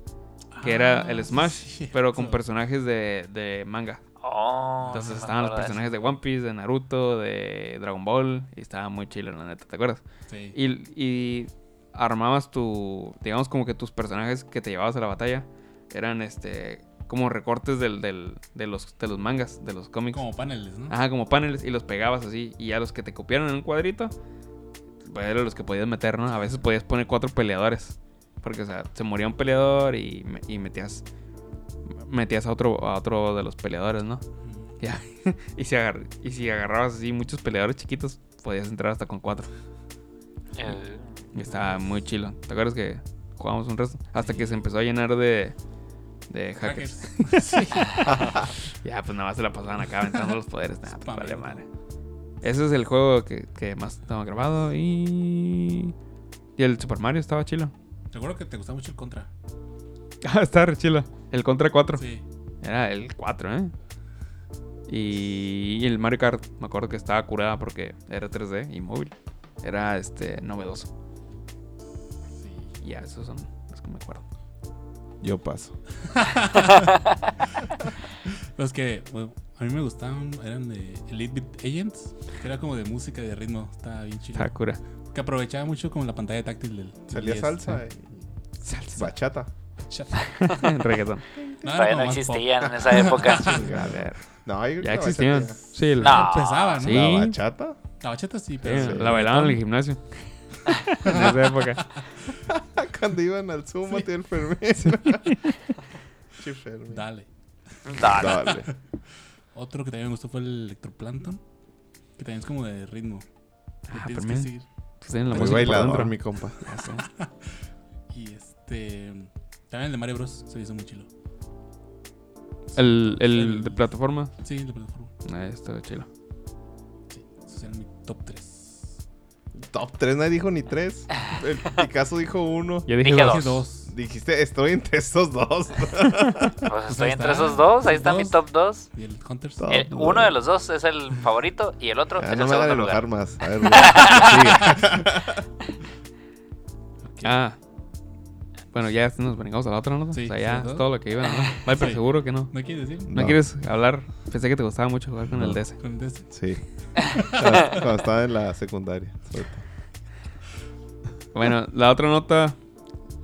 Que era
Ah,
el
sí,
Smash, *laughs*
sí,
pero con
cierto.
personajes de, de manga.
Oh,
Entonces
no me
estaban los
acuerdo de
personajes de One Piece, de Naruto, de Dragon Ball. Y estaba muy chido, la neta, ¿te acuerdas?
Sí.
Y, y armabas tu. Digamos como que tus personajes que te llevabas a la batalla eran este. Como recortes del, del- de, los, de los mangas, de los cómics.
Como paneles, ¿no?
Ajá, como paneles. Y los pegabas así. Y a los que te copiaron en un cuadrito. Pues eran los que podías meter, ¿no? A veces podías poner cuatro peleadores. Porque, o sea, se moría un peleador y, me- y metías. Metías a otro, a otro de los peleadores, ¿no? *laughs*
Mm.
Ya. y, si agar- y si agarrabas así muchos peleadores chiquitos, podías entrar hasta con cuatro.
eso. Eh,
Y Estaba muy chilo. ¿Te acuerdas que jugamos un resto? Hasta que se empezó a llenar de, de hackers.
Hackers.
Ya, pues nada más se la pasaban acá aventando los poderes. Nah, pues vale
Spameando.
madre. Ese es el juego que, que más estaba grabado. Y. Y el Super Mario estaba chilo.
Recuerdo que te gustaba mucho el contra.
*laughs* Ah, estaba re chilo. El Contra 4.
Sí.
Era el 4, ¿eh? Y y el Mario Kart, me acuerdo que estaba curada porque era 3D y móvil. Era este novedoso. Y ya, esos son los que me acuerdo.
Yo paso.
Los que bueno, a mí me gustaban eran de Elite Beat Agents, que era como de música y de ritmo, estaba bien chido.
Estaba cura.
Que aprovechaba mucho como la pantalla táctil del. del
Salía
10.
salsa. *laughs* y
Salsa. *laughs*
Bachata.
Reggaetón.
No, era
todavía
como
no
más pop.
existían en
*laughs*
esa época.
A ver.
No, yo creo
Ya
que la
existían.
bachata
Sí, el-
No.
Empezaba, ¿no?
Sí.
ya- ¿La bachata? *laughs*
La bacheta sí,
sí,
pero.
Sí.
la bailaban en el gimnasio. en esa época.
Cuando iban al
*laughs*
Zuma, tío, el Fermín. *laughs* Sí, Fermín.
Dale.
Dale.
Dale.
Otro que también me gustó fue el Electroplankton, que también es como de ritmo. que
Ah,
tienes
pero
que
mira.
seguir.
Pues tienen la
Muy
música por
bailador,
dentro.
mi compa.
Ya sé.
Y este. También el de Mario Bros. se hizo muy chilo.
El, el de plataforma. este,
Sí, la plataforma.
Ah, estaba chilo.
Sí, esos eran mi top 3.
top 3, nadie dijo ni 3.
*laughs*
El Picasso dijo 1.
Yo
Dije
dije,
dos.
dos.
Dije dos.
Dijiste, estoy entre esos
*laughs*
dos.
Pues estoy
ahí está.
entre esos dos, ahí está mi
Dos.
top 2.
Y el Hunters.
Top.
El- uno de los dos es el favorito y el otro
Ah,
es
no
el
me hagan
segundo
enojar
lugar.
más.
*laughs*
A ver, sigue.
Ah. Bueno, ya nos vengamos a la otra, ¿no?
Sí,
o sea, ya
¿verdad?
es todo lo que iba, ¿no? Viper,
Sí.
seguro que no.
¿No quieres decir?
no.
No.
quieres hablar? Pensé que te gustaba mucho jugar con
No.
el DS.
Con este, el DS.
*laughs*
Sí. Cuando cuando estaba en la secundaria. sobre todo. *laughs*
Bueno, la otra nota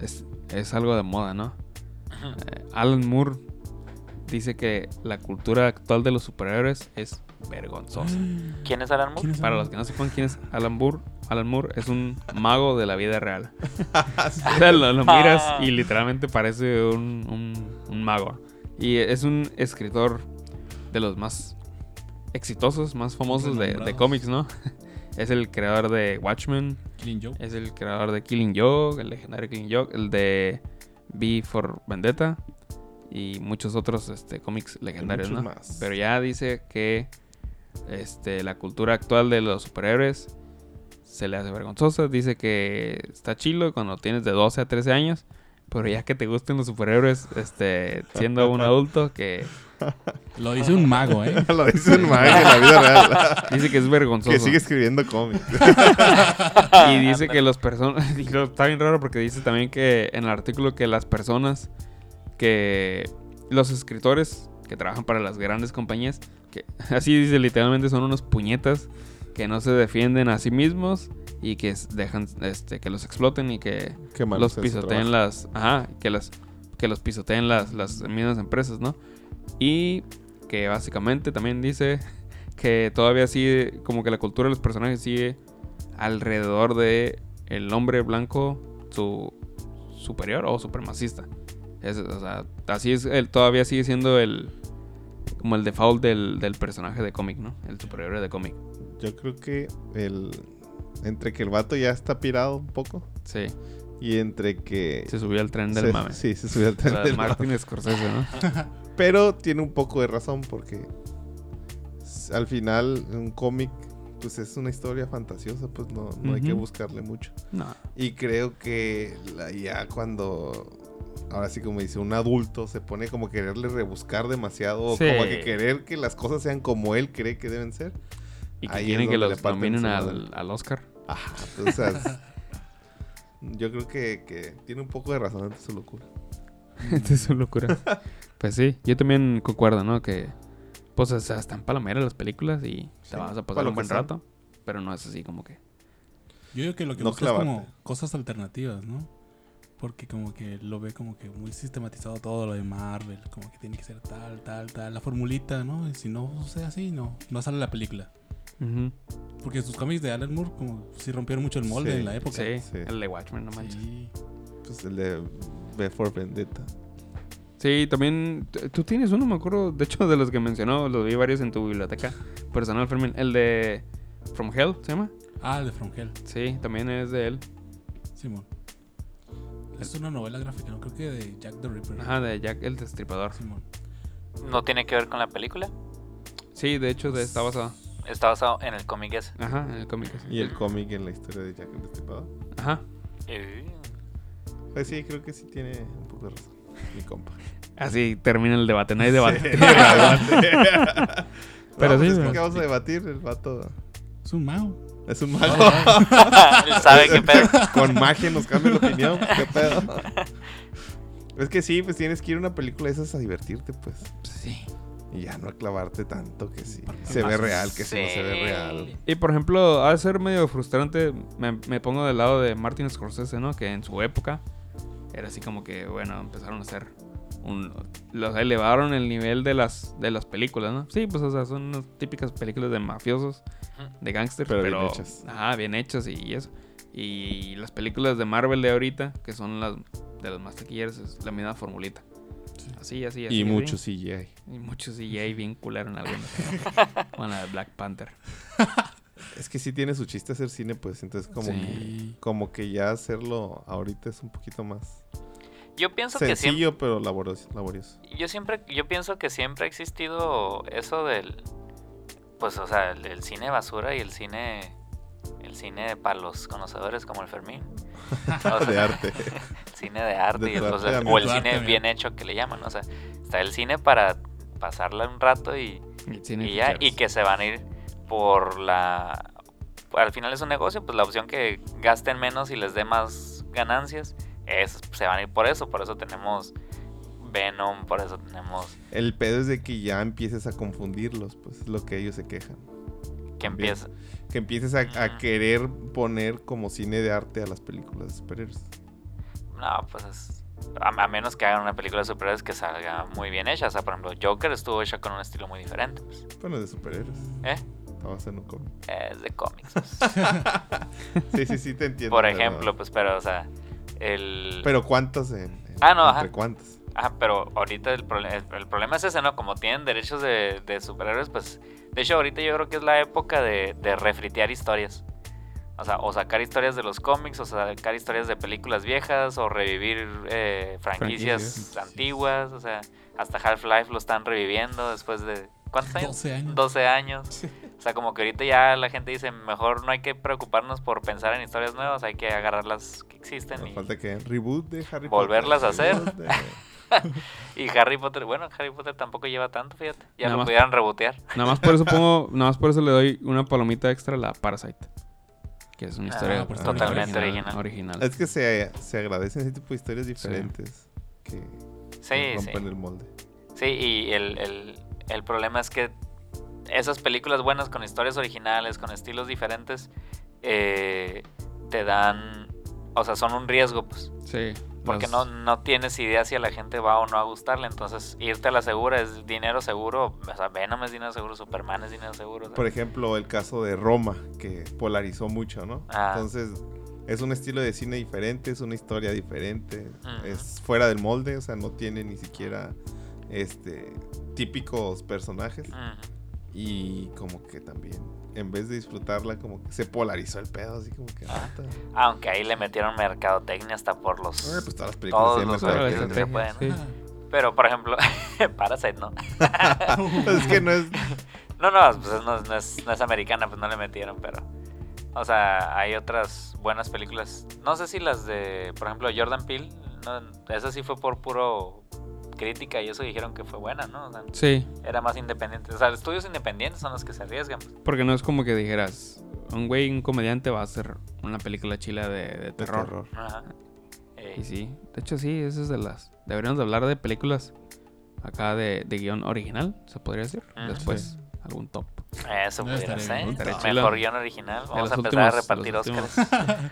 es, es algo de moda, ¿no? Eh, Alan Moore dice que la cultura actual de los superhéroes es vergonzosa.
¿Quién es Alan Moore?
¿Quién es
Para
Alan
los que
Moore?
no sepan quién es Alan Moore, Alan Moore es un mago de la vida real. o sea, lo, lo miras y literalmente parece un, un- un mago. Y es un escritor de los más exitosos, más famosos de, de
Renombrados.
cómics, ¿no? *laughs* es el creador de Watchmen,
Killing Joke.
es el creador de Killing Joke, el legendario Killing Joke, el de B for Vendetta y muchos otros este, cómics legendarios,
muchos
¿no?
más.
Pero ya dice que este, la cultura actual de los superhéroes se le hace vergonzosa. Dice que está chilo cuando tienes de 12 a 13 años, pero ya que te gusten los superhéroes este,
*laughs*
siendo un adulto, que
Lo dice un mago, ¿eh?
Lo dice un man en la vida
*laughs*
real.
dice que es vergonzoso.
que sigue escribiendo cómics.
Y dice que los personas. *laughs* Está bien raro porque dice también que en el artículo que las personas que. Los escritores que trabajan para las grandes compañías, que *laughs* así dice literalmente, son unos puñetas que no se defienden a sí mismos y que s- dejan este, que los exploten y que
Qué malo
los
es ese
pisoteen
trabajo.
las. Ajá, que las. Que los pisoteen las, las mismas empresas, ¿no? Y que básicamente también dice *laughs* que todavía sigue. Como que la cultura de los personajes sigue alrededor de el hombre blanco su superior o supremacista. Es- o sea, así es, él todavía sigue siendo el como el default del, del personaje de cómic, ¿no? El superhéroe de cómic.
Yo creo que el. Entre que el vato ya está pirado un poco.
Sí,
Y entre que.
se subió al tren del
se-
mame.
Sí, se subió al
O
tren
sea,
del mame.
Martin Scorsese, ¿no?
*laughs* Pero tiene un poco de razón porque s- al final un cómic pues es una historia fantasiosa, pues no, no hay que
Ujú.
buscarle mucho.
No.
Y creo que la- ya cuando, ahora sí como dice, un adulto se pone como a quererle rebuscar demasiado, o
Sí.
como que querer que las cosas sean como él cree que deben ser.
Y que
Ahí es
quieren que
donde le
los
parten
nominen
su
al,
madre.
al *laughs* Oscar.
Ajá, pues, o sea,
*laughs*
es- yo creo que, que tiene un poco de razón ante su locura.
Esta es una locura. *laughs* pues sí, yo también concuerdo, ¿no? Que pues o sea, están palomeras las películas y
Sí,
te vas a
para
pasar
lo
un buen
que son.
rato. Pero no es así como que.
Yo digo que lo que
*laughs* No
busca es
clavarte.
como cosas alternativas, ¿no? Porque como que lo ve como que muy sistematizado todo lo de Marvel, como que tiene que ser tal, tal, tal, la formulita, ¿no? Y si no sea así, no, no sale la película.
Ujú.
Porque sus cómics de Alan Moore como sí rompieron mucho el molde
Sí,
en la época.
Sí,
Sí.
pues, eh, el de Watchmen, no manches.
Sí.
Pues el de Before Vendetta.
Sí, también t- tú tienes uno, me acuerdo, de hecho, de los que mencionó, los vi varios en tu biblioteca personal, Fermín. El de From Hell, ¿se llama?
Ah, el de From Hell,
Sí, también es de él.
Simón. Es una novela gráfica, no creo que de Jack the Ripper.
Ajá, de Jack el Destripador.
Simón.
No tiene que ver con la película.
Sí, de hecho, de, está basado.
Está basado en el
*laughs*
cómic ese.
Ajá, en el cómic. ese.
Y el cómic en la historia de Jack el Destripador.
Ajá.
Eh, *laughs*
Pues sí, creo que sí tiene un poco de razón. Mi *laughs* compa.
Así termina el debate, no hay debate.
*laughs*
Pero
Pero
sí,
sí,
pero-
¿qué Pues vamos a debatir? El vato
Es un mago.
es un mago.
¿Sabe qué pedo?
Con magia nos cambia la opinión. ¿Qué pedo? *laughs* Es que sí, pues tienes que ir a una película de esas a divertirte, pues.
Sí.
Y ya no a clavarte tanto que sí.
Porque
Se ve
más-
real, que sí. no se ve
Sí.
real.
Y por ejemplo, ha de ser medio frustrante, me, me pongo del lado de Martin Scorsese, ¿no? Que en su época era así como que, bueno, empezaron a hacer un... Los elevaron el nivel de las, de las películas, ¿no? Sí, pues o sea, son unas típicas películas de mafiosos, de gángsters, pero,
Pero bien hechas.
Ajá, bien hechas y, eso. Y las películas de Marvel de ahorita, que son las de las más taquilleras, es la misma formulita.
Sí.
Así, así, así.
Y
así.
mucho CGI.
Y muchos CGI bien cularon
*laughs*
algunas. Con la de Black Panther.
Es que sí tiene su chiste hacer cine, pues. Entonces, como,
Sí.
que, como que ya hacerlo ahorita es un poquito más
Yo pienso que siempre.
sencillo, pero laborioso. laborioso.
yo siempre yo pienso que siempre ha existido eso del pues o sea el, el cine basura y el cine El cine para los conocedores como
*laughs*
el Fermín. Ah,
de arte.
cine de arte
De
y,
tu
o,
arte,
sea,
amigo.
o el
Tu
cine
arte, amigo.
bien hecho que le llaman. O sea, está el cine para pasarla un rato y,
El cine
y ya, y
ficheros.
que se van a ir por la... Al final es un negocio, pues la opción que gasten menos y les dé más ganancias, es, se van a ir por eso. Por eso tenemos Venom, por eso tenemos
El pedo es de que ya empieces a confundirlos, pues es lo que ellos se quejan.
que
Bien.
empieza.
Que empieces a, a
Mm.
querer poner como cine de arte a las películas de superhéroes.
No, pues es- a, a menos que hagan una película de superhéroes que salga muy bien hecha. O sea, por ejemplo, Joker estuvo hecha con un estilo muy diferente. pues.
Bueno, de superhéroes.
¿Eh?
Estabas en un cómic.
Es de
*laughs*
cómics. pues.
Sí, sí,
*laughs*
sí, te entiendo.
por
pero-
ejemplo, pues, pero, o sea, el...
Pero ¿cuántos en, en-
Ah, no,
entre
ajá.
cuántos?
Ah, pero ahorita el, prole- el- el problema es ese, ¿no? Como tienen derechos de, de superhéroes, pues... De hecho, ahorita yo creo que es la época de, de refritear historias. O sea, o sacar historias de los cómics, o sacar historias de películas viejas, o revivir eh, franquicias
Franquicias.
antiguas, o sea... Hasta Half-Life lo están reviviendo después de... ¿Cuántos años?
12 años.
12 años. O sea, como que ahorita ya la gente dice, mejor no hay que preocuparnos por pensar en historias nuevas, hay que agarrar las que existen.
Nos
y-
falta que reboot de Harry Potter.
Volverlas a
reboot
*laughs* hacer.
de-
Y Harry Potter, bueno, Harry Potter tampoco lleva tanto, fíjate. Ya
Nada
lo
más.
pudieran rebotear.
Nada más por eso pongo, nada más por eso le doy una palomita extra a la Parasite. Que es una
Ah,
historia
pues,
totalmente
original.
original.
original.
Es que se, se agradecen ese tipo de historias diferentes que
Sí, sí.
rompen el molde.
Sí, y el, el- el problema es que esas películas buenas con historias originales, con estilos diferentes, eh, te dan. O sea, son un riesgo, pues.
Sí.
Porque
las-
no, no tienes idea si a la gente va o no a gustarle. Entonces, irte a la segura es dinero seguro. O sea, Venom es dinero seguro, Superman es dinero seguro. o sea.
Por ejemplo, el caso de Roma, que polarizó mucho, ¿no?
Ah.
Entonces, es un estilo de cine diferente, es una historia diferente,
Ujú.
es fuera del molde, o sea, no tiene ni siquiera este típicos personajes.
Ujú.
Y como que también, en vez de disfrutarla, como que se polarizó el pedo, así como que...
Ah.
"Neta".
Aunque ahí le metieron mercadotecnia hasta por los.
Eh, pues todas las películas
todos
tienen
los
mercadotecnia.
mercados que se pueden.
Sí.
Ah.
Pero, por ejemplo, *laughs* Parasite, ¿no?
*laughs*
*laughs* es que no es.
No, no, pues no, es- no es, no es americana, pues no le metieron, pero. O sea, hay otras buenas películas. No sé si las de, por ejemplo, Jordan Peele. No, esa sí fue por puro crítica y eso dijeron que fue buena, ¿no? O sea,
Sí,
era más independiente. O sea, estudios independientes son los que se arriesgan.
porque no es como que dijeras, un güey, un comediante va a hacer una película chila de, de terror.
terror.
Ajá. Eh,
Y sí, de hecho sí, esa es de las... Deberíamos de hablar de películas acá de, de guión original, se podría decir.
Ujú.
Después, algún top.
Eh, Eso
No,
pudiera
estaría
ser.
bien,
estaría
Mejor
chido.
guión original.
De
Vamos
los
a empezar a
últimos-
repartir
los
Óscares.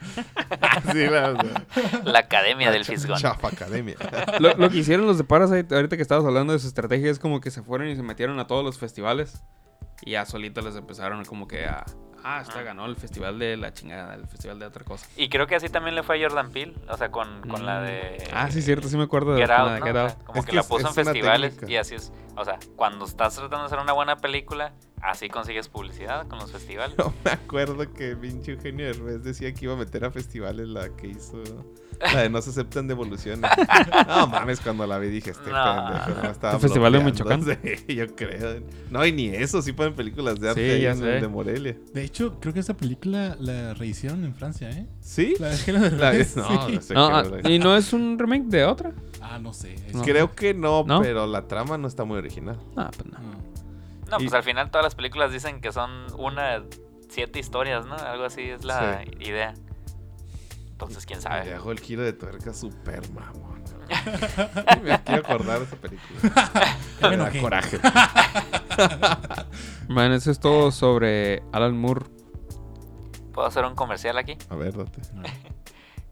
Sí, la,
*laughs*
la-
La Academia del
cha-
*laughs*
Fisgón.
Chafa Academia.
lo, lo que hicieron los de Parasite, ahorita que estabas hablando de su estrategia, es como que se fueron y se metieron a todos los festivales. Y ya solito les empezaron como que a... Ah, esta
Ah.
ganó el festival de la chingada, el festival de otra cosa.
Y creo que así también le fue a Jordan Peele, o sea, con, con la de...
Ah, sí, cierto, sí me acuerdo de
Get
la
Out,
de
¿no?
Get
O
Out.
sea, como
Es
que,
que
la
es-
puso
es
en
una
festivales
técnica.
y así es. O sea, cuando estás tratando de hacer una buena película, así consigues publicidad con los festivales.
No me acuerdo que pinche Eugenio Derbez decía que iba a meter a festivales la que hizo. La de no se aceptan devoluciones. No mames, cuando la vi dije, este
No.
pendejo no estaba
¿El festival de
bloqueando".
Michoacán?
Sí, *laughs* yo creo. No, y ni eso, sí ponen películas de arte
Sí,
ahí
ya
en
sé.
el de Morelia.
De hecho, creo que esa película la rehicieron en Francia, ¿eh?
¿Sí?
La de Eugenio Derbez,
La- *laughs*
sí.
no, pues. no sé
No,
qué
ah,
era.
y no es un remake de otra.
Ah, no sé. es-
No.
Creo que no,
¿No?
pero la trama no está muy original.
No, pues no.
no.
No,
Y-
pues al final todas las películas dicen que son una, siete historias, ¿no? Algo así es la
Sí.
idea. Entonces, quién
Le
sabe.
hago el giro de tuerca super
*laughs*
mamón. Sí, Me quiero acordar de esa película.
Ya
Me
me
da
enojé.
Ah, coraje.
*laughs* Bueno, eso es todo sobre Alan Moore.
¿Puedo hacer un comercial aquí?
A ver, date.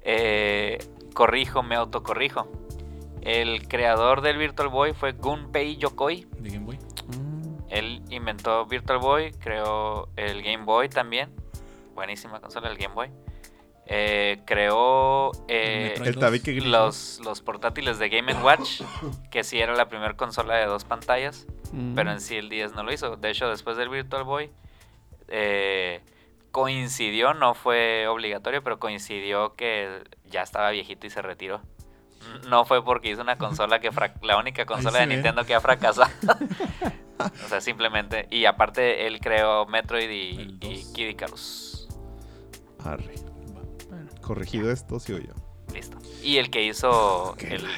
Eh, corrijo, me autocorrijo. El creador del Virtual Boy fue Gunpei Yokoi.
De Game
*laughs*
Boy.
Él inventó Virtual Boy, creó el Game Boy también. Buenísima consola, el Game Boy. Eh, creó eh,
Metroid.
El tabique gris.
los, los portátiles de Game Watch, que sí era la primera consola de dos pantallas,
Mm.
pero en sí el 10 no lo hizo. De hecho, después del Virtual Boy, eh, coincidió, no fue obligatorio, pero coincidió que ya estaba viejito y se retiró. No fue porque hizo una consola que frac- la única consola
se
de
ve.
Nintendo que
*laughs*
ha fracasado. o sea, simplemente. Y aparte, él creó Metroid y,
El
y
dos.
Kid Icarus.
Arre.
Corregido esto, sigo yo.
Listo. Y el que hizo. el... *laughs*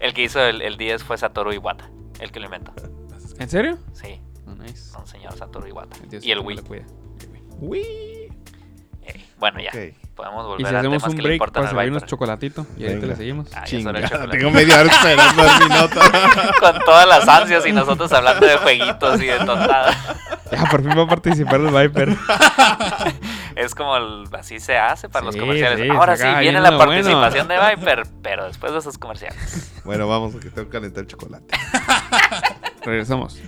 el que hizo el, el 10 fue Satoru Iwata. El que lo inventó.
¿En serio?
Sí,
No, nice.
un señor Satoru Iwata.
Dios
Oh, y el
me
Wii.
la cuida.
Uy.
Ey, bueno, ya.
Ok.
Podemos
Y
volver
si
a
hacemos
temas
un
que le
break pues,
importan
para
al
servirnos
Viper.
chocolatito y ahorita
Venga.
le seguimos.
Ah, ya es hora del
Chingada,
chocolate.
tengo media hora esperando
*laughs*
mi nota.
*laughs* Con todas las ansias y nosotros hablando de jueguitos y de
*laughs*
tontada.
Ya, por fin va a participar el
*laughs*
Viper.
Es como el- así se hace para los
Sí,
comerciales.
sí,
Ahora
se
sí
acaba
viene
viendo
la
lo
participación
*laughs*
de Viper, pero después de esos comerciales.
bueno, vamos, que tengo que calentar el chocolate.
Regresamos.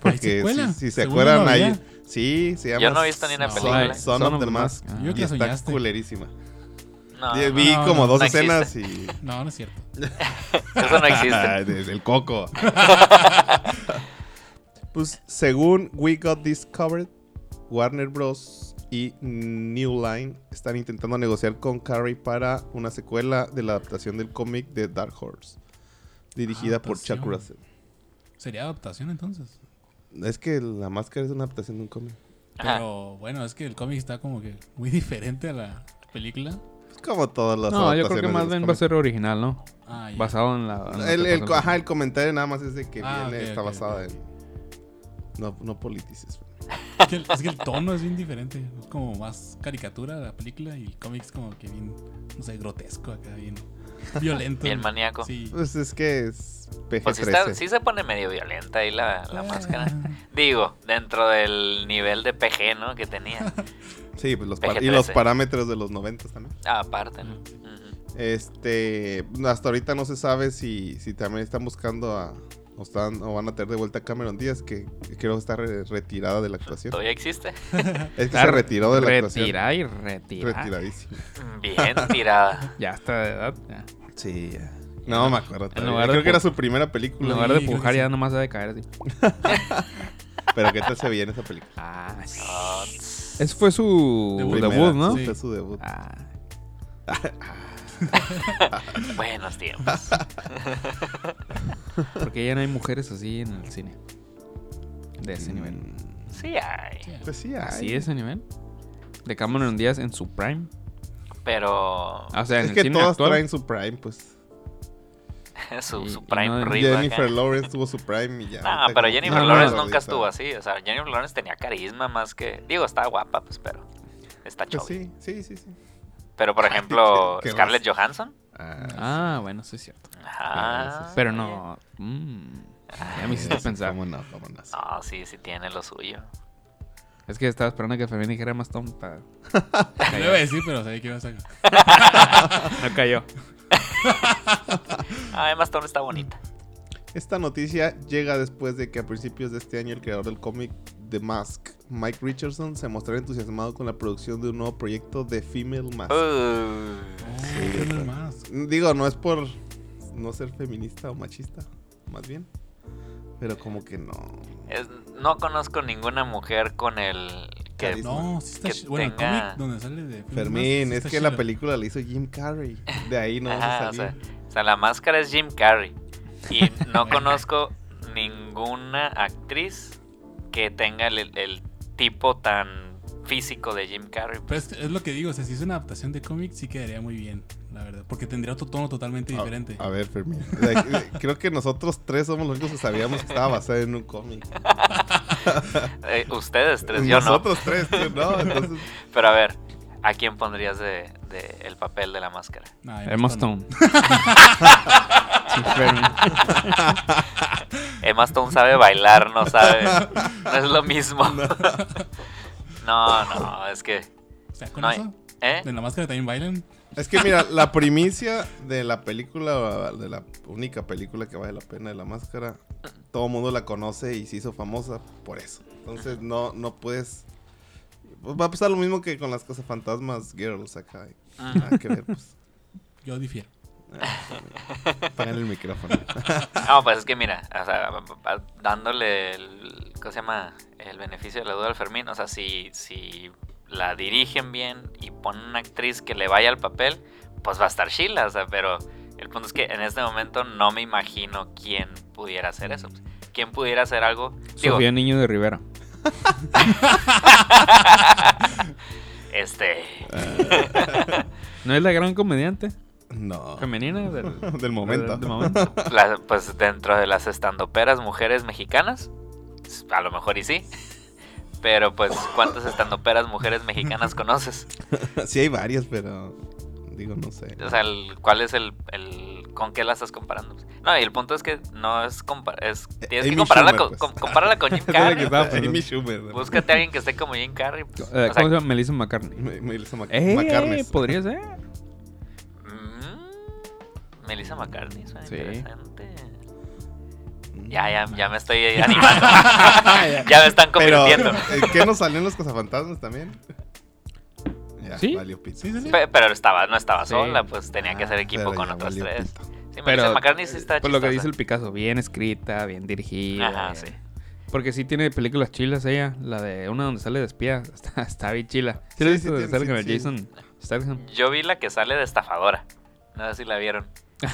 Porque
secuela?
si, si se
Según yo
acuerdan
no
ahí.
había.
Sí, se llama.
Yo no he visto ni una
No.
película.
Ay,
Son of the Mask.
Ah.
Yo
Y
que
está
soñaste. Ah,
culerísima.
No,
Yo
no,
vi
no,
como
no,
dos
no
escenas y.
No, no es cierto.
eso no
*laughs*
existe.
Ah, *laughs* Desde el coco. pues según We Got Discovered, Warner Bros. y New Line están intentando negociar con Carrie para una secuela de la adaptación del cómic de Dark Horse, dirigida
Ah,
por
pues
Chuck Russell.
Adaptación. Sería adaptación entonces.
Es que la máscara es una adaptación de un cómic.
Ajá.
Pero bueno, es que el cómic está como que muy diferente a la película.
Es como todas las
No, yo creo que
adaptaciones
más
de los
bien va a
cómics.
ser original, ¿no?
Ah, ya.
Basado en la. en lo
El,
que
el-
pasó en
ajá, el comentario nada más es de que
Ah,
viene,
ok,
está
ok,
basada
ok.
en. No, no politices.
Es que, el, es que el tono es bien diferente. Es como más caricatura la película y el cómic es como que bien, no sé, grotesco acá, bien violento.
Bien maníaco.
Sí.
Pues es que es PG-13.
Pues sí, está- sí se pone medio violenta ahí la,
Ah.
la máscara.
Ah,
Digo, dentro del nivel de PG, ¿no?
*laughs*
Que tenía.
Sí, pues los par- y
PG-13.
los parámetros de los 90 también.
Ah, aparte, ¿no? Ujú.
Este, hasta ahorita no se sabe si, si también están buscando a o, están, o van a tener de vuelta a Cameron Díaz, que creo que está re- retirada de la actuación.
¿Todavía existe?
Es que
Ah,
se retiró de la actuación.
Retirada y retirada.
Retiradísimo.
Bien
*laughs*
tirada.
Ya está de edad. ya.
Sí, ya. No me acuerdo. todavía.
lugar de
Creo que era
pu-
su primera
En
película,
No.
lugar de
Sí, creo
pujar,
que
ya
sí.
nomás ha de caer así.
pero ¿qué tal se veía en esa película?
Ah, sí.
Oh,
Ese fue su
Debut.
debut,
Primera,
¿no?
sí,
Sí.
Fue su debut.
Ah,
buenos tiempos.
porque ya no hay mujeres así en el cine. De ese nivel.
Mm,
Sí hay.
Pues sí,
¿Así
ay.
de ese nivel? De Cameron Díaz en su prime.
Pero
Ah, O sea, en
Es
el
que
cine
todos
actual.
traen su prime, pues.
*laughs* su, su
Y- y no
prime
de-
rico acá.
Jennifer Lawrence tuvo su prime y ya.
No,
ahorita
pero
como-
Jennifer
No, no,
Lawrence
no.
nunca estuvo así. O sea, Jennifer Lawrence tenía carisma más que. Digo, está guapa, pues, pero. Está
Pues
chau.
sí, sí, sí, sí.
*laughs*
Pero, por ejemplo,
qué- qué
Scarlett Johansson. Ah,
Ah, bueno, sí es cierto.
sí,
Ajá.
sí.
Pero no. mm, ya me hiciste pensar.
¿Cómo no? ¿Cómo no?
No, sí, sí tiene lo suyo.
Es que estaba esperando que Fermín dijera más tonta.
Lo iba a decir, pero sabía que iba a sacar.
No cayó.
Ah, Emma Stone está bonita.
Esta noticia llega después de que a principios de este año el creador del cómic The Mask, Mike Richardson, se mostrara entusiasmado con la producción de un nuevo proyecto de Female
Mm.
Mask.
Uh,
Oh,
Sí,
no
otra.
es más.
Digo, no es por no ser feminista o machista, más bien. Pero como que no.
es- no conozco ninguna mujer con el. Que,
Carisma.
No, sí está
Que
chi- Bueno, el
tenga-
cómic donde sale de
Fermín,
sí
es
está
que la
chido.
película la hizo Jim Carrey. De ahí no vas
Ajá,
a
o, sea,
salir.
o sea, la máscara es Jim Carrey. Y no *laughs* conozco ninguna actriz que tenga el, el tipo tan físico de Jim Carrey.
Pero es, es lo que digo, o sea, si es una adaptación de cómic, sí quedaría muy bien, la verdad. Porque tendría otro tono totalmente
A-
diferente.
A, ver, Fermín. Like, Creo que nosotros tres somos los únicos que sabíamos que estaba basada en un cómic.
Eh, ustedes tres, yo no.
nosotros tres, tú no. Entonces,
Pero a ver, ¿a quién pondrías de, de el papel de la máscara?
Nah,
Emma Stone. Sí, Fermín.
Emma Stone sabe bailar,
*laughs*
no sabe. No es lo mismo. *laughs* No, no, es que.
O sea, con
No,
eso,
¿Eh?
en la máscara también bailan.
Es que mira, la primicia de la película, de la única película que vale la pena de la máscara, todo el mundo la conoce y se hizo famosa por eso. Entonces no, no puedes... pues Va a pasar lo mismo que con las cazafantasmas girls acá. eh.
Mm.
Nada que ver, pues.
Yo difiero.
Ah, Apagan el micrófono.
No, pues es que mira, o sea, va- va- va- dándole el, ¿cómo se llama? el beneficio de la duda al Fermín, o sea, si, si la dirigen bien y ponen una actriz que le vaya al papel, pues va a estar Sheila, o sea, pero el punto es que en este momento no me imagino quién pudiera hacer eso. pues. ¿Quién pudiera hacer algo? Digo,
Sofía Niño de Rivera.
este,
¿No es la gran comediante
No.
femenina del,
Del *laughs* momento. *laughs*
del momento? Eh,
la- pues dentro de las estandoperas mujeres mexicanas, a lo mejor y sí, pero pues ¿cuántas estandoperas mujeres mexicanas conoces?
Sí hay varias, pero digo, no sé.
O sea, el- ¿cuál es el, el- ¿Con qué la estás comparando? No, y el punto es que no es. compa- es tienes que
Amy
compararla,
Schumer,
con,
pues.
com- compárala con Jim
Esa es la que
Carrey.
estaba
pues.
pensando. Amy Schumer. ¿no?
Búscate a alguien que esté como Jim Carrey. pues.
Eh,
O sea,
¿Cómo se llama? Melissa McCartney.
Me- Melissa Mac-
Eh,
Macarnes.
podría ser.
mm, Melissa McCartney suena
Sí.
interesante.
Mm.
Ya, ya, ya me estoy animando. ya me están
Pero,
convirtiendo.
*laughs* ¿eh, ¿qué nos salió en los cazafantasmas
*laughs*
también? Ya,
¿Sí?
valió pito.
Sí, sí, sí.
Pe- Pero estaba, no estaba
Sí.
sola, pues tenía que hacer equipo
Pero
con
ya
otras
valió
tres.
pito.
Sí, Melissa
Pero,
McCartney sí está
por lo que eh,
chistosa.
dice el Picasso, bien escrita, bien dirigida.
Ajá,
bien-
sí.
Porque sí tiene películas chilas ella. La de una donde sale de espía. *laughs* Está, está bien chila. ¿Sí, la
Sí,
viste?
sí,
Donde
tiene-
sale con
sí,
el
sí.
Jason Statham. *laughs*
Yo vi la que sale de estafadora. No sé si la vieron.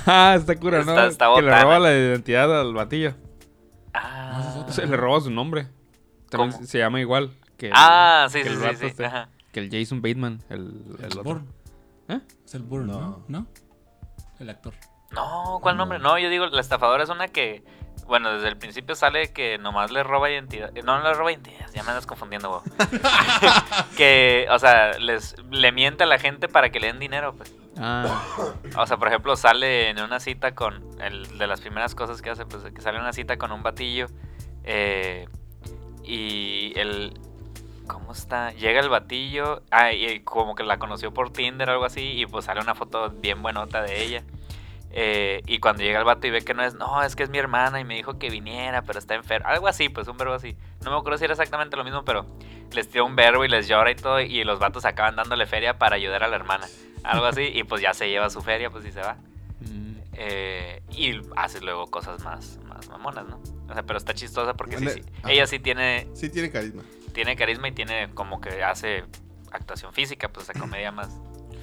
Ah, está cura, ¿no?
Está- está
que le
botana.
roba la identidad al batillo.
Ah,
esa es otra.
*laughs* Se le roba su nombre. También
¿Cómo?
se llama igual que el,
Ah, sí,
que
sí,
el
sí,
vato
sí,
este,
ajá.
que el Jason Bateman, el, el
El
otro.
Bourne.
¿Eh?
Es el Bourne,
No.
¿no? ¿No? El actor.
No, ¿cuál
Mm.
nombre? No, yo digo, la estafadora es una que, bueno, desde el principio sale que nomás le roba identidad. eh, No, no le roba identidad, ya me andas confundiendo,
*laughs*
güey. *laughs* que, o sea, les, le miente a la gente para que le den dinero, pues.
Ah,
O sea, por ejemplo, sale en una cita con. El, de las primeras cosas que hace, pues, que sale en una cita con un batillo. eh, y el. ¿Cómo está? Llega el batillo. Ah, y como que la conoció por Tinder o algo así. Y pues sale una foto bien buenota de ella. eh, y cuando llega el vato y ve que no es, no, es que es mi hermana y me dijo que viniera, pero está enferma. Algo así, pues un verbo así. No me acuerdo si era exactamente lo mismo, pero les tira un verbo y les llora y todo. Y los vatos acaban dándole feria para ayudar a la hermana. Algo así. Y pues ya se lleva su feria, pues y se va.
mm,
Eh, y hace luego cosas más, más mamonas, ¿no? O sea, pero está chistosa porque sí,
Le-
sí,
ajá.
ella sí tiene,
Sí tiene carisma.
tiene carisma y tiene como que hace actuación física, pues esa comedia más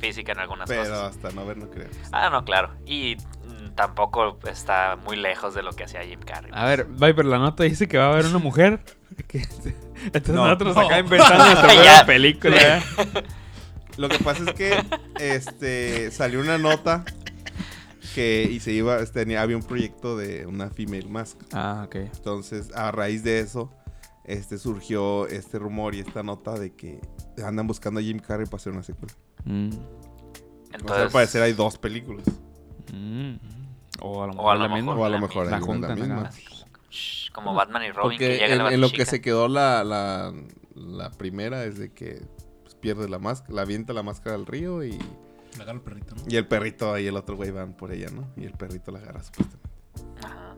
física en algunas
Pero
cosas.
hasta no ver no creo.
Ah, no, claro. Y mm, tampoco está muy lejos de lo que hacía Jim Carrey.
Ah,
a ver, Viper, la nota dice que va a haber una mujer. *laughs* que- Entonces
No.
nosotros
No.
*laughs*
acá inventando nuestra
Ya.
propia película. ¿eh?
Lo que pasa es que este salió una nota que y se iba este, tenía- había un proyecto de una female mask.
Ah, ok.
Entonces, a raíz de eso este surgió este rumor y esta nota de que andan buscando a Jim Carrey para hacer una secuela.
Mm,
O sea, al
Entonces,
parecer hay dos películas.
mm. O a lo mejor,
o a lo
la
mejor,
misma.
O a lo
la
mejor hay
La
una
juntan
misma.
acá.
shh, como Batman y Robin que
Porque
llega
en,
la
en lo
Batichica.
que se quedó la, la, la primera es de que pues, pierde la máscara, la avienta la máscara al río y,
Le agarra el perrito,
*laughs*
¿no?
y el perrito y el otro güey van por ella, ¿no? Y el perrito la agarra supuestamente.
Ajá.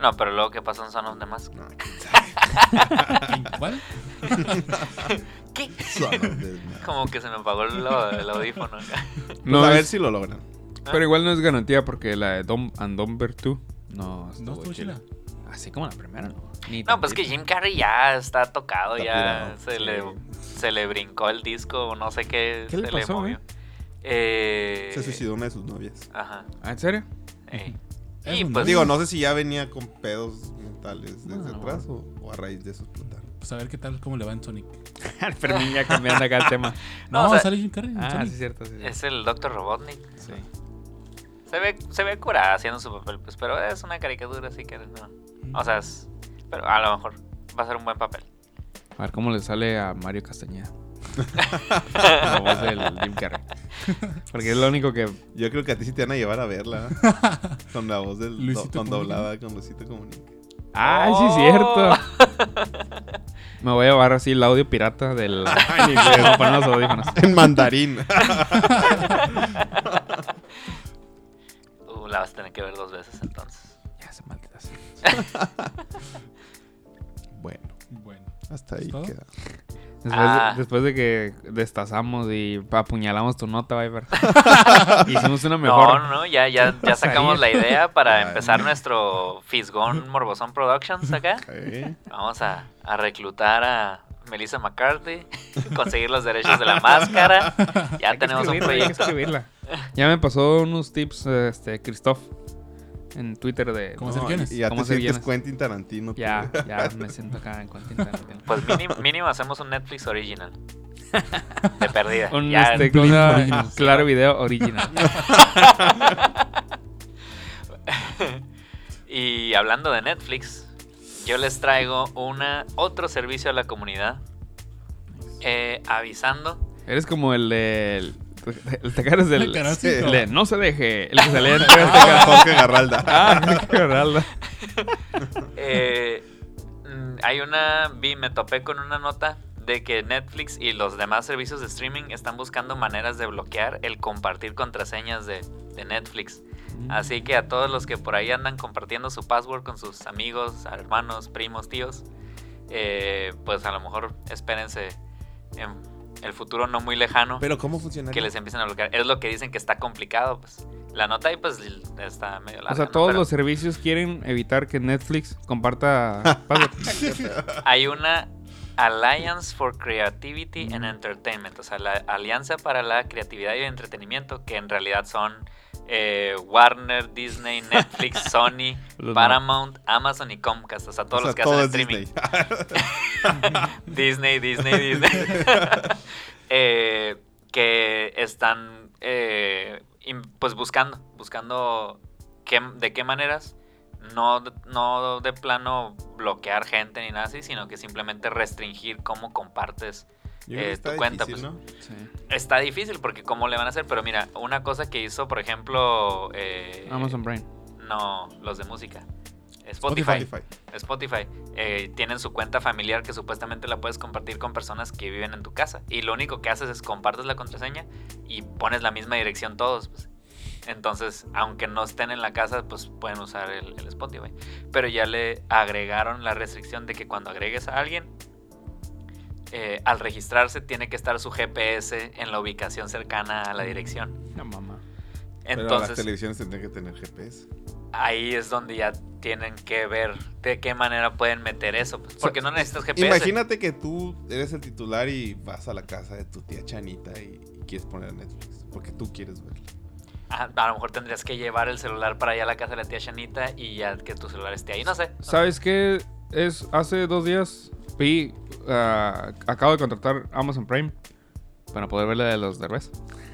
No, pero luego que pasó en Son of the Mask.
No, *laughs* quién sabe.
¿Quién? ¿Cuál?
¿Qué?
Son of the Mask.
*laughs* Como que se me apagó el, el audífono.
Pues a
No,
ver
es-
si lo logran.
Pero igual no es garantía porque la de Dom and Dumber 2 no estuvo,
Pues, No estuvo
chila.
chila.
Así como la primera, ¿no? Ni
No, pues que
tantito.
Jim Carrey ya está tocado,
Está
ya
pirado,
se le, se le brincó el disco, o no sé qué,
¿Qué
se
le pasó,
movió.
eh?
Eh,
Se suicidó una de sus novias.
Ajá.
Ah,
*laughs*
¿En serio? *laughs*
ey.
Es
Y
un novio.
pues
Digo, no sé si ya venía con pedos mentales desde
No.
atrás o, o a raíz de eso explotaron.
Pues a ver qué tal, cómo le va en Sonic.
El Fermín ya cambiando acá el tema.
No,
No,
o sea-
sale Jim Carrey en
Ah,
Sonic.
sí, cierto. Sí,
es el Dr. Robotnik.
sí.
Se ve, se ve curada haciendo su papel, pues, pero es una caricatura, así que no. O sea, es- pero a lo mejor va a ser un buen papel.
A ver cómo le sale a Mario *laughs* Castañeda. La voz del Jim *laughs* Carrey. Porque es lo único que.
Yo creo que a ti sí te van a llevar a verla. ¿eh? *laughs* con la voz del.
Luisito
con
Comunica.
doblada, con Luisito Comunica.
¡Ah, sí, es
Oh.
cierto!
*laughs*
Me voy a llevar así el audio pirata del. Ay, ni poner los audífonos.
En *laughs* mandarín.
Uh, la vas a tener que ver dos veces entonces.
Ya se maldita sea.
bueno,
Bueno.
hasta ahí
¿Es todo?
queda.
Después,
Ah.
de, después de que destazamos y apuñalamos tu nota,
*laughs*
Viper. Hicimos una mejor.
No, no, ya, ya, ya sacamos la idea para
Ay.
empezar nuestro Fisgón Morbosón Productions acá.
*laughs*
Ok.
Vamos a, a reclutar a Melissa McCarthy, *laughs* conseguir los derechos de la máscara. Ya
Hay que
tenemos un
escribirla, hay que
proyecto.
escribirla. Ya me pasó unos tips, este, Christoph, en Twitter de...
¿Cómo hacer guiones?
y ya
¿Cómo
te
hacer
sientes
guiones?
Quentin Tarantino. tú,
Ya,
güey.
ya me siento acá en Quentin Tarantino.
Pues mínimo, mínimo hacemos un
*laughs*
Netflix original. De perdida.
Un,
Ya,
este,
Blink
una-
original.
*laughs* claro video original.
Y hablando de Netflix, yo les traigo una otro servicio a la comunidad. Eh, avisando.
Eres como el de... El, el- ¿Te acuerdas del...?
El caracito.
el de no se deje. El que salía en Twitter.
*laughs* Ah, Jorge
*laughs*
Garralda.
Ah, qué garralda.
eh, mm, hay una. Vi, me topé con una nota de que Netflix y los demás servicios de streaming están buscando maneras de bloquear el compartir contraseñas de, de Netflix. Así que a todos los que por ahí andan compartiendo su password con sus amigos, hermanos, primos, tíos, eh, pues a lo mejor espérense en el futuro no muy lejano.
Pero ¿cómo funciona?
que les empiecen a bloquear. Es lo que dicen que está complicado, pues. La nota ahí, pues, l- está medio larga.
O sea,
¿no?
todos
Pero
los servicios quieren evitar que Netflix comparta password.
Hay una Alliance for Creativity and Entertainment, o sea, la Alianza para la Creatividad y el Entretenimiento, que en realidad son eh, Warner, Disney, Netflix,
*laughs*
Sony,
Los
Paramount, Amazon y Comcast, o sea,
O
todos
sea,
los que
todo
hacen
es
streaming. Eh,
Disney. *laughs*
Disney, Disney, Disney. Eh, que están eh, im- pues buscando, buscando qué- de qué maneras. No, de- no de plano bloquear gente ni nada así, sino que simplemente restringir cómo compartes.
Yo creo que
Eh,
está
tu cuenta,
difícil,
pues.
¿no?
Sí.
Está difícil porque cómo le van a hacer, pero mira, una cosa que hizo, por ejemplo... eh,
Amazon Prime.
No, los de música. Spotify.
Spotify.
Spotify, eh, tienen su cuenta familiar que supuestamente la puedes compartir con personas que viven en tu casa. Y lo único que haces es compartes la contraseña y pones la misma dirección todos. pues. Entonces, aunque no estén en la casa, pues pueden usar el, el Spotify. Pero ya le agregaron la restricción de que cuando agregues a alguien, eh, al registrarse tiene que estar su GPS en la ubicación cercana a la dirección.
No, mamá.
Pero las
Entonces,
televisiones tendrían que tener GPS.
ahí es donde ya tienen que ver de qué manera pueden meter eso. pues, porque no necesitas GPS.
Imagínate que tú eres el titular y vas a la casa de tu tía Chanita y, y quieres poner Netflix. Porque tú quieres verlo.
Ah, A, lo mejor tendrías que llevar el celular para allá a la casa de la tía Shanita y ya que tu celular esté ahí. No sé.
¿Sabes qué? Es hace dos días vi. ah, acabo de contratar Amazon Prime para poder ver la de los Derbez.
*laughs*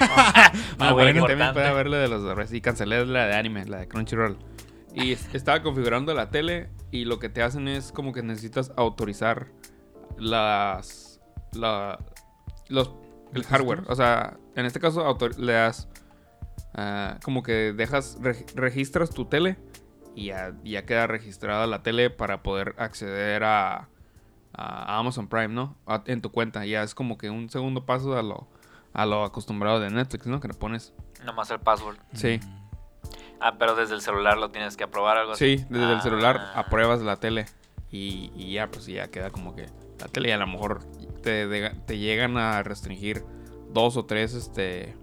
Ah,
Ah,
güey,
bueno, también
importante.
para ver la de los Derbez. Y cancelé la de anime, la de Crunchyroll. Y es- estaba configurando la tele y lo que te hacen es como que necesitas autorizar las. La, los. El
¿Los
hardware.
sistemas?
O sea, en este caso autor- le das. ah, como que dejas. reg- registras tu tele y ya, ya queda registrada la tele para poder acceder a, a Amazon Prime, ¿no? A- en tu cuenta. Ya es como que un segundo paso a lo, a lo acostumbrado de Netflix, ¿no? Que le pones.
Nomás el password.
Sí,
Ah, pero desde el celular lo tienes que aprobar algo así.
sí, desde el celular
Ah.
apruebas la tele y, y ya, pues ya queda como que la tele y a lo mejor te, de- te llegan a restringir dos o tres este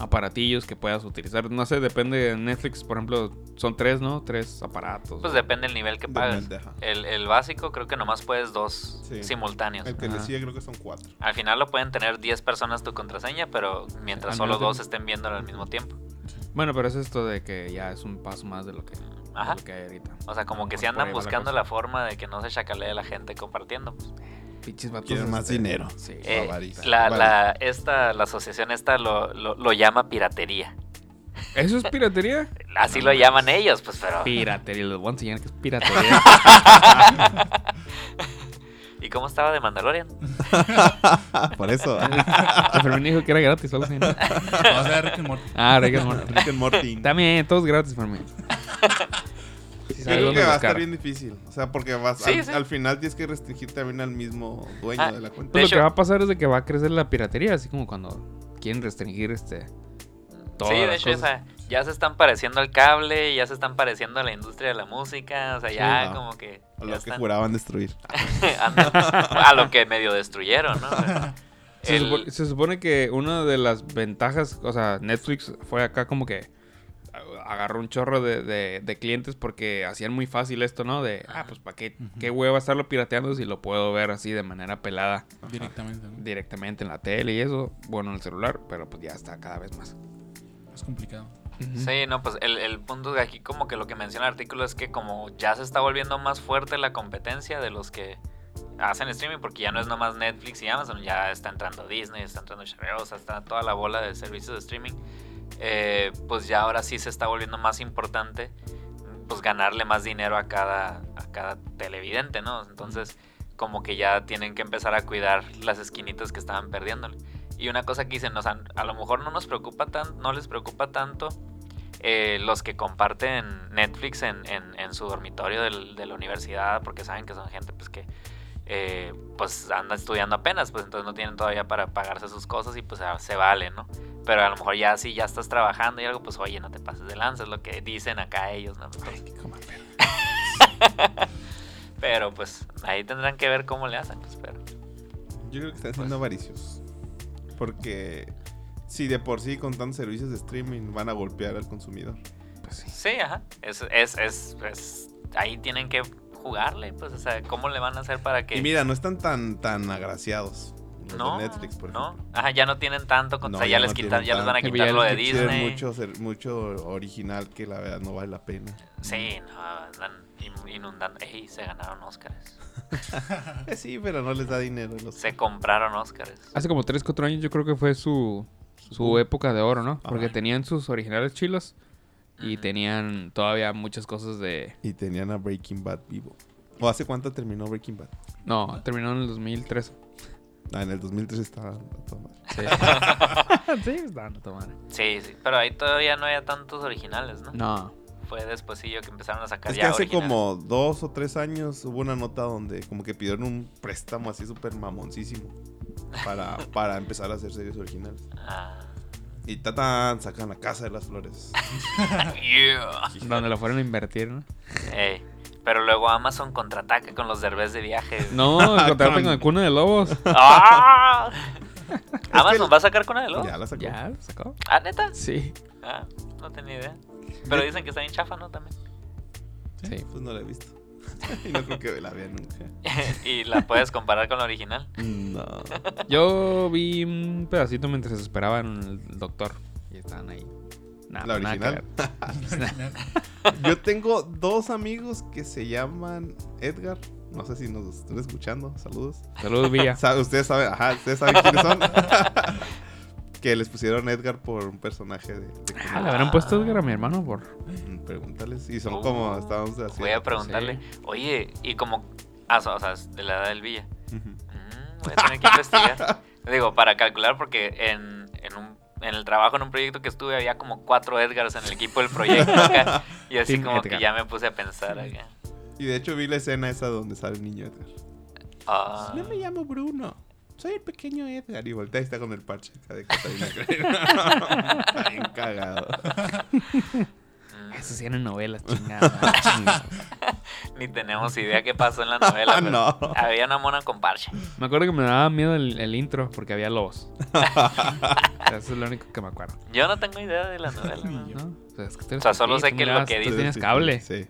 aparatillos que puedas utilizar. No sé, depende de Netflix, por ejemplo, son tres, ¿no? Tres aparatos.
Pues depende del nivel que pagas.
Depende, ajá.
El, el básico creo que nomás puedes dos
Sí.
simultáneos.
El que le
Ajá.
sigue creo que son cuatro.
Al final lo pueden tener 10 personas tu contraseña, pero mientras
Al
solo
menos
dos
el-
estén viéndolo al mismo tiempo.
Bueno, pero es esto de que ya es un paso más de lo que, de
Ajá.
lo que hay ahorita.
O sea, como que
Por
si andan
ahí va la
buscando
cosa.
la forma de que no se chacalee la gente compartiendo. pues.
Pinches vatos,
Quieren más *laughs*
este,
dinero.
Sí.
Eh,
avaricia.
la, la,
Avaricia.
esta, la asociación esta lo, lo, lo llama piratería.
¿Eso es piratería?
Así lo llaman ellos, pues,
*laughs*
pero...
Piratería, les voy a enseñar que es *laughs* piratería.
¿Y cómo estaba de Mandalorian?
ah, Por *laughs* eso.
La Fermín dijo que era gratis, solo así, ¿no?
Vamos a ver Rick and Morty.
Ah, Rick and Morty.
Rick and
*laughs*
Morty.
También, eh, todos gratis, Fermín.
Yo
sabes
creo
dónde
que va a
buscar.
estar bien difícil. O sea, porque vas
Sí,
al,
sí.
al final tienes que restringir también al mismo dueño
Ah,
de la cuenta.
Pues lo
hecho-
que va a pasar es de que va a crecer la piratería, así como cuando quieren restringir este. *laughs* Todas
sí, de
las
hecho,
cosas.
esa- ya se están pareciendo al cable, ya se están pareciendo a la industria de la música, o sea, ya
no.
como que...
A
ya
Lo que
están- *laughs*
juraban destruir.
Ando- a lo que medio destruyeron,
*laughs*
¿no? O sea,
Se,
el-
supo- se supone que una de las ventajas, o sea, Netflix fue acá como que agarró un chorro de, de- de clientes porque hacían muy fácil esto, ¿no? De, ah, pues para qué, qué hueva estarlo pirateando si lo puedo ver así de manera pelada
Directamente, ¿no?
directamente en la tele y eso, bueno, en el celular, pero pues ya está cada vez más.
Es complicado.
Sí, no, pues el, el punto de aquí como que lo que menciona el artículo es que como ya se está volviendo más fuerte la competencia de los que hacen streaming, porque ya no es nomás Netflix y Amazon, ya está entrando Disney, está entrando HBO, o sea, está toda la bola de servicios de streaming, eh, pues ya ahora sí se está volviendo más importante pues ganarle más dinero a cada, a cada televidente, ¿no? Entonces como que ya tienen que empezar a cuidar las esquinitas que estaban perdiéndole. Y una cosa que dicen, o sea, a lo mejor no nos preocupa tan, no les preocupa tanto eh, los que comparten Netflix en, en- en su dormitorio del- de la universidad, porque saben que son gente pues que eh, pues anda estudiando apenas, pues entonces no tienen todavía para pagarse sus cosas y pues ah, se vale, ¿no? Pero a lo mejor ya si ya estás trabajando y algo, pues oye, no te pases de lanza, es lo que dicen acá ellos, ¿no? Entonces- *laughs* pero pues ahí tendrán que ver cómo le hacen, pues pero.
Yo creo que están
Pues.
siendo avaricios. Porque si de por sí con tantos servicios de streaming van a golpear al consumidor.
Pues
Sí, ajá. Es, es, es, es- ahí tienen que jugarle, pues, o sea, ¿cómo le van a hacer para que...
Y mira, no están tan, tan agraciados. Los
no,
de Netflix, por
no.
ejemplo.
Ajá, ya no tienen tanto, con-
No,
o sea, ya,
ya
les
no
quitan,
tienen
ya les van a
tanto.
quitar lo de
Evidentemente,
Quieren
Disney.
mucho, ser- mucho original que la verdad no vale la pena.
Sí, no, andan in- inundando. Ey, se ganaron Óscares.
Eh, sí, pero no les da dinero. Los...
Se compraron Óscares.
Hace como 3, 4 años yo creo que fue su, su época de oro, ¿no? Porque tenían sus originales chilos y
Ujú.
tenían todavía muchas cosas de...
Y tenían a Breaking Bad vivo. ¿O hace cuánto terminó Breaking Bad?
No, terminaron en el 2013.
Ah, en el 2003 estaba. a toda madre.
*laughs* Sí, sí pues, estaban a tomar.
Sí, sí, pero ahí todavía no había tantos originales, ¿no?
No.
Fue despuésillo que empezaron a sacar
Es que
ya
hace
originales.
como dos o tres años hubo una nota donde como que pidieron un préstamo así súper mamoncísimo *laughs* para, para empezar a hacer series originales.
Ah, *laughs*
Y tatán, sacan la casa de las *laughs* flores.
yeah.
Donde lo fueron a invertir, *laughs* ¿no?
Ey, pero luego Amazon contraataca con los derbés de viaje. güey.
No, encontraron con el cuna de lobos.
*laughs* ¡Ah!
Es
Amazon
que-
va a sacar con él, ¿no?
Ya la sacó.
*laughs* ¿Ya? ¿lo ¿Sacó?
¿Ah, neta?
Sí.
Ah, no tenía idea. Pero dicen que está bien chafa, ¿no? También.
Sí.
Pues no la he visto. *laughs* y no creo que la vea nunca.
*laughs* y la puedes comparar con la original.
No.
Yo vi un pedacito mientras esperaban el doctor. Y estaban ahí. Nada,
¿La
nada que
original?
ver.
*laughs*
Yo tengo dos amigos que se llaman Edgar. No sé si nos están escuchando. Saludos. *laughs*
Saludos, Villa.
Sa- Ustedes saben, ajá, ustedes saben quiénes son. *laughs* que les pusieron Edgar por un personaje de, de
Ah, le habrán puesto Edgar a mi hermano por.
Mm, Pregúntales. Y son
Oh.
como estábamos pues, así.
Voy a preguntarle, oye, y como. Ah, so- o sea, es de la edad del Villa.
Ujú.
Mm, voy a tener que
*laughs*
investigar. Digo, para calcular, porque en, en, un- en el trabajo, en un proyecto que estuve, había como cuatro Edgars en el equipo del proyecto
*laughs*
acá. Y así
Team
como
Edgar.
que ya me puse a pensar acá.
Y de hecho vi la escena esa donde sale el niño Edgar.
Ah.
No me llamo Bruno. Soy el pequeño Edgar. Y voltea y está con el parche acá de
*laughs*
Catalina Crane. Está *laughs* bien cagado.
Mm.
Eso sí eran novelas, chingada. chingada.
Ni tenemos idea qué pasó en la novela.
*laughs*
pero
No.
Había una mona con parche.
Me acuerdo que me daba miedo el, el intro porque había lobos. O sea, Eso es lo único que me acuerdo.
Yo no tengo idea de
*laughs*
la novela.
Ni
¿no? Eh,
yo.
¿no? O sea, es que tú eres
O sea, solo
aquí,
sé
tú
que lo
mirabas-
que
tú
dice-
tienes cable.
Sí.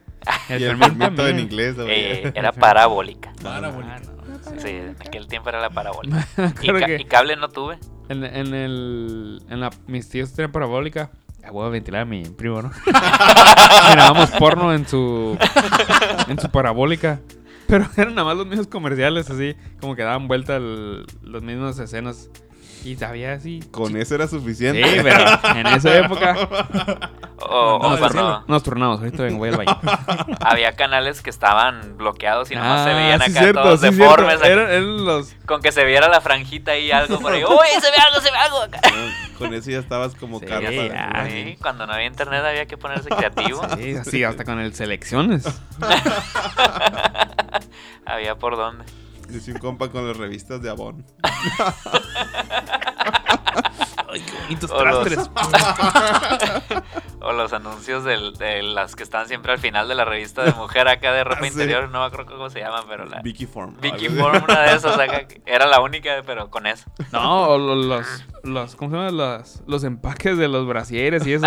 El
y el
fermento
fermento en
también.
inglés. lo veía.
Eh, era parabólica.
Parabólica.
Ah, no.
Sí, en aquel tiempo era la parabólica.
*laughs* Me
Y,
acuerdo
ca-
que-
y cable no tuve.
En, en el. En la, mis tíos tenían parabólica. La voy a ventilar a mi primo, *laughs* ¿no? Mirábamos porno en su. En su parabólica. Pero eran nada más los mismos comerciales, así. Como que daban vuelta el- las mismas escenas. Y sabía así.
Con eso era
Sí,
suficiente. *laughs*
pero en *laughs* esa época.
O, o
No,
nos,
cuando
turna- nos turnamos. Ahorita vengo, voy al baño.
había canales que estaban bloqueados y nomás se
Ah,
veían
sí,
acá
cierto,
todos
sí,
deformes.
cierto.
acá,
Eran, eran los.
Con que se viera la franjita ahí algo por
*laughs*
ahí. ¡Uy, se ve algo, se ve algo! acá!
Con eso ya estabas como
Sí,
carpa. de-
ah,
Sí, cuando no había internet había que ponerse creativo.
*laughs* Sí, así, hasta con el *laughs* selecciones.
Había por dónde.
Dice un compa con las revistas de Avon.
Ay, qué bonitos
O los-
trastes.
O los anuncios del- de las que están siempre al final de la revista de mujer acá
*laughs*
de ropa
Ah, sí.
interior. No me acuerdo cómo se llama, pero la.
Vicky Form.
Vicky Form, una de esas. acá, que Era la única, pero con eso.
No, o lo- los, los, ¿cómo se llama? Los, los empaques de los brasieres y eso.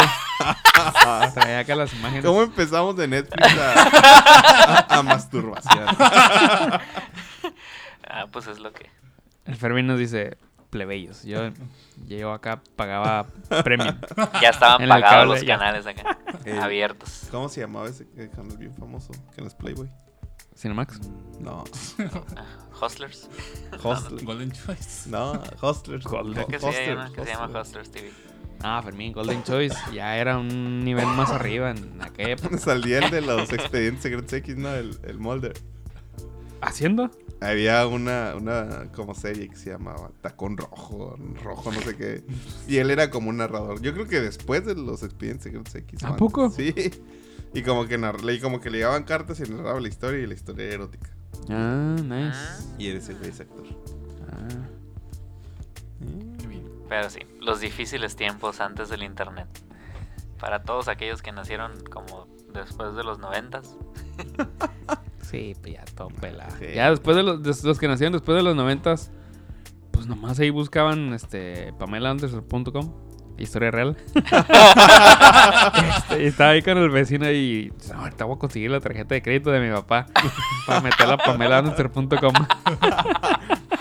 Traía acá las imágenes.
¿Cómo empezamos de Netflix
*laughs*
a, a- a masturbación?
Ah, pues es lo que.
El Fermín nos dice plebeyos. Yo, yo acá pagaba premium.
Ya
*laughs*
estaban
En el
pagados
cable,
los
ya.
canales acá.
Eh,
abiertos.
¿Cómo se llamaba ese eh, canal bien famoso? Que no es Playboy.
Cinemax.
*laughs* No.
Hustlers.
Hustlers.
Golden Choice.
No, Hustlers.
Creo que sí hay
Hustlers,
una que se llama
Hustlers.
Hustlers TV.
Ah, Fermín, Golden Choice. Ya era un nivel más arriba en aquella
*laughs*
época.
Salía el de
*laughs*
los expedientes secretos X, ¿no? El, el Mulder.
¿Haciendo?
Había una, una como serie que se llamaba Tacón Rojo, Rojo no sé qué. Y él era como un narrador. Yo creo que después de los expedientes secretos X.
¿A
o antes.
poco?
Sí. Y como que, nar- y como que le llevaban cartas y narraba la historia y la historia era erótica.
Ah, nice.
Y eres el güey ese actor.
Ah.
Ah.
Mm. Pero sí, los difíciles tiempos antes del internet. Para todos aquellos que nacieron como después de los noventas.
Sí, pues ya todo pelado.
Sí.
Ya después de los, de los que nacieron después de los noventas, pues nomás ahí buscaban este pamelaanderson.com, historia real. Este, y estaba ahí con el vecino y "No, ahorita voy a conseguir la tarjeta de crédito de mi papá para meterla a pamelaanderson.com.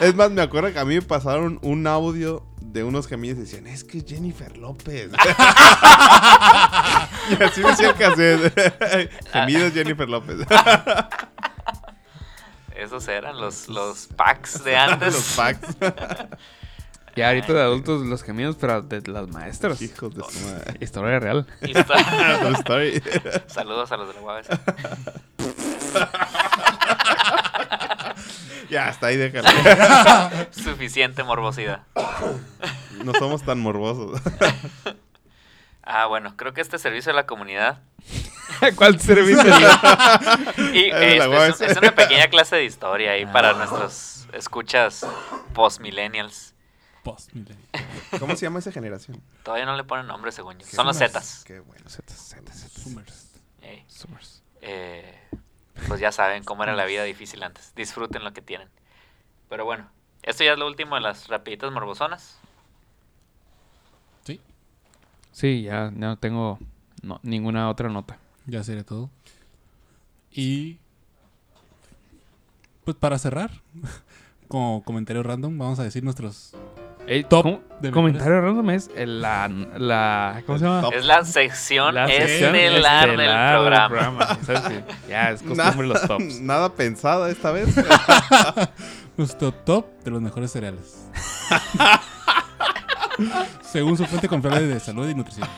Es más, me acuerdo que a mí me pasaron un audio de unos gemillos y decían, es que es Jennifer López. *laughs* y así decía el *laughs* cassette. Gemidos Jennifer López. *laughs*
Esos eran los, los packs de antes.
*laughs* Los
*laughs*
packs.
Y ahorita de adultos los caminos, pero de las maestras.
Hijos de su madre.
Historia real. *laughs*
*laughs*
Histo-
True story.
Saludos a los de la UABC.
ya, hasta ahí déjalo.
Suficiente morbosidad.
No somos tan morbosos.
Ah, bueno, creo que este servicio a la comunidad.
¿Cuál servicio?
*laughs*
Y
Es de la
este,
UABC.
es, un- es una pequeña clase de
*laughs*
historia ahí para nuestros escuchas post-millennials.
Post Millennium.
*laughs* ¿Cómo se llama esa generación?
Todavía no le ponen nombre, según yo. Son los
Zoomers.
Zetas.
Qué bueno.
Zoomers.
Ey.
Summers.
eh, pues ya saben cómo era la vida difícil antes. Disfruten lo que tienen. Pero bueno, esto ya es lo último de las rapiditas morbosonas.
Sí,
Sí, ya no tengo no- ninguna otra nota.
ya sería todo. Y. Pues para cerrar, *laughs* como comentario random, vamos a decir nuestros.
Ey,
Top
com-
de
Eh, comentario random es el- la, la. ¿Cómo se llama?
Top.
Es la sección
Oh. La sección
estelar, del
estelar
programa.
*laughs* ¿sabes qué? Ya es costumbre los tops.
Nada pensada esta vez. *laughs*
Nuestro top de los mejores cereales. Según su fuente confiable de salud y nutrición.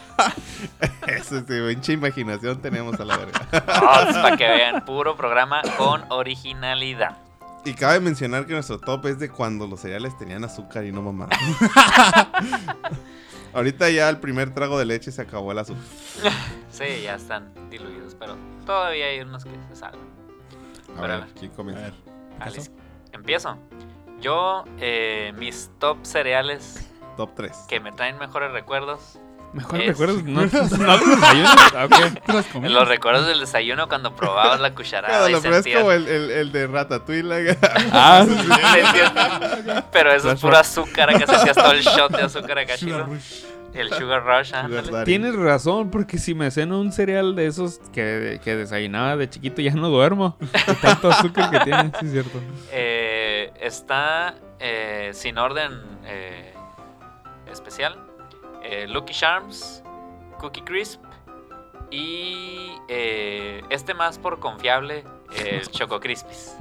Eso sí, este, mucha imaginación tenemos a la verga.
*laughs* Oh, pues, para que vean, puro programa con originalidad.
Y cabe mencionar que nuestro top es de cuando los cereales tenían azúcar y no mamá.
*laughs*
Ahorita ya el primer trago de leche se acabó el azúcar.
Sí, ya están diluidos, pero todavía hay unos que se salvan.
A
Espérame.
ver, ¿quién
A
comienza?
ver,
Alex, empiezo. Yo, eh, mis top cereales
Top 3.
que me traen mejores recuerdos
Mejor
Es-
recuerdos. *laughs* No, no te desayunas. Ah, ok.
¿tú las comes?
Los recuerdos del desayuno cuando probabas la
Claro,
cucharada y
lo peor es
sentías-
como el, el, el de Ratatouille. la-
Ah,
*laughs* sentías- Pero eso es puro azúcar, que sentías todo el shot de azúcar acá
Sugar
chido.
Rush.
El sugar rush, ándale.
Sugar Daddy.
tienes razón, porque si me ceno un cereal de esos que, que desayunaba de chiquito, ya no duermo. De tanto azúcar que tiene, sí, es cierto.
Eh, está eh, sin orden eh, especial. eh, Lucky Charms, Cookie Crisp y eh, este más por confiable, el Choco Crispies.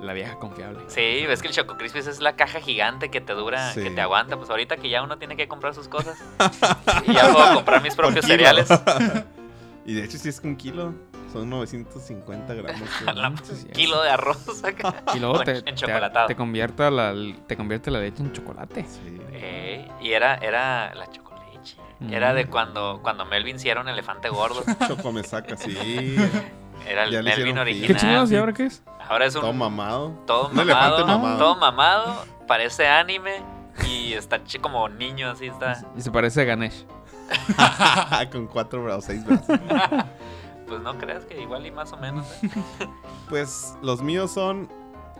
La vieja confiable.
Sí, ves que el Choco Crispies es la caja gigante que te dura,
Sí.
que te aguanta. Pues ahorita que ya uno tiene que comprar
*laughs*
sus cosas. y ya puedo comprar mis propios cereales.
Y de hecho, si es que un kilo, son 950 gramos.
*laughs* La-
Sí, sí.
kilo de
*laughs*
arroz acá.
Y luego
Con-
te,
en
te,
chocolatado.
te convierta la, te convierte la leche en chocolate.
Sí.
Ey, y era, era la chocoleche. Era
Mm.
de cuando, cuando Melvin sí era un elefante gordo.
Choco me saca,
*laughs*
sí.
Era el
Ya le
Melvin
hicieron
¿Qué
Nah,
chingados?
original.
¿Y ahora qué es?
Ahora es un
Todo mamado.
todo
Un elefante
mamado,
mamado.
todo mamado, parece anime y está ch- como niño así está.
Y se parece a Ganesh.
*laughs* Con cuatro brazos, seis brazos.
Pues no creas que igual y más o menos. ¿eh?
Pues los míos son,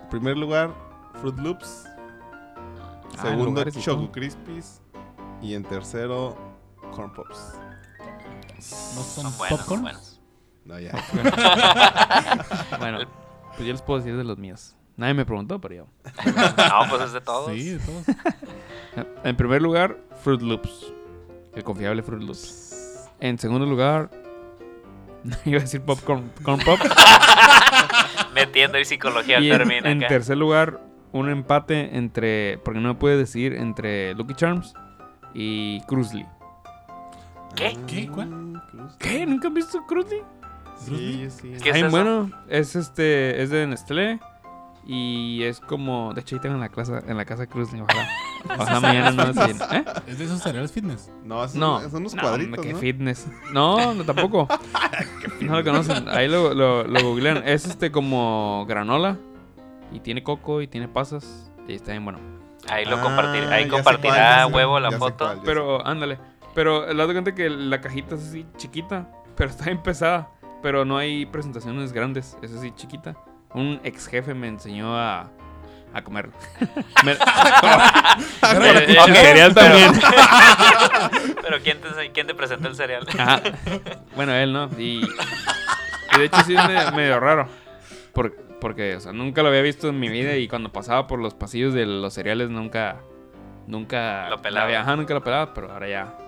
en primer lugar, Fruit Loops.
Ah,
segundo,
lugares y
Choco
todo.
Crispies. Y en tercero, Corn Pops.
No son,
Son buenos,
popcorn.
buenos.
No, ya.
Bueno, pues yo les puedo decir de los míos. Nadie me preguntó, pero yo.
No, pues es de todos.
Sí, de todos.
En primer lugar, Fruit Loops. El confiable Fruit Loops. En segundo lugar, *laughs* iba a decir popcorn, corn
*laughs*
pop.
Metiendo y psicología
y en,
termina
en
acá.
tercer lugar, un empate entre, porque no me pude decidir, entre Lucky Charms y Cruzly.
¿Qué?
¿Qué? ¿Cuál?
¿Qué? ¿Nunca han visto Cruzly?
Ah, Sí, sí.
¿Qué es
Ay,
eso?
bueno, es este, es de Nestlé y es como, de hecho ahí tengo en la casa, en la casa Cruzly,
*laughs*
ojalá. Ojalá mañana no nos llene, ¿eh?
Es de esos cereales fitness.
No, son,
No,
son unos
no, hombre,
cuadritos,
qué
¿no?
fitness. No,
*laughs*
no tampoco. no lo conocen. Ahí lo, lo, lo googlean. Es este como granola. Y tiene coco y tiene pasas. Y está bien bueno.
Ahí lo
Ah,
compartir, ahí
ya sé cuál,
compartirá
ya sé-
huevo la
ya sé
foto.
cuál, ya sé
Pero ándale. Pero el lado cuenta que la cajita es así chiquita. Pero está bien pesada. Pero no hay presentaciones grandes. Es así chiquita. Un ex jefe me enseñó a, a
*laughs*
comerlo. Me- *laughs*
Ah,
eh,
Pero-
El- el
ok,
cereal también.
Pero ¿quién te, ense- quién te presentó el cereal? *laughs*
Ajá. Ah, Bueno, él no. Y, y de hecho sí es me- medio, raro. Por- porque, o sea, nunca lo había visto en mi vida y cuando pasaba por los pasillos de los cereales nunca... Nunca...
Lo pelaba.
había- ajá, nunca lo pelaba, pero ahora ya...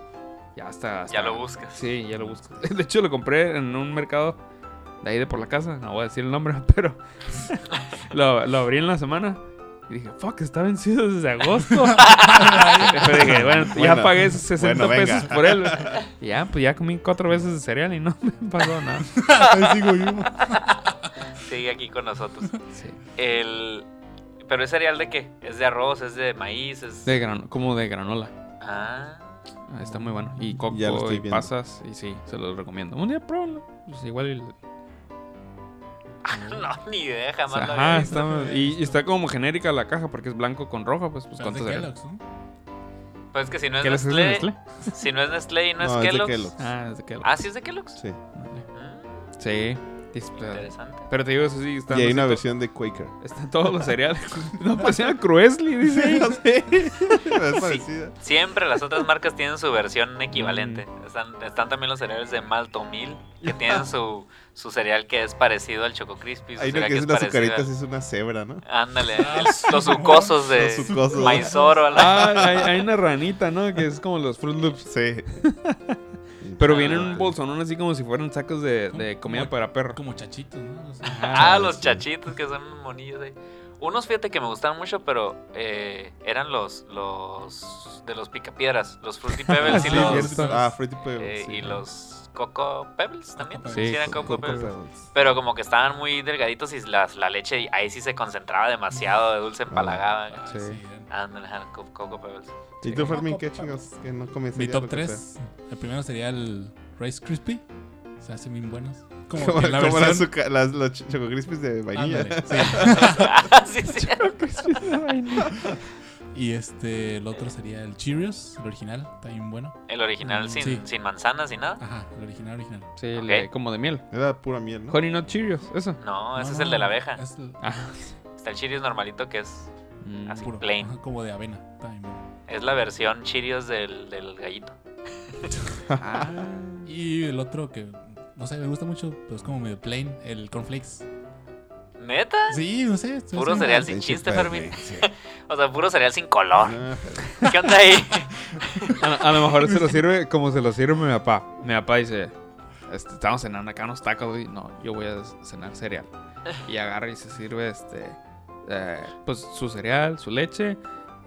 Ya hasta... hasta-
Ya lo buscas.
Sí, ya lo busco. *laughs* De hecho lo compré en un mercado de ahí de por la casa. No voy a decir el nombre, *laughs* pero... lo, lo abrí en la semana. Y dije, fuck, está vencido desde agosto. *laughs* Pero dije, bueno, ya
Bueno,
pagué esos 60
bueno, venga.
pesos
*laughs*
por él. Y ya, pues ya comí cuatro veces de cereal y no me *laughs* pasó nada.
*laughs* Ahí sigo yo.
Pues, Sigue aquí con nosotros.
Sí.
El... ¿Pero es cereal de qué? ¿Es de arroz? ¿Es de maíz? ¿Es...
De gran- como de granola.
Ah, *laughs*
Ah, Está muy bueno. Y coco
Ya lo estoy
y
viendo.
pasas. Y sí, se los recomiendo. Un día pruébalo. Pues igual y-
*laughs*
no, ni idea,
o sea,
jamás lo había
ajá,
visto.
está, y, y está como genérica la caja porque es blanco con roja, pues,
Las
pues
de
cuánto será.
Kellogg's, ¿no?
Pues es que si no es
¿Qué les haces
Nestlé,
Nestlé?
si no es Nestlé y no,
No,
es
es de
Kellogg's.
Kellogg's.
Ah, es de Kellogg's.
Ah, sí es de Kellogg's.
Sí.
Mm,
Sí. es-
interesante.
pues, Pero te digo, eso sí, está
Y hay una versión de Quaker.
Están todos los cereales. *laughs* No, pues era Cruesly,
*laughs*
dice. ahí.
No sé. es parecida.
Siempre las otras marcas tienen su
Mm.
versión equivalente. Están, están también los cereales de Maltomil,
*laughs*
que tienen su, su cereal que es parecido al Choco Crispy. su
Hay uno
cereal
que es
es Ah.
una
parecido
azucarita,
al-
es una cebra, ¿no?
Ándale, el- los sucosos de
Los sucosos.
Maizoro. a la-
Ah, hay, hay una ranita, ¿no? Que es como los Fruit Loops.
Sí.
Pero vienen un bolsonón así como si fueran sacos de, de comida para perro.
Como chachitos, ¿no? O sea,
Ah, los chachitos que son unos monillos ahí. Unos, fíjate que me gustaban mucho, pero eh, eran los, los de los picapiedras, los Fruity *laughs* Pebbles
Sí,
y
Sí,
los,
cierto. Ah, Fruity Pebbles.
eh,
sí.
y los Coco Pebbles también.
Coco
Sí,
Pebbles.
eran Coco
Coco
Pebbles.
Pebbles.
Pero como que estaban muy delgaditos y las- la leche y ahí sí se concentraba demasiado de dulce empalagaba.
ah,
sí.
sí, eran-
Ándale, ajá, Co- Coco Pebbles. *laughs*
¿Y tú, Fermín, qué chingos? Que no comes
Mi
cereal,
top
lo que
3. El primero sería el Rice Crispy. Se hacen bien buenos. Como, que
sea. Como, *laughs*
la
como las,
versión.
azuca- las- los ch- Choco Crispies de vainilla.
Ándale, sí.
Ah, sí, sí.
Y este, el otro sería el Cheerios, el original, está bien bueno.
El original sin,
Sí.
sin manzanas y nada.
Ajá, el original, original.
Sí, el
Ok.
de- como de miel.
*laughs* Era pura miel, ¿no?
Honey Nut Cheerios, eso.
No, ese
No,
es
no,
el de la
no,
abeja.
Es el
Ah.
Está el Cheerios normalito que es,
Mm.
Así.
puro,
Plain.
ajá, como de avena, está bien bueno.
es la versión Cheerios del, del gallito.
Ah.
Y el otro que, no sé, me gusta mucho, pero es como medio plain, el Cornflakes.
¿Neta?
Sí, no sé. se me
Puro
hace-
cereal
Sí,
sin
sí,
chiste,
pues,
Fermín.
sí.
*laughs* O sea, puro cereal sin color.
Ah,
¿Qué onda ahí?
A, a lo mejor se lo sirve como se lo sirve mi papá. Mi papá dice, este, estamos cenando acá unos tacos. Y no, yo voy a cenar cereal. Y agarra y se sirve este, eh, pues su cereal, su leche.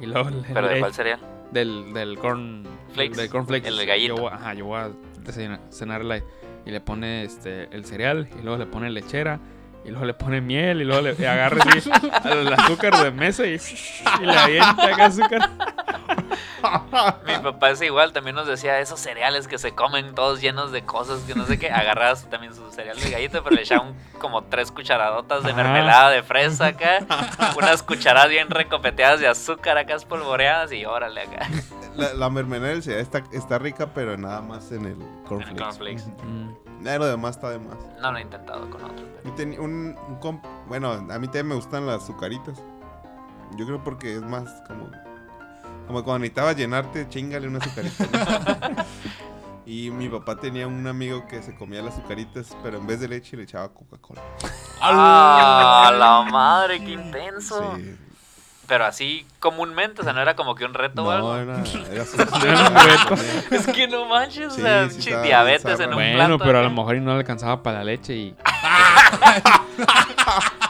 Y luego le-
¿Pero de
le-
cuál cereal?
del, del corn
Flakes.
Del corn flakes.
El de
Yo
gallito.
voy- ajá, yo voy a desayunar- cenar la- y le pone este, el cereal y luego le pone lechera. Y luego le pone miel y luego le y *laughs* agarra así el azúcar de mesa y, y le avienta acá azúcar.
Mi papá es igual, también nos decía esos cereales que se comen todos llenos de cosas que no sé qué. Agarras también su cereal de galleta, pero le echaban como tres cucharadotas de
Ajá.
mermelada de fresa acá. Unas cucharadas bien recopeteadas de azúcar acá espolvoreadas y órale acá.
La, la mermelada del cereal está, está rica, pero nada más en el
El
cornflakes.
cornflakes.
Mm.
Eh, lo demás está de más.
No lo he intentado con otro. pero-
Yo tenía un, un comp- bueno, a mí también me gustan las azucaritas. Yo creo porque es más como como cuando necesitabas llenarte, chingale una azucarita.
*laughs*
¿no? y mi papá tenía un amigo que se comía las azucaritas, pero en vez de leche le echaba Coca-Cola.
¡Ah, la madre! ¡Qué intenso!
Sí.
Pero así comúnmente, o sea, no era como que un reto o algo. *laughs*
No, era, era azúcar.
Es que no manches,
Sí,
o sea,
sí
chi-
estaba
diabetes
bizarro.
en un
Bueno,
plato.
pero a
acá. Ah,
lo mejor y no le alcanzaba para la leche y...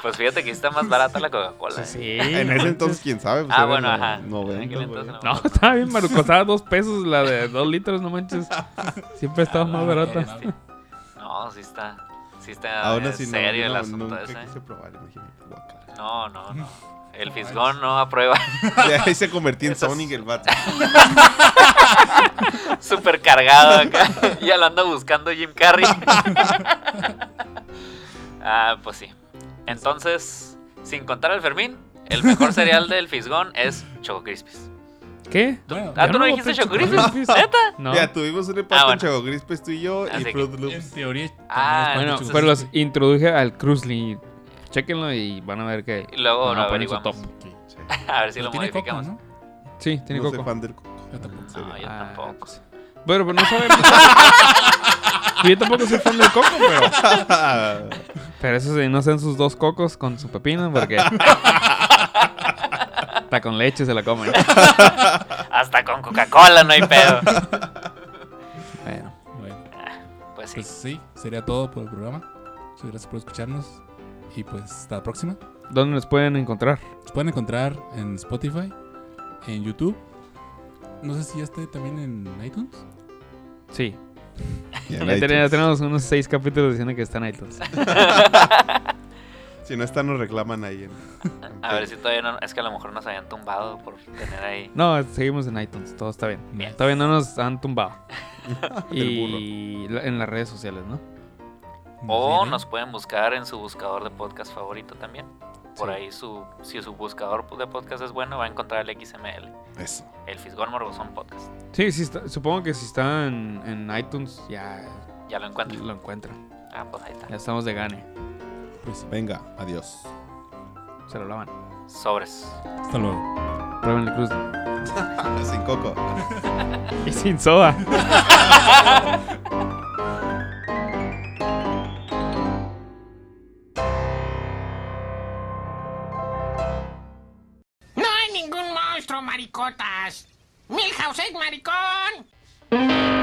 Pues fíjate que está más barata la Coca-Cola. ¿eh?
Sí.
en ese entonces, quién sabe. pues,
Ah,
era
bueno,
no-
ajá. En aquel
noventas, güey.
*laughs*
entonces
No, estaba bien, Maru. Costaba dos pesos la de dos litros, no manches. Siempre estaba más barata.
Este, No, sí está. Sí está
Aún
en
así, no,
ah, serio
no,
el asunto
nunca
ese. ¿eh?
quise probar, imagínate.
*laughs*
*laughs* guácala.
No, no, no. El fisgón no aprueba.
De ahí se convertía en
Esas-
Sonic el
*laughs*
vato.
Súper cargado acá. *laughs* ya lo anda buscando Jim Carrey. ah, pues sí. Entonces, sin contar al Fermín, el mejor cereal del fisgón es Choco Crispis.
¿Qué?
Bueno,
Ya
Ah, tú no
voy a
dijiste
pedir
Choco Crispis, neta.
No.
Ya, tuvimos un empate
Ah, bueno.
en Chago Gris, pues tú y yo,
Así
y
que-
Fruit Loops.
en teoría. también
Ah,
es
Bueno,
Pachuca.
pero los introduje al Cruzly. Chequenlo y van a ver que.
Y luego
van
lo
a poner en su
averiguamos.
top.
Sí.
*laughs* A ver si
Pero
lo
tiene coco,
modificamos.
¿no?
Sí, tiene
no soy
coco.
fan del coco.
Yo tampoco.
Sí.
No, yo
Ah,
tampoco.
Bueno, pero pues, no sabemos. *laughs* Yo tampoco soy fan del coco, pero.
*laughs* Ah,
Pero eso sí, no sean sus dos cocos con su pepino, porque. Hasta con leche se la comen.
Hasta con Coca-Cola no hay pedo.
Bueno.
Bueno,
Pues sí.
pues sí, sería todo por el programa. Muchas gracias por escucharnos. Y pues hasta la próxima.
¿Dónde nos pueden encontrar?
Nos pueden encontrar en Spotify, en YouTube. No sé si ya esté también en iTunes.
Sí.
Y en
Ya ten- ya
iTunes.
tenemos unos seis capítulos diciendo que están en iTunes.
Si no están, nos reclaman ahí. en- en
A ver si
Facebook.
todavía no. Es que a lo mejor nos habían tumbado por tener ahí.
No, seguimos en iTunes, todo está bien.
Bien.
Todavía no nos han tumbado.
El
y la- en las redes sociales, ¿no?
O
Sí,
nos pueden buscar en su buscador de podcast favorito también. Por
Sí.
ahí, su, si su buscador de podcast es bueno, va a encontrar el XML,
Eso.
el Fisgón Morbosón Podcast.
Sí, sí está- supongo que si está en, en iTunes ya
Ya lo encuentran.
lo encuentran.
Ah, pues ahí está.
Ya estamos de gane.
pues sí.
Venga, adiós.
Se lo lavan.
Sobres.
Hasta luego.
Prueben el cruz.
Sin coco.
Y sin soda.
No hay ningún monstruo, maricotas. Milhouse es maricón.